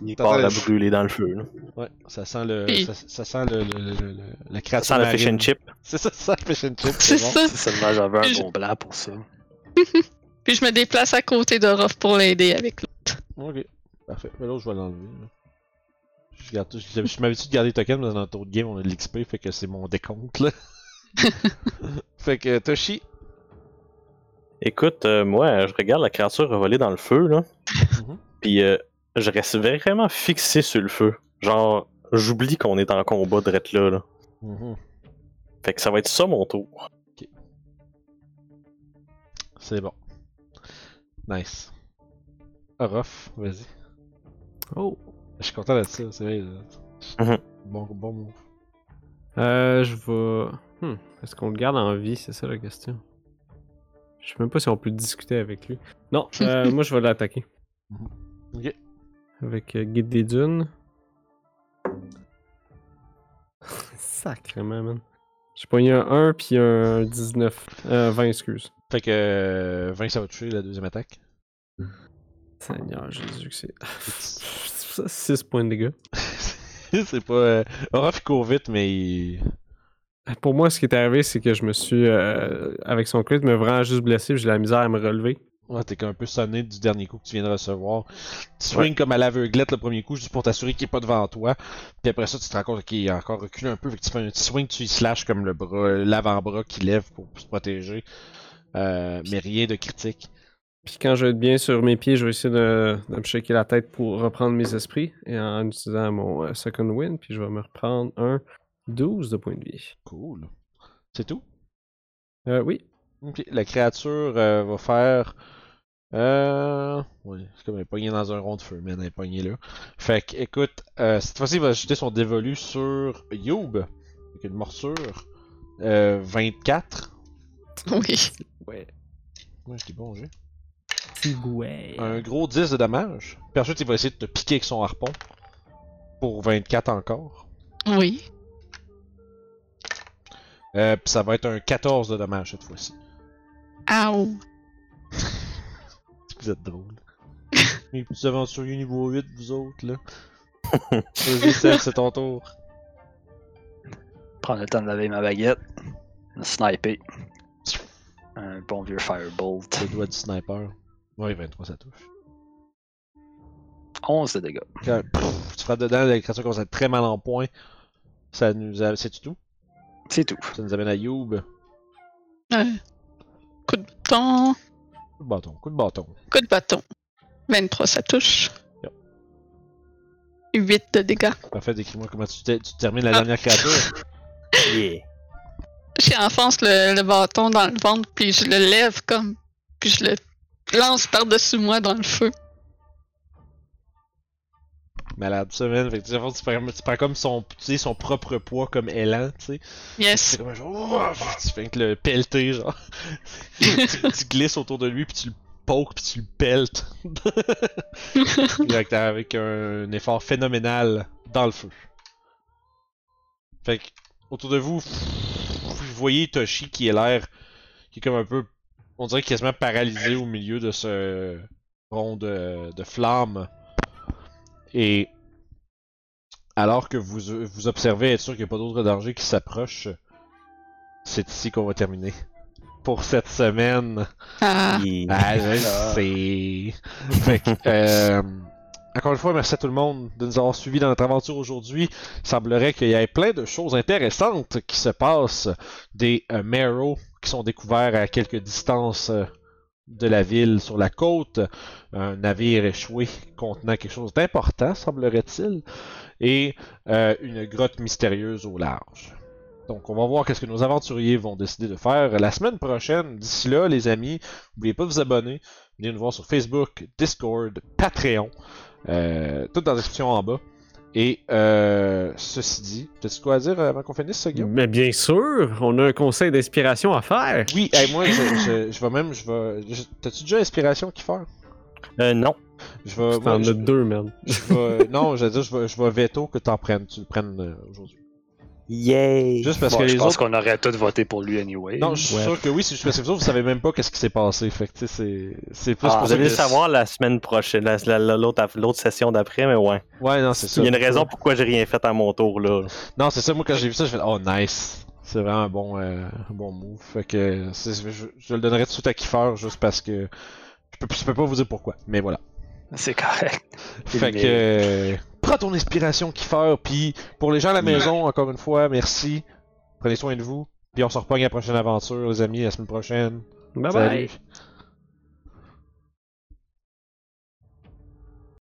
[SPEAKER 3] Il
[SPEAKER 1] T'entends
[SPEAKER 3] part
[SPEAKER 1] la-
[SPEAKER 3] à brûler dans le feu. Là.
[SPEAKER 1] Ouais, ça sent le.
[SPEAKER 2] Oui.
[SPEAKER 1] Ça, ça sent le, le, le- le- le- la
[SPEAKER 3] Ça
[SPEAKER 1] créature.
[SPEAKER 3] sent le fish
[SPEAKER 1] marine.
[SPEAKER 3] and chip.
[SPEAKER 1] C'est ça, ça sent le fish and chip.
[SPEAKER 2] C'est
[SPEAKER 1] bon.
[SPEAKER 2] ça.
[SPEAKER 5] Si seulement j'avais un
[SPEAKER 2] Je-
[SPEAKER 5] bon blanc pour ça.
[SPEAKER 2] Puis je me déplace à côté de Ruff pour l'aider avec l'autre.
[SPEAKER 1] Ok, parfait. Mais l'autre, je vais l'enlever. là. Je, garde, tout- je, je m'habitue de garder les tokens, mais dans notre autre game, on a de l'XP, fait que c'est mon décompte
[SPEAKER 2] (laughs)
[SPEAKER 1] là. fait que Toshi.
[SPEAKER 3] Écoute, euh, moi, je regarde la créature voler dans le feu, là.
[SPEAKER 1] Mhm.
[SPEAKER 3] Puis euh, je reste vraiment fixé sur le feu. Genre, j'oublie qu'on est en combat direct là, là. Mm-hmm.
[SPEAKER 1] Mhm.
[SPEAKER 3] Fait que ça va être ça mon tour.
[SPEAKER 1] C'est bon. Nice. Orof, vas-y.
[SPEAKER 4] Oh.
[SPEAKER 1] Je suis content de ça, c'est vrai. là.
[SPEAKER 3] Mhm.
[SPEAKER 1] Bon, bon move.
[SPEAKER 4] Euh, je vais. Hmm, Est-ce qu'on le garde en vie C'est ça la question. Je sais même pas si on peut discuter avec lui. (laughs) Non, euh, moi je vais l'attaquer.
[SPEAKER 1] Ok.
[SPEAKER 4] Avec euh, Guide des Dunes. (laughs) Sacrément, man. J'ai pogné un 1 puis un 19. Euh, 20, excuse.
[SPEAKER 1] Fait que euh, 20, ça va toucher la deuxième attaque. (laughs)
[SPEAKER 4] Seigneur Jésus, que (laughs) c'est. 6 points de dégâts.
[SPEAKER 1] c'est pas. Euh... Orof, il court vite, mais il.
[SPEAKER 4] Pour moi, ce qui est arrivé, c'est que je me suis, euh, avec son crit, me vraiment juste blessé, puis j'ai de la misère à me relever.
[SPEAKER 1] Ouais, t'es comme un peu sonné du dernier coup que tu viens de recevoir. Tu swings comme à l'aveuglette le premier coup, juste pour t'assurer qu'il est pas devant toi. Puis après ça, tu te rends compte qu'il est encore reculé un peu. Fait que tu fais un petit swing, tu y slashes comme le bras, l'avant-bras qui lève pour se protéger. Euh, mais rien de critique.
[SPEAKER 4] Puis quand je vais être bien sur mes pieds, je vais essayer de, de me shaker la tête pour reprendre mes esprits, et en utilisant mon euh, second win, puis je vais me reprendre un 12 de points de vie.
[SPEAKER 1] Cool. C'est tout?
[SPEAKER 4] Euh, oui,
[SPEAKER 1] Ok, La créature euh, va faire. Euh... Oui, c'est comme elle est pognée dans un rond de feu, mais elle est pognée là. Fait que, écoute, euh, cette fois-ci, il va jeter son dévolu sur Youb. Avec une morsure. Euh, 24.
[SPEAKER 2] Oui.
[SPEAKER 4] Ouais.
[SPEAKER 1] Ouais, j'étais bon, j'ai.
[SPEAKER 6] Petit gouet.
[SPEAKER 1] Un gros 10 de dommage. Puis ensuite, il va essayer de te piquer avec son harpon. Pour 24 encore.
[SPEAKER 2] Oui.
[SPEAKER 1] Euh, puis ça va être un 14 de dommage cette fois-ci.
[SPEAKER 2] Ow.
[SPEAKER 1] Vous êtes (laughs) drôles. Les petits aventuriers niveau 8, vous autres, (laughs) là. Vas-y, Seb, c'est ton tour.
[SPEAKER 5] Prendre le temps de laver ma baguette. Me sniper. Un bon vieux firebolt.
[SPEAKER 1] Le doigt du sniper. Ouais, 23, ça touche.
[SPEAKER 5] 11 de dégâts.
[SPEAKER 1] Quand- pff, tu frappes dedans, la créature commence à être très mal en point. Ça nous a... C'est tout?
[SPEAKER 5] C'est tout.
[SPEAKER 1] Ça nous amène à Youb.
[SPEAKER 2] Euh, coup de bâton.
[SPEAKER 1] Coup de bâton, coup de bâton.
[SPEAKER 2] Coup de bâton. 23, ça touche.
[SPEAKER 1] Yep.
[SPEAKER 2] 8 de dégâts.
[SPEAKER 1] Parfait, décris-moi comment tu, te- tu termines la
[SPEAKER 2] Ah.
[SPEAKER 1] dernière (laughs) créature.
[SPEAKER 3] Yeah.
[SPEAKER 2] J'ai enfonce le, le bâton dans le ventre, puis je le lève comme. Puis je le lance par-dessus moi dans le feu.
[SPEAKER 1] Malade, semaine. Fait que tu, sais, tu, prends, tu prends comme son, tu sais, son propre poids comme élan, tu sais. C'est (laughs)
[SPEAKER 2] Yes. (laughs)
[SPEAKER 1] comme un genre, oh, Ouah! tu fais que le pelleter, genre. tu, tu glisses autour de lui, puis tu le pokes, puis tu le peltes. Direct avec un effort phénoménal dans le feu. Fait que, autour de vous, vous voyez Toshi qui est l'air, qui est comme un peu, on dirait quasiment paralysé au milieu de ce rond de, de flammes. Et alors que vous, vous observez, être sûr qu'il n'y a pas d'autres danger qui s'approche, c'est ici qu'on va terminer. Pour cette semaine.
[SPEAKER 2] Ah,
[SPEAKER 3] Yeah.
[SPEAKER 1] Ah, je sais. Fait que, euh, encore une fois, merci à tout le monde de nous avoir suivis dans notre aventure aujourd'hui. Il semblerait qu'il y ait plein de choses intéressantes qui se passent. Des euh, Marrow qui sont découverts à quelques distances euh, de la ville sur la côte. Un navire échoué contenant quelque chose d'important, semblerait-il. Et euh, une grotte mystérieuse au large. Donc, on va voir qu'est-ce que nos aventuriers vont décider de faire la semaine prochaine. D'ici là, les amis, n'oubliez pas de vous abonner. Venez nous voir sur Facebook, Discord, Patreon. Euh, tout dans la description en bas. Et euh, ceci dit, t'as-tu quoi à dire euh, avant qu'on finisse ce Guillaume?
[SPEAKER 4] Mais bien sûr, on a un conseil d'inspiration à faire.
[SPEAKER 1] Oui, hey, moi, je, je- je vais même. Je vais, je- t'as-tu déjà inspiration qui faire?
[SPEAKER 3] Euh, non.
[SPEAKER 1] Je vais.
[SPEAKER 4] T'en
[SPEAKER 1] moi,
[SPEAKER 4] as
[SPEAKER 1] je,
[SPEAKER 4] deux, man.
[SPEAKER 1] je vais- non, je veux dire, je vais, je vais veto que t'en prennes, tu le prennes euh, aujourd'hui.
[SPEAKER 3] Yay.
[SPEAKER 1] Juste parce
[SPEAKER 5] Bon,
[SPEAKER 1] que
[SPEAKER 5] je
[SPEAKER 1] les
[SPEAKER 5] pense
[SPEAKER 1] autres.
[SPEAKER 5] qu'on aurait tous voté pour lui anyway.
[SPEAKER 1] Non, je suis
[SPEAKER 4] Ouais.
[SPEAKER 1] sûr que oui, c'est juste parce que vous autres, vous savez même pas qu'est-ce qui s'est passé. Fait que, tu sais, c'est, c'est plus
[SPEAKER 5] Ah,
[SPEAKER 1] pour
[SPEAKER 3] Vous
[SPEAKER 1] ça
[SPEAKER 3] allez
[SPEAKER 1] que-
[SPEAKER 3] le savoir la semaine prochaine, la- la- la- l'autre l'autre session d'après, mais ouais.
[SPEAKER 1] Ouais, non, Ah, c'est ça.
[SPEAKER 3] Il y a une raison pourquoi j'ai rien fait à mon tour, là.
[SPEAKER 1] Non, c'est ça, moi quand j'ai vu ça, j'ai fait Oh nice! C'est vraiment un bon, euh, un bon move. Fait que c'est- je, je le donnerais tout de suite à Kiffer juste parce que je peux, je peux pas vous dire pourquoi, mais voilà.
[SPEAKER 5] C'est correct.
[SPEAKER 1] Fait
[SPEAKER 5] Mais-
[SPEAKER 1] que euh, prends ton inspiration, Kiffer, puis pour les gens à la maison, encore une fois, merci. Prenez soin de vous, puis on se repogne à la prochaine aventure, les amis, la semaine prochaine.
[SPEAKER 4] Bye
[SPEAKER 1] Salut.
[SPEAKER 4] bye.